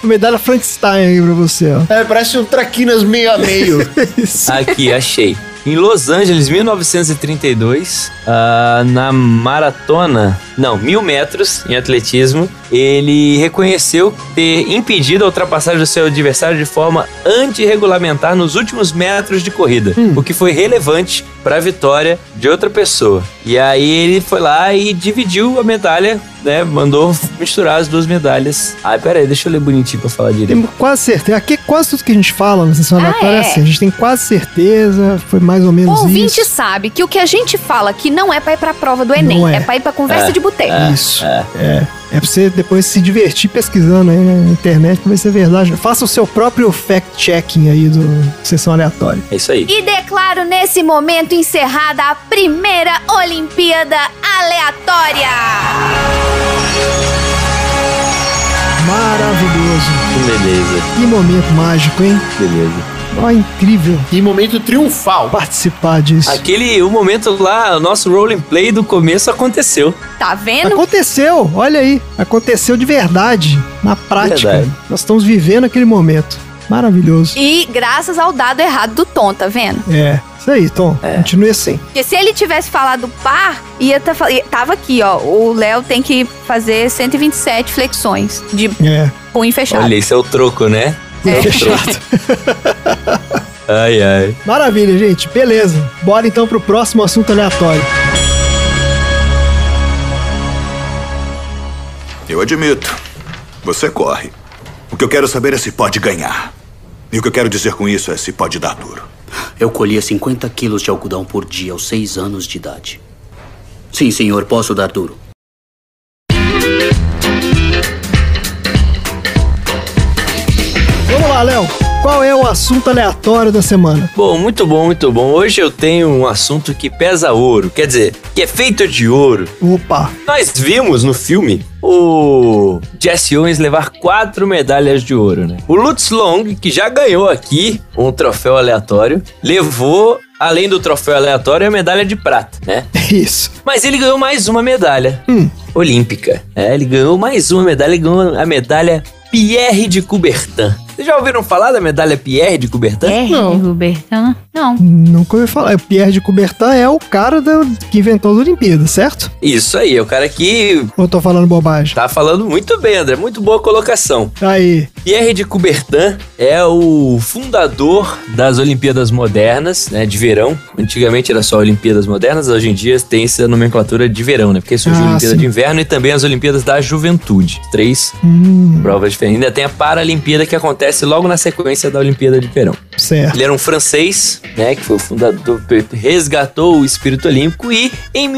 S4: Medalha Frankenstein aí pra você, ó.
S1: É, parece um traquinas meio a meio.
S3: Aqui, achei. Em Los Angeles, 1932, ah, na maratona, não, mil metros em atletismo, ele reconheceu ter impedido a ultrapassagem do seu adversário de forma antirregulamentar nos últimos metros de corrida, o que foi relevante para a vitória de outra pessoa. E aí ele foi lá e dividiu a medalha, né? Mandou misturar as duas medalhas. Ai, peraí, deixa eu ler bonitinho pra falar direito.
S4: Tenho quase certeza. Aqui quase tudo que a gente fala na sessão aleatória é
S2: é?
S4: assim. A gente tem quase certeza. Foi mais ou
S2: O
S4: menos
S2: ouvinte
S4: isso.
S2: sabe que o que a gente fala aqui não é pra ir pra prova do Enem,
S4: Não é.
S2: é, pra ir pra conversa de boteco.
S4: Isso. É. É pra você depois se divertir pesquisando aí na internet pra ver se é verdade. Faça o seu próprio fact-checking aí do Sessão Aleatória.
S3: É isso aí.
S2: E declaro nesse momento encerrada a primeira Olimpíada Aleatória.
S4: Maravilhoso.
S3: Que beleza,
S4: Que momento mágico, hein?
S3: que beleza.
S4: Ó, incrível
S1: E momento triunfal.
S4: participar disso.
S3: Aquele, o momento lá, o nosso role play do começo aconteceu.
S6: Tá vendo?
S4: Aconteceu, olha aí. Aconteceu de verdade, na prática.
S3: Verdade.
S4: Nós estamos vivendo aquele momento. Maravilhoso.
S6: E graças ao dado errado do Tom, tá vendo?
S4: É, isso aí, Tom. Continue assim.
S6: Porque se ele tivesse falado par, ia tá, fal- ia- tava aqui, ó. O Léo tem que fazer 127 flexões de
S4: É.
S6: punho fechado.
S3: Olha, esse é o troco, né? É o troco. ai, ai.
S4: Maravilha, gente. Beleza. Bora então pro próximo assunto aleatório.
S7: Eu admito. Você corre. O que eu quero saber é se pode ganhar. E o que eu quero dizer com isso é se pode dar duro.
S8: Eu colhia 50 quilos de algodão por dia aos 6 anos de idade. Sim, senhor, posso dar duro.
S4: Vamos lá, Léo. Qual é o assunto aleatório da semana?
S3: Bom, muito bom, muito bom. Hoje eu tenho um assunto que pesa ouro, quer dizer, que é feito de ouro.
S4: Opa.
S3: Nós vimos no filme o Jesse Owens levar quatro medalhas de ouro, né? O Lutz Long, que já ganhou aqui um troféu aleatório, levou, além do troféu aleatório, a medalha de prata, né?
S4: é Isso.
S3: Mas ele ganhou mais uma medalha olímpica. É, ele ganhou mais uma medalha, ele ganhou a medalha Pierre de Coubertin. Vocês já ouviram falar da medalha Pierre de Coubertin?
S2: É,
S4: Não.
S2: Gubertan? Não.
S4: Nunca ouvi falar. O Pierre de Coubertin é o cara da- que inventou as Olimpíadas, certo?
S3: Isso aí, é o cara que
S4: Ou eu tô falando bobagem?
S3: tá falando muito bem, André. Muito boa colocação.
S4: Aí.
S3: Pierre de Coubertin é o fundador das Olimpíadas Modernas, né, de verão. Antigamente era só Olimpíadas Modernas, hoje em dia tem essa nomenclatura de verão, né? Porque surgiu
S4: Ah,
S3: a Olimpíada
S4: sim.
S3: de Inverno e também as Olimpíadas da Juventude. Três
S4: Hum,
S3: provas diferentes. Ainda tem a Paralimpíada que acontece logo na sequência da Olimpíada de Verão.
S4: certo.
S3: Ele era um francês, né, que foi o fundador, pe- resgatou o espírito olímpico e em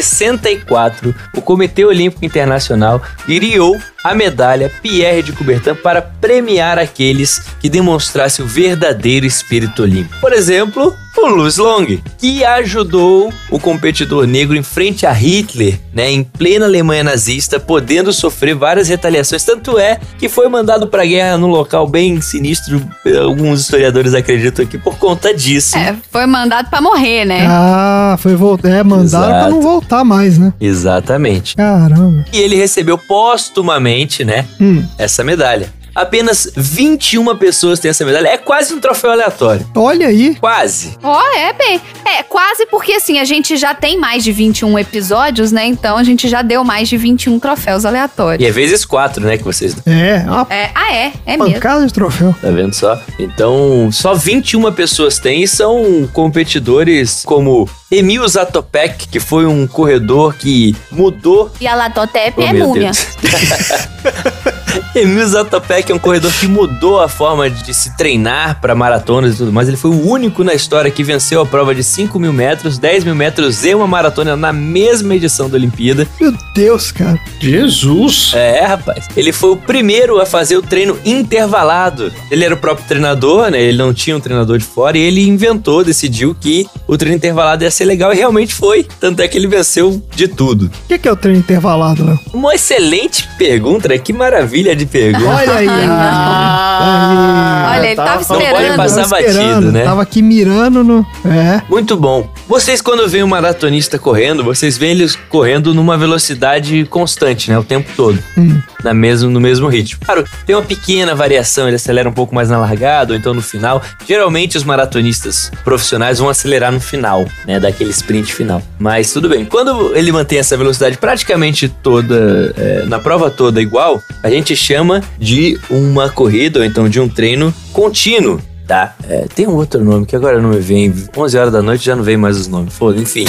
S3: 1964 o Comitê Olímpico Internacional criou a medalha Pierre de Coubertin para premiar aqueles que demonstrassem o verdadeiro espírito olímpico. Por exemplo, o Luz Long, que ajudou o competidor negro em frente a Hitler, né, em plena Alemanha nazista, podendo sofrer várias retaliações. Tanto é que foi mandado para guerra num local bem sinistro, eh, alguns historiadores acreditam aqui, por conta disso.
S2: É, foi mandado pra morrer, né?
S4: Ah, foi voltar. É, mandaram pra
S3: É.
S4: não
S3: Exato.
S4: voltar mais, né?
S3: Exatamente.
S4: Caramba.
S3: E ele recebeu póstumamente, né,
S4: Hum.
S3: essa medalha. Apenas 21 pessoas têm essa medalha. É quase um troféu aleatório.
S4: Olha aí.
S3: Quase.
S2: Ó, é bem. É, quase porque assim, a gente já tem mais de 21 episódios, né? Então a gente já deu mais de 21 troféus aleatórios.
S3: E é vezes quatro, né, que vocês
S4: É, uma
S2: É, ah, é, é mesmo.
S4: pancada de troféu.
S3: Tá vendo só? Então, só 21 pessoas têm e são competidores como Emil Zatopek, que foi um corredor que mudou.
S6: E a Latotep é
S3: Oh, meu
S6: múmia.
S3: Deus. Emil Zatopek é um corredor que mudou a forma de se treinar para maratonas e tudo mais. Ele foi o único na história que venceu a prova de 5 mil metros, 10 mil metros e uma maratona na mesma edição da Olimpíada.
S4: Meu Deus, cara.
S1: Jesus.
S3: É, rapaz. Ele foi o primeiro a fazer o treino intervalado. Ele era o próprio treinador, né? Ele não tinha um treinador de fora e ele inventou, decidiu que o treino intervalado ia ser legal e realmente foi. Tanto é que ele venceu de tudo.
S4: O que, que é o treino intervalado, Léo?
S3: Uma excelente pergunta, né? que maravilha de pergunta.
S6: Ah,
S4: Olha aí. Ah,
S2: Olha,
S4: tá
S2: ele tava
S1: Não
S3: pode
S2: esperando.
S3: passar
S4: Tava
S3: batido,
S4: esperando,
S3: né?
S4: Tava aqui mirando no. É.
S3: Muito bom. Vocês, quando veem um maratonista correndo, vocês veem eles correndo numa velocidade constante, né? O tempo todo. Na mesmo, no mesmo ritmo. Claro, tem uma pequena variação, ele acelera um pouco mais na largada, ou então no final. Geralmente, os maratonistas profissionais vão acelerar no final, né? Daquele sprint final. Mas tudo bem. Quando ele mantém essa velocidade praticamente toda, é, na prova toda igual, a gente chama de uma corrida, ou então de um treino contínuo tá? É, tem um outro nome que agora não me vem. 11 horas da noite já não vem mais os nomes. Foda, enfim.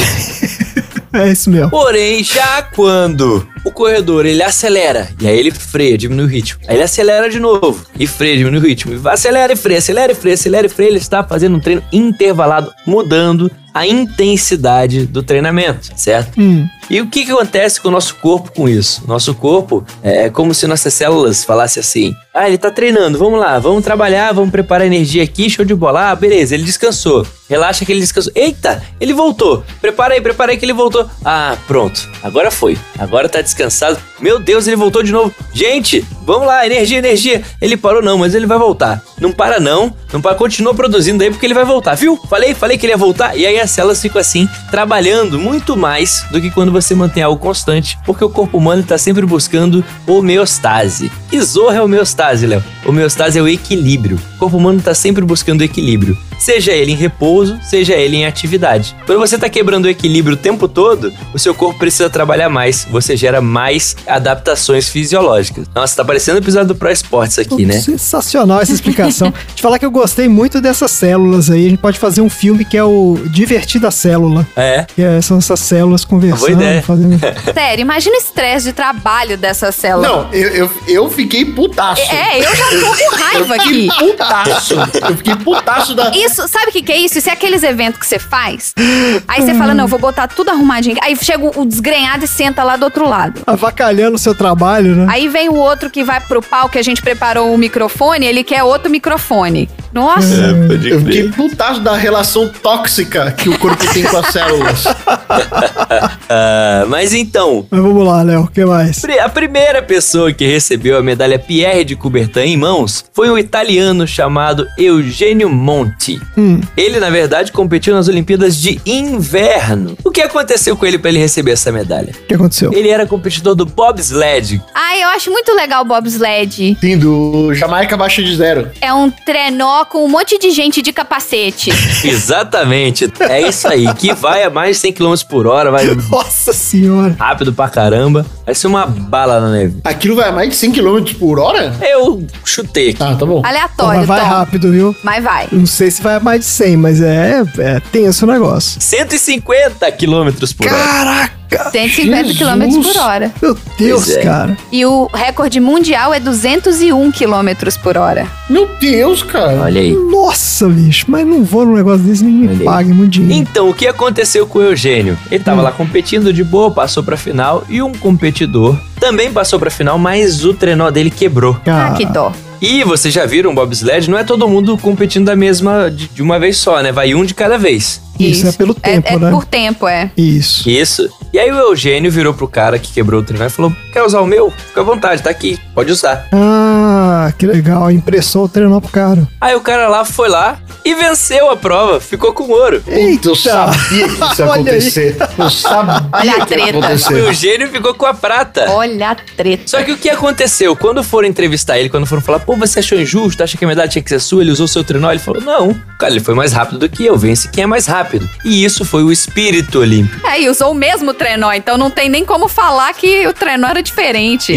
S4: É isso mesmo.
S3: Porém, já quando o corredor ele acelera, e aí ele freia, diminui o ritmo. Aí ele acelera de novo, e freia, diminui o ritmo. E acelera e freia, acelera e freia, acelera e freia. Ele está fazendo um treino intervalado, mudando a intensidade do treinamento, certo?
S4: Hum.
S3: E o que, que acontece com o nosso corpo com isso? Nosso corpo é como se nossas células falassem assim: ah, ele tá treinando, vamos lá, vamos trabalhar, vamos preparar energia aqui, show de bola, ah, beleza, ele descansou. Relaxa que ele descansou. Eita, ele voltou. Prepara aí, prepara aí que ele voltou. Ah, pronto. Agora foi. Agora tá descansado. Meu Deus, ele voltou de novo. Gente, vamos lá, energia, energia. Ele parou não, mas ele vai voltar. Não para não, não para, continua produzindo aí porque ele vai voltar, viu? Falei, falei que ele ia voltar. E aí as células ficam assim, trabalhando muito mais do que quando você mantém algo constante, porque o corpo humano tá sempre buscando homeostase. Que zorra é homeostase, Léo? Homeostase é o equilíbrio. O corpo humano tá sempre buscando equilíbrio, seja ele em repouso, seja ele em atividade. Quando você tá quebrando o equilíbrio o tempo todo, o seu corpo precisa trabalhar mais, você gera mais adaptações fisiológicas. Nossa, tá parecendo o episódio do Pro Esportes aqui, né?
S4: Sensacional essa explicação. Te falar que eu gostei muito dessas células aí. A gente pode fazer um filme que é o Divertida Célula.
S3: É.
S4: Que é, são essas células conversando.
S3: ideia.
S4: Fazendo...
S2: Sério, imagina o estresse de trabalho dessa célula.
S1: Não, eu, eu, eu fiquei putaço.
S2: É, eu já tô com raiva aqui.
S1: Putaço. Eu fiquei putaço da.
S2: Isso, sabe o que, que é isso? Isso é aqueles eventos que você faz. Aí você fala, não, vou botar tudo arrumadinho. Aí chega o desgrenhado e senta lá do outro lado.
S4: Avacalhando o seu trabalho, né?
S2: Aí vem o outro que vai pro pau que a gente preparou o microfone, ele quer outro microfone. Nossa,
S3: É, pode
S1: Eu fiquei putaço da relação tóxica que o corpo tem com as células.
S3: Ah, mas então,
S4: Mas vamos lá, Léo. O que mais?
S3: Pri- A primeira pessoa que recebeu a medalha Pierre de Coubertin em mãos foi um italiano chamado Eugênio Monti.
S4: Hum.
S3: Ele, na verdade, competiu nas Olimpíadas de Inverno. O que aconteceu com ele para ele receber essa medalha?
S4: O que aconteceu?
S3: Ele era competidor do bobsled.
S4: É.
S2: ai, eu acho muito legal o bobsled.
S1: Sim, do Jamaica abaixo de zero.
S2: É um trenó com um monte de gente de capacete.
S3: Exatamente. É isso aí, que vai a mais de 100 km por hora, vai
S4: Nossa senhora.
S3: rápido pra caramba. Vai ser uma bala na neve.
S1: Aquilo vai a mais de 100 km por hora?
S3: Eu chutei aqui.
S1: Ah, tá bom.
S4: Pô,
S2: Aleatório,
S4: mas vai
S2: Tom.
S4: rápido, viu?
S2: Mas vai.
S4: Não sei se vai a mais de 100, mas é, é tenso o negócio.
S3: 150 km por hora.
S4: Caraca!
S2: 150
S1: Jesus.
S2: km por hora.
S4: Meu Deus,
S3: Pois é.
S4: cara.
S2: E o recorde mundial é 201 km por hora.
S1: Meu Deus, cara.
S3: Olha aí.
S4: Nossa, bicho, mas não vou num negócio desse, nem
S3: Olha
S4: me
S3: aí.
S4: pague muito dinheiro.
S3: Então, o que aconteceu com o Eugênio? Ele tava lá competindo de boa, passou pra final e um competidor também passou pra final, mas o trenó dele quebrou.
S2: Ah, que dó.
S3: E vocês já viram o bobsled, não é todo mundo competindo da mesma de, de uma vez só, né? Vai um de cada vez.
S4: Isso, é pelo
S2: É,
S4: tempo,
S2: é
S4: né?
S2: por tempo, é.
S4: Isso.
S3: Isso. E aí o Eugênio virou pro cara que quebrou o trenó e falou: "Quer usar o meu? Fica à vontade, tá aqui, pode usar".
S4: Ah, que legal. Impressou o trenó pro cara.
S3: Aí o cara lá foi lá e venceu a prova, ficou com ouro.
S1: Eita, eu sabia que isso ia
S4: Olha aí.
S1: acontecer. Eu sabia
S2: Olha a
S1: que ia
S2: treta.
S3: O
S1: acontecer.
S3: Eugênio ficou com a prata.
S2: Olha a treta.
S3: Só que o que aconteceu? Quando foram entrevistar ele, quando foram falar, pô, você achou injusto? Acha que a medalha tinha que ser sua? Ele usou seu trenó? Ele falou, não. Cara, ele foi mais rápido do que eu. Vence quem é mais rápido. E isso foi o espírito olímpico.
S2: É, e usou o mesmo trenó, então não tem nem como falar que o trenó era diferente.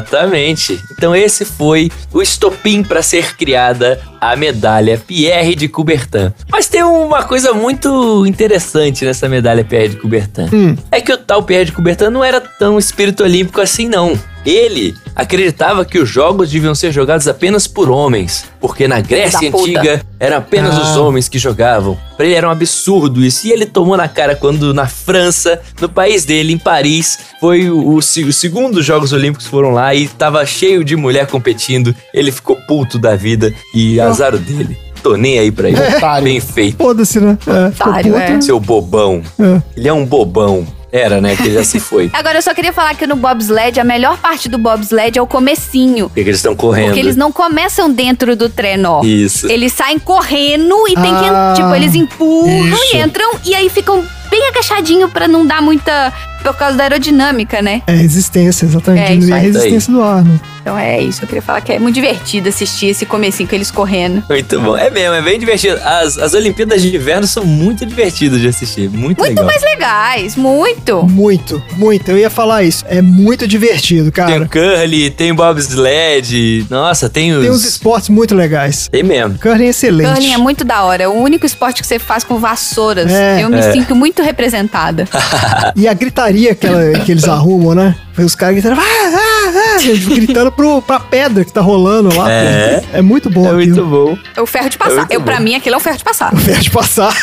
S3: Exatamente. Então esse foi o estopim para ser criada a medalha Pierre de Coubertin. Mas tem uma coisa muito interessante nessa medalha Pierre de Coubertin.
S2: Hum.
S3: É que o tal Pierre de Coubertin não era tão espírito olímpico assim não. Ele acreditava que os jogos deviam ser jogados apenas por homens, porque na Grécia
S2: Da puta.
S3: antiga eram apenas
S4: Ah.
S3: os homens que jogavam. Pra ele era um absurdo isso. E ele tomou na cara quando na França, no país dele, em Paris, foi o, o, se- o segundo Jogos Olímpicos foram lá e tava cheio de mulher competindo. Ele ficou puto da vida e
S4: Ah.
S3: azar dele. Tô nem aí pra
S4: É.
S3: ele.
S1: Otário.
S3: Bem feito,
S4: Foda-se, né? É, ficou
S2: Otário,
S4: puto.
S2: é.
S3: seu bobão.
S4: É.
S3: Ele é um bobão. Era, né? Que ele já se foi.
S2: Agora eu só queria falar que no bobsled, a melhor parte do bobsled é o comecinho.
S3: Porque eles estão correndo.
S2: Porque eles não começam dentro do trenó.
S3: Isso.
S2: Eles saem correndo e tem que.
S4: Ah,
S2: Tipo, eles empurram
S4: isso.
S2: e entram e aí ficam bem agachadinho pra não dar muita. Por causa da aerodinâmica, né?
S4: É resistência,
S2: É,
S4: exatamente. Diminuir a
S2: isso aí.
S4: resistência do ar, né?
S2: Então é isso. Eu queria falar que é muito divertido assistir esse comecinho com eles correndo.
S3: Muito bom. É mesmo, é bem divertido. As, as Olimpíadas de Inverno são muito divertidas de assistir. Muito, legal.
S2: Mas legais, muito.
S4: Muito, muito. Eu ia falar isso. É muito divertido,
S3: Tem
S4: cara.
S3: o curly, tem o bobsled. Nossa, tem os...
S4: Tem uns esportes muito legais.
S3: Tem mesmo.
S4: Curling é excelente.
S2: Curling é muito da hora. É o único esporte que você faz com vassouras.
S4: É.
S2: eu me
S3: É.
S2: sinto muito representada.
S4: E a gritaria que, ela- que eles arrumam, né? Os caras gritando, "Ah, ah, ah", gritando pro, pra pedra que tá rolando lá.
S3: É.
S4: É muito bom.
S3: É muito
S4: aquilo.
S3: bom.
S2: É o ferro de
S3: É
S2: passar.
S3: muito
S2: eu,
S3: bom.
S2: pra mim, aquilo é o ferro de passar.
S4: O ferro de passar,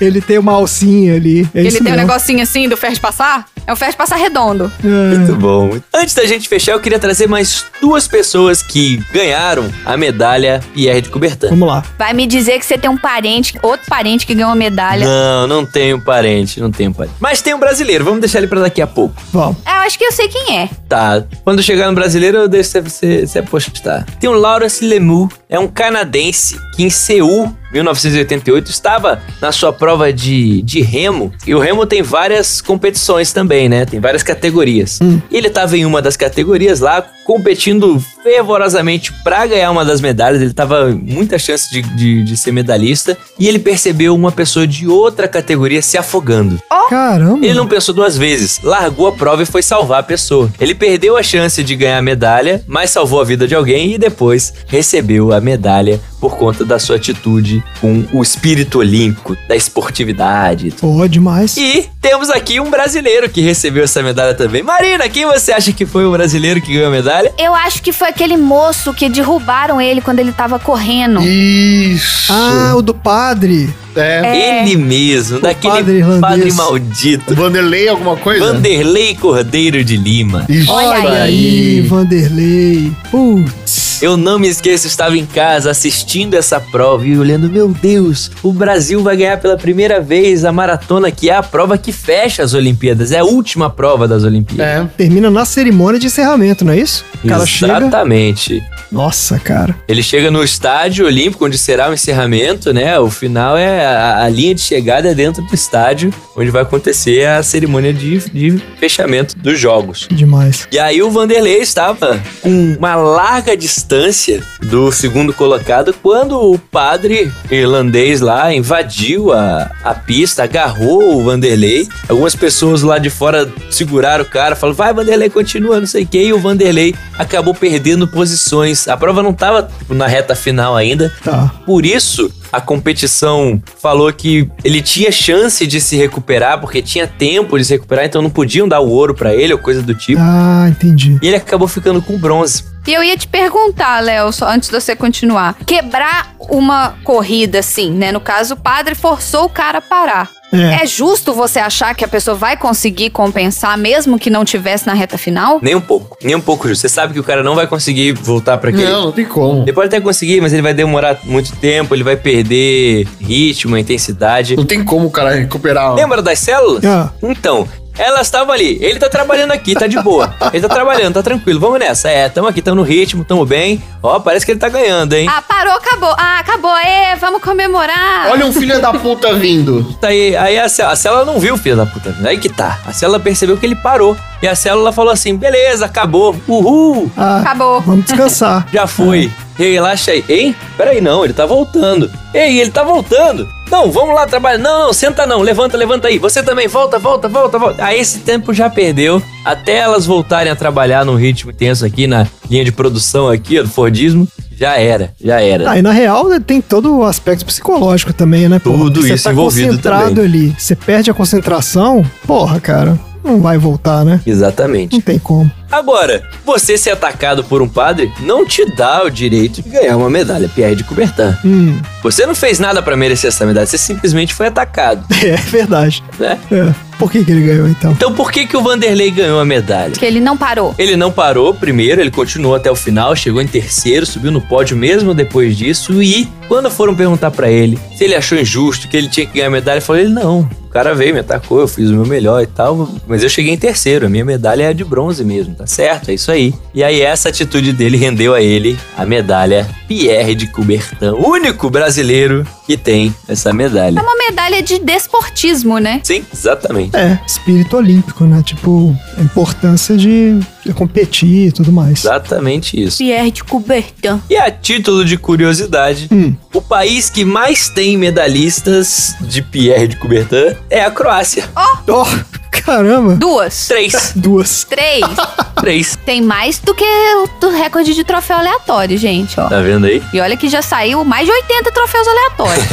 S4: ele tem uma alcinha ali. É
S2: Ele
S4: isso
S2: tem um
S4: mesmo.
S2: negocinho assim do ferro de passar? É um festa passar redondo.
S3: Muito bom. Antes da gente fechar, eu queria trazer mais duas pessoas que ganharam a medalha Pierre de Coubertin.
S4: Vamos lá.
S6: Vai me dizer que você tem um parente, outro parente que ganhou medalha.
S3: Não, não tenho parente, não tenho parente. Mas tem um brasileiro, vamos deixar ele pra daqui a pouco.
S4: Vamos.
S6: Ah, eu acho que eu sei quem é.
S3: Tá. Quando chegar no brasileiro, eu deixo você, você, você postar. Tem o Lawrence Lemieux, é um canadense que em Seul, 1988, estava na sua prova de, de remo. E o remo tem várias competições também, né? Tem várias categorias. E ele estava em uma das categorias lá, competindo fervorosamente pra ganhar uma das medalhas. Ele tava com muita chance de, de, de ser medalhista. E ele percebeu uma pessoa de outra categoria se afogando.
S2: Oh.
S4: Caramba.
S3: Ele não pensou duas vezes, largou a prova e foi salvar a pessoa. Ele perdeu a chance de ganhar a medalha, mas salvou a vida de alguém e depois recebeu a medalha por conta da sua atitude com o espírito olímpico, da esportividade. e tudo.
S4: Pô, demais.
S3: E temos aqui um brasileiro que recebeu essa medalha também. Marina, quem você acha que foi o brasileiro que ganhou a medalha?
S6: Eu acho que foi aquele moço que derrubaram ele quando ele tava correndo.
S1: Isso.
S4: Ah, o do padre.
S1: é.
S3: Ele mesmo, daquele
S4: padre irlandês. é.
S3: padre maldito.
S1: Vanderlei alguma coisa?
S3: Vanderlei Cordeiro de Lima.
S1: Isso
S6: Olha
S4: Aí, Vanderlei. Putz.
S3: Eu não me esqueço, estava em casa assistindo essa prova e olhando, meu Deus, o Brasil vai ganhar pela primeira vez a maratona, que é a prova que fecha as Olimpíadas, é a última prova das Olimpíadas.
S1: É.
S4: Termina na cerimônia de encerramento, não é isso? O cara chega.
S3: Exatamente.
S4: Nossa, cara.
S3: Ele chega no estádio olímpico, onde será o encerramento, né? O final é a, a linha de chegada é dentro do estádio, onde vai acontecer a cerimônia de, de fechamento dos jogos.
S4: Que demais.
S3: E aí o Vanderlei estava com uma larga distância do segundo colocado quando o padre irlandês lá invadiu a, a pista, agarrou o Vanderlei. Algumas pessoas lá de fora seguraram o cara, falaram, vai Vanderlei, continua, não sei o que. E o Vanderlei acabou perdendo posições. A prova não estava na reta final ainda,
S4: Tá.
S3: por isso, a competição falou que ele tinha chance de se recuperar, porque tinha tempo de se recuperar, então não podiam dar o ouro pra ele ou coisa do tipo.
S4: Ah, entendi.
S3: E ele acabou ficando com bronze.
S2: E eu ia te perguntar, Léo, só antes de você continuar. Quebrar uma corrida, assim, né? No caso, o padre forçou o cara a parar.
S4: É.
S2: É justo você achar que a pessoa vai conseguir compensar mesmo que não tivesse na reta final?
S3: Nem um pouco. Nem um pouco, Ju. Você sabe que o cara não vai conseguir voltar pra aquele.
S1: Não, não tem como.
S3: Ele pode até conseguir, mas ele vai demorar muito tempo, ele vai perder ritmo, intensidade.
S1: Não tem como o cara recuperar.
S3: Lembra das células?
S4: Ah.
S3: Então, elas estavam ali. Ele tá trabalhando aqui, tá de boa. Ele tá trabalhando, tá tranquilo. Vamos nessa. É, tamo aqui, tamo no ritmo, tamo bem. Ó, parece que ele tá ganhando, hein?
S2: Ah, parou, acabou. Ah, acabou. É, vamos comemorar.
S1: Olha um filho da puta vindo.
S3: Tá Aí, aí a, cé- a célula não viu, filho da puta. Aí que tá. A célula percebeu que ele parou. E a célula falou assim: beleza, acabou. Uhul!
S4: Ah,
S2: Acabou.
S4: Vamos descansar.
S3: Já foi. Relaxa aí. Hein? Peraí, não, ele tá voltando. Ei, ele tá voltando. Não, vamos lá trabalhar. Não, não, senta não. Levanta, levanta aí. Você também. Volta, volta, volta, volta. Aí esse tempo já perdeu. Até elas voltarem a trabalhar num ritmo intenso aqui na linha de produção aqui, ó, do Fordismo. Já era, já era.
S4: Aí, na real, né, tem todo o aspecto psicológico também, né? porra?
S3: Tudo
S4: Você
S3: isso
S4: tá
S3: envolvido
S4: concentrado
S3: também.
S4: ali. Você perde a concentração, porra, cara. Não vai voltar, né?
S3: Exatamente.
S4: Não tem como.
S3: Agora, você ser atacado por um padre não te dá o direito de ganhar uma medalha Pierre de Coubertin.
S4: Hum,
S3: Você não fez nada pra merecer essa medalha, você simplesmente foi atacado,
S4: é verdade.
S3: né?
S4: É. Por que, que ele ganhou então?
S3: Então por que que o Vanderlei ganhou a medalha?
S2: Que ele não parou.
S3: Ele não parou primeiro, ele continuou até o final, chegou em terceiro, subiu no pódio mesmo depois disso e quando foram perguntar pra ele se ele achou injusto que ele tinha que ganhar a medalha, ele falou: "Ele não. O cara veio, me atacou, eu fiz o meu melhor e tal, mas eu cheguei em terceiro, a minha medalha é de bronze mesmo, tá certo? É isso aí". E aí essa atitude dele rendeu a ele a medalha Pierre de Coubertin, o único brasileiro que tem essa medalha.
S2: É Uma medalha de desportismo, né?
S3: Sim, exatamente.
S4: É, espírito olímpico, né? Tipo, a importância de de competir e tudo mais.
S3: Exatamente isso.
S6: Pierre de Coubertin.
S3: E a título de curiosidade,
S4: Hum.
S3: o país que mais tem medalhistas de Pierre de Coubertin é a Croácia.
S4: Oh, caramba!
S2: Duas.
S3: Três.
S4: Duas.
S2: Três.
S3: Três.
S2: Tem mais do que o do recorde de troféu aleatório, gente, ó.
S3: Tá vendo aí?
S2: E olha que já saiu mais de 80 troféus aleatórios.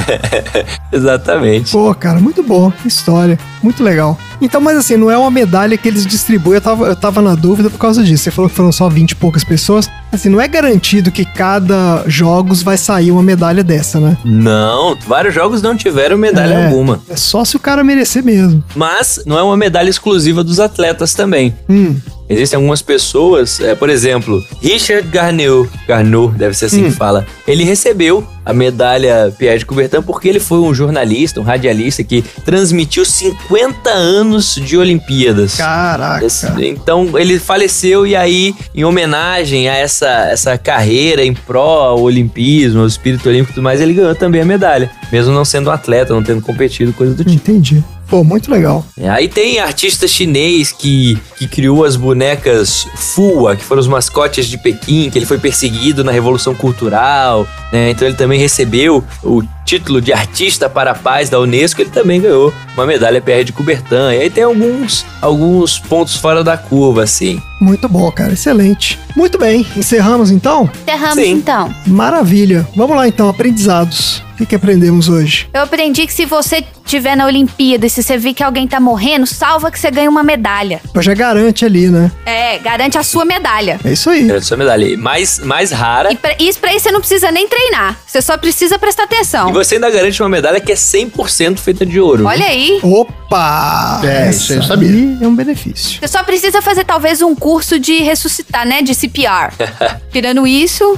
S3: Exatamente.
S4: Pô, cara, muito bom. Que história. Muito legal. Então, mas assim, não é uma medalha que eles distribuem. Eu tava, eu tava na dúvida por causa disso. Você falou que foram só 20 e poucas pessoas. Assim, não é garantido que cada jogos vai sair uma medalha dessa, né?
S3: Não, vários jogos não tiveram medalha
S4: É.
S3: alguma.
S4: É só se o cara merecer mesmo.
S3: Mas não é uma medalha exclusiva dos atletas também.
S4: Hum.
S3: Existem algumas pessoas, é, por exemplo, Richard Garneau, Garneau, deve ser assim
S4: Hum.
S3: que fala, ele recebeu a medalha Pierre de Coubertin porque ele foi um jornalista, um radialista que transmitiu 50 anos de Olimpíadas.
S4: Caraca.
S3: Esse- Então ele faleceu e aí, em homenagem a essa, essa carreira em pró ao olimpismo, ao espírito olímpico e tudo mais, ele ganhou também a medalha. Mesmo não sendo um atleta, não tendo competido, coisa do tipo.
S4: Entendi. Pô, muito legal.
S3: É, Aí tem artista chinês que, que criou as bonecas Fua, que foram os mascotes de Pequim, que ele foi perseguido na Revolução Cultural, né? Então ele também recebeu o título de Artista para a Paz da Unesco, ele também ganhou uma medalha PR de Coubertin. E aí tem alguns, alguns pontos fora da curva, assim.
S4: Muito bom, cara. Excelente. Muito bem. Encerramos então?
S2: Enterramos
S3: Sim.
S2: então.
S4: Maravilha. Vamos lá então, aprendizados. O que, que aprendemos hoje?
S2: Eu aprendi que se você tiver na Olimpíada e se você vir que alguém tá morrendo, salva que você ganha uma medalha.
S4: Pô, já garante ali, né?
S2: É, garante a sua medalha.
S4: É isso aí.
S3: Era sua medalha aí. mais, mais rara.
S2: E pra, isso pra isso você não precisa nem treinar. Você só precisa prestar
S3: E
S2: atenção.
S3: você ainda garante uma medalha que é 100% feita de ouro.
S2: Olha aí.
S4: Opa!
S1: É, isso eu
S4: Essa
S1: sabia.
S4: aí É um benefício.
S2: Você só precisa fazer talvez um curso de ressuscitar, né? De CPR. Tirando isso.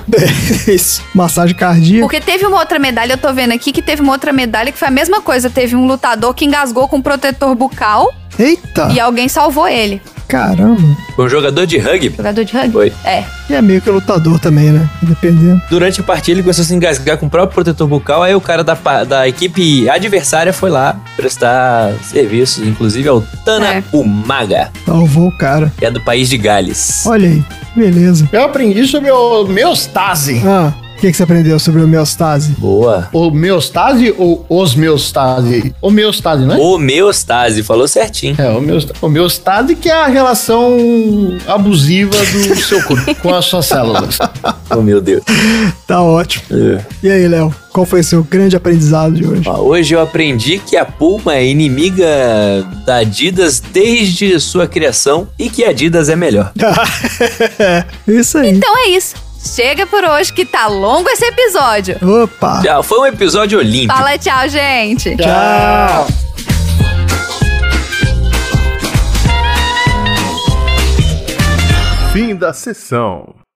S4: isso. Massagem cardíaca.
S2: Porque teve uma outra medalha, eu tô vendo aqui que teve uma outra medalha que foi a mesma coisa. Teve um lutador que engasgou com um protetor bucal
S4: Eita!
S3: Ah.
S2: e alguém salvou ele.
S4: Caramba.
S3: Foi um jogador de rugby.
S2: Jogador de rugby?
S3: Foi.
S2: É.
S4: E é meio que lutador também, né? Dependendo.
S3: Durante a partida ele começou a se engasgar com o próprio protetor bucal, aí o cara da, pa- da equipe adversária foi lá prestar serviço, inclusive ao Tana
S2: É.
S3: Umaga,
S4: Salvou o cara.
S3: que é do país de Gales.
S4: Olha aí. Beleza.
S1: Eu aprendi sobre o meostase.
S4: Ah, o que, que você aprendeu sobre homeostase?
S3: Boa.
S1: O meostase ou os meostase? O meostase, não é?
S3: Homeostase, falou certinho.
S1: É, o meost- o meostase que é a relação abusiva do seu corpo com as suas células.
S3: Oh, meu Deus.
S4: Tá ótimo.
S3: É.
S4: E aí, Léo? Qual foi o seu grande aprendizado de hoje?
S3: Ó, Hoje eu aprendi que a Puma é inimiga da Adidas desde sua criação e que a Adidas é melhor.
S4: Isso aí.
S2: Então é isso. Chega por hoje que tá longo esse episódio.
S4: Opa!
S3: Já foi um episódio olímpico.
S2: Fala tchau, gente.
S1: Tchau!
S7: Fim da sessão.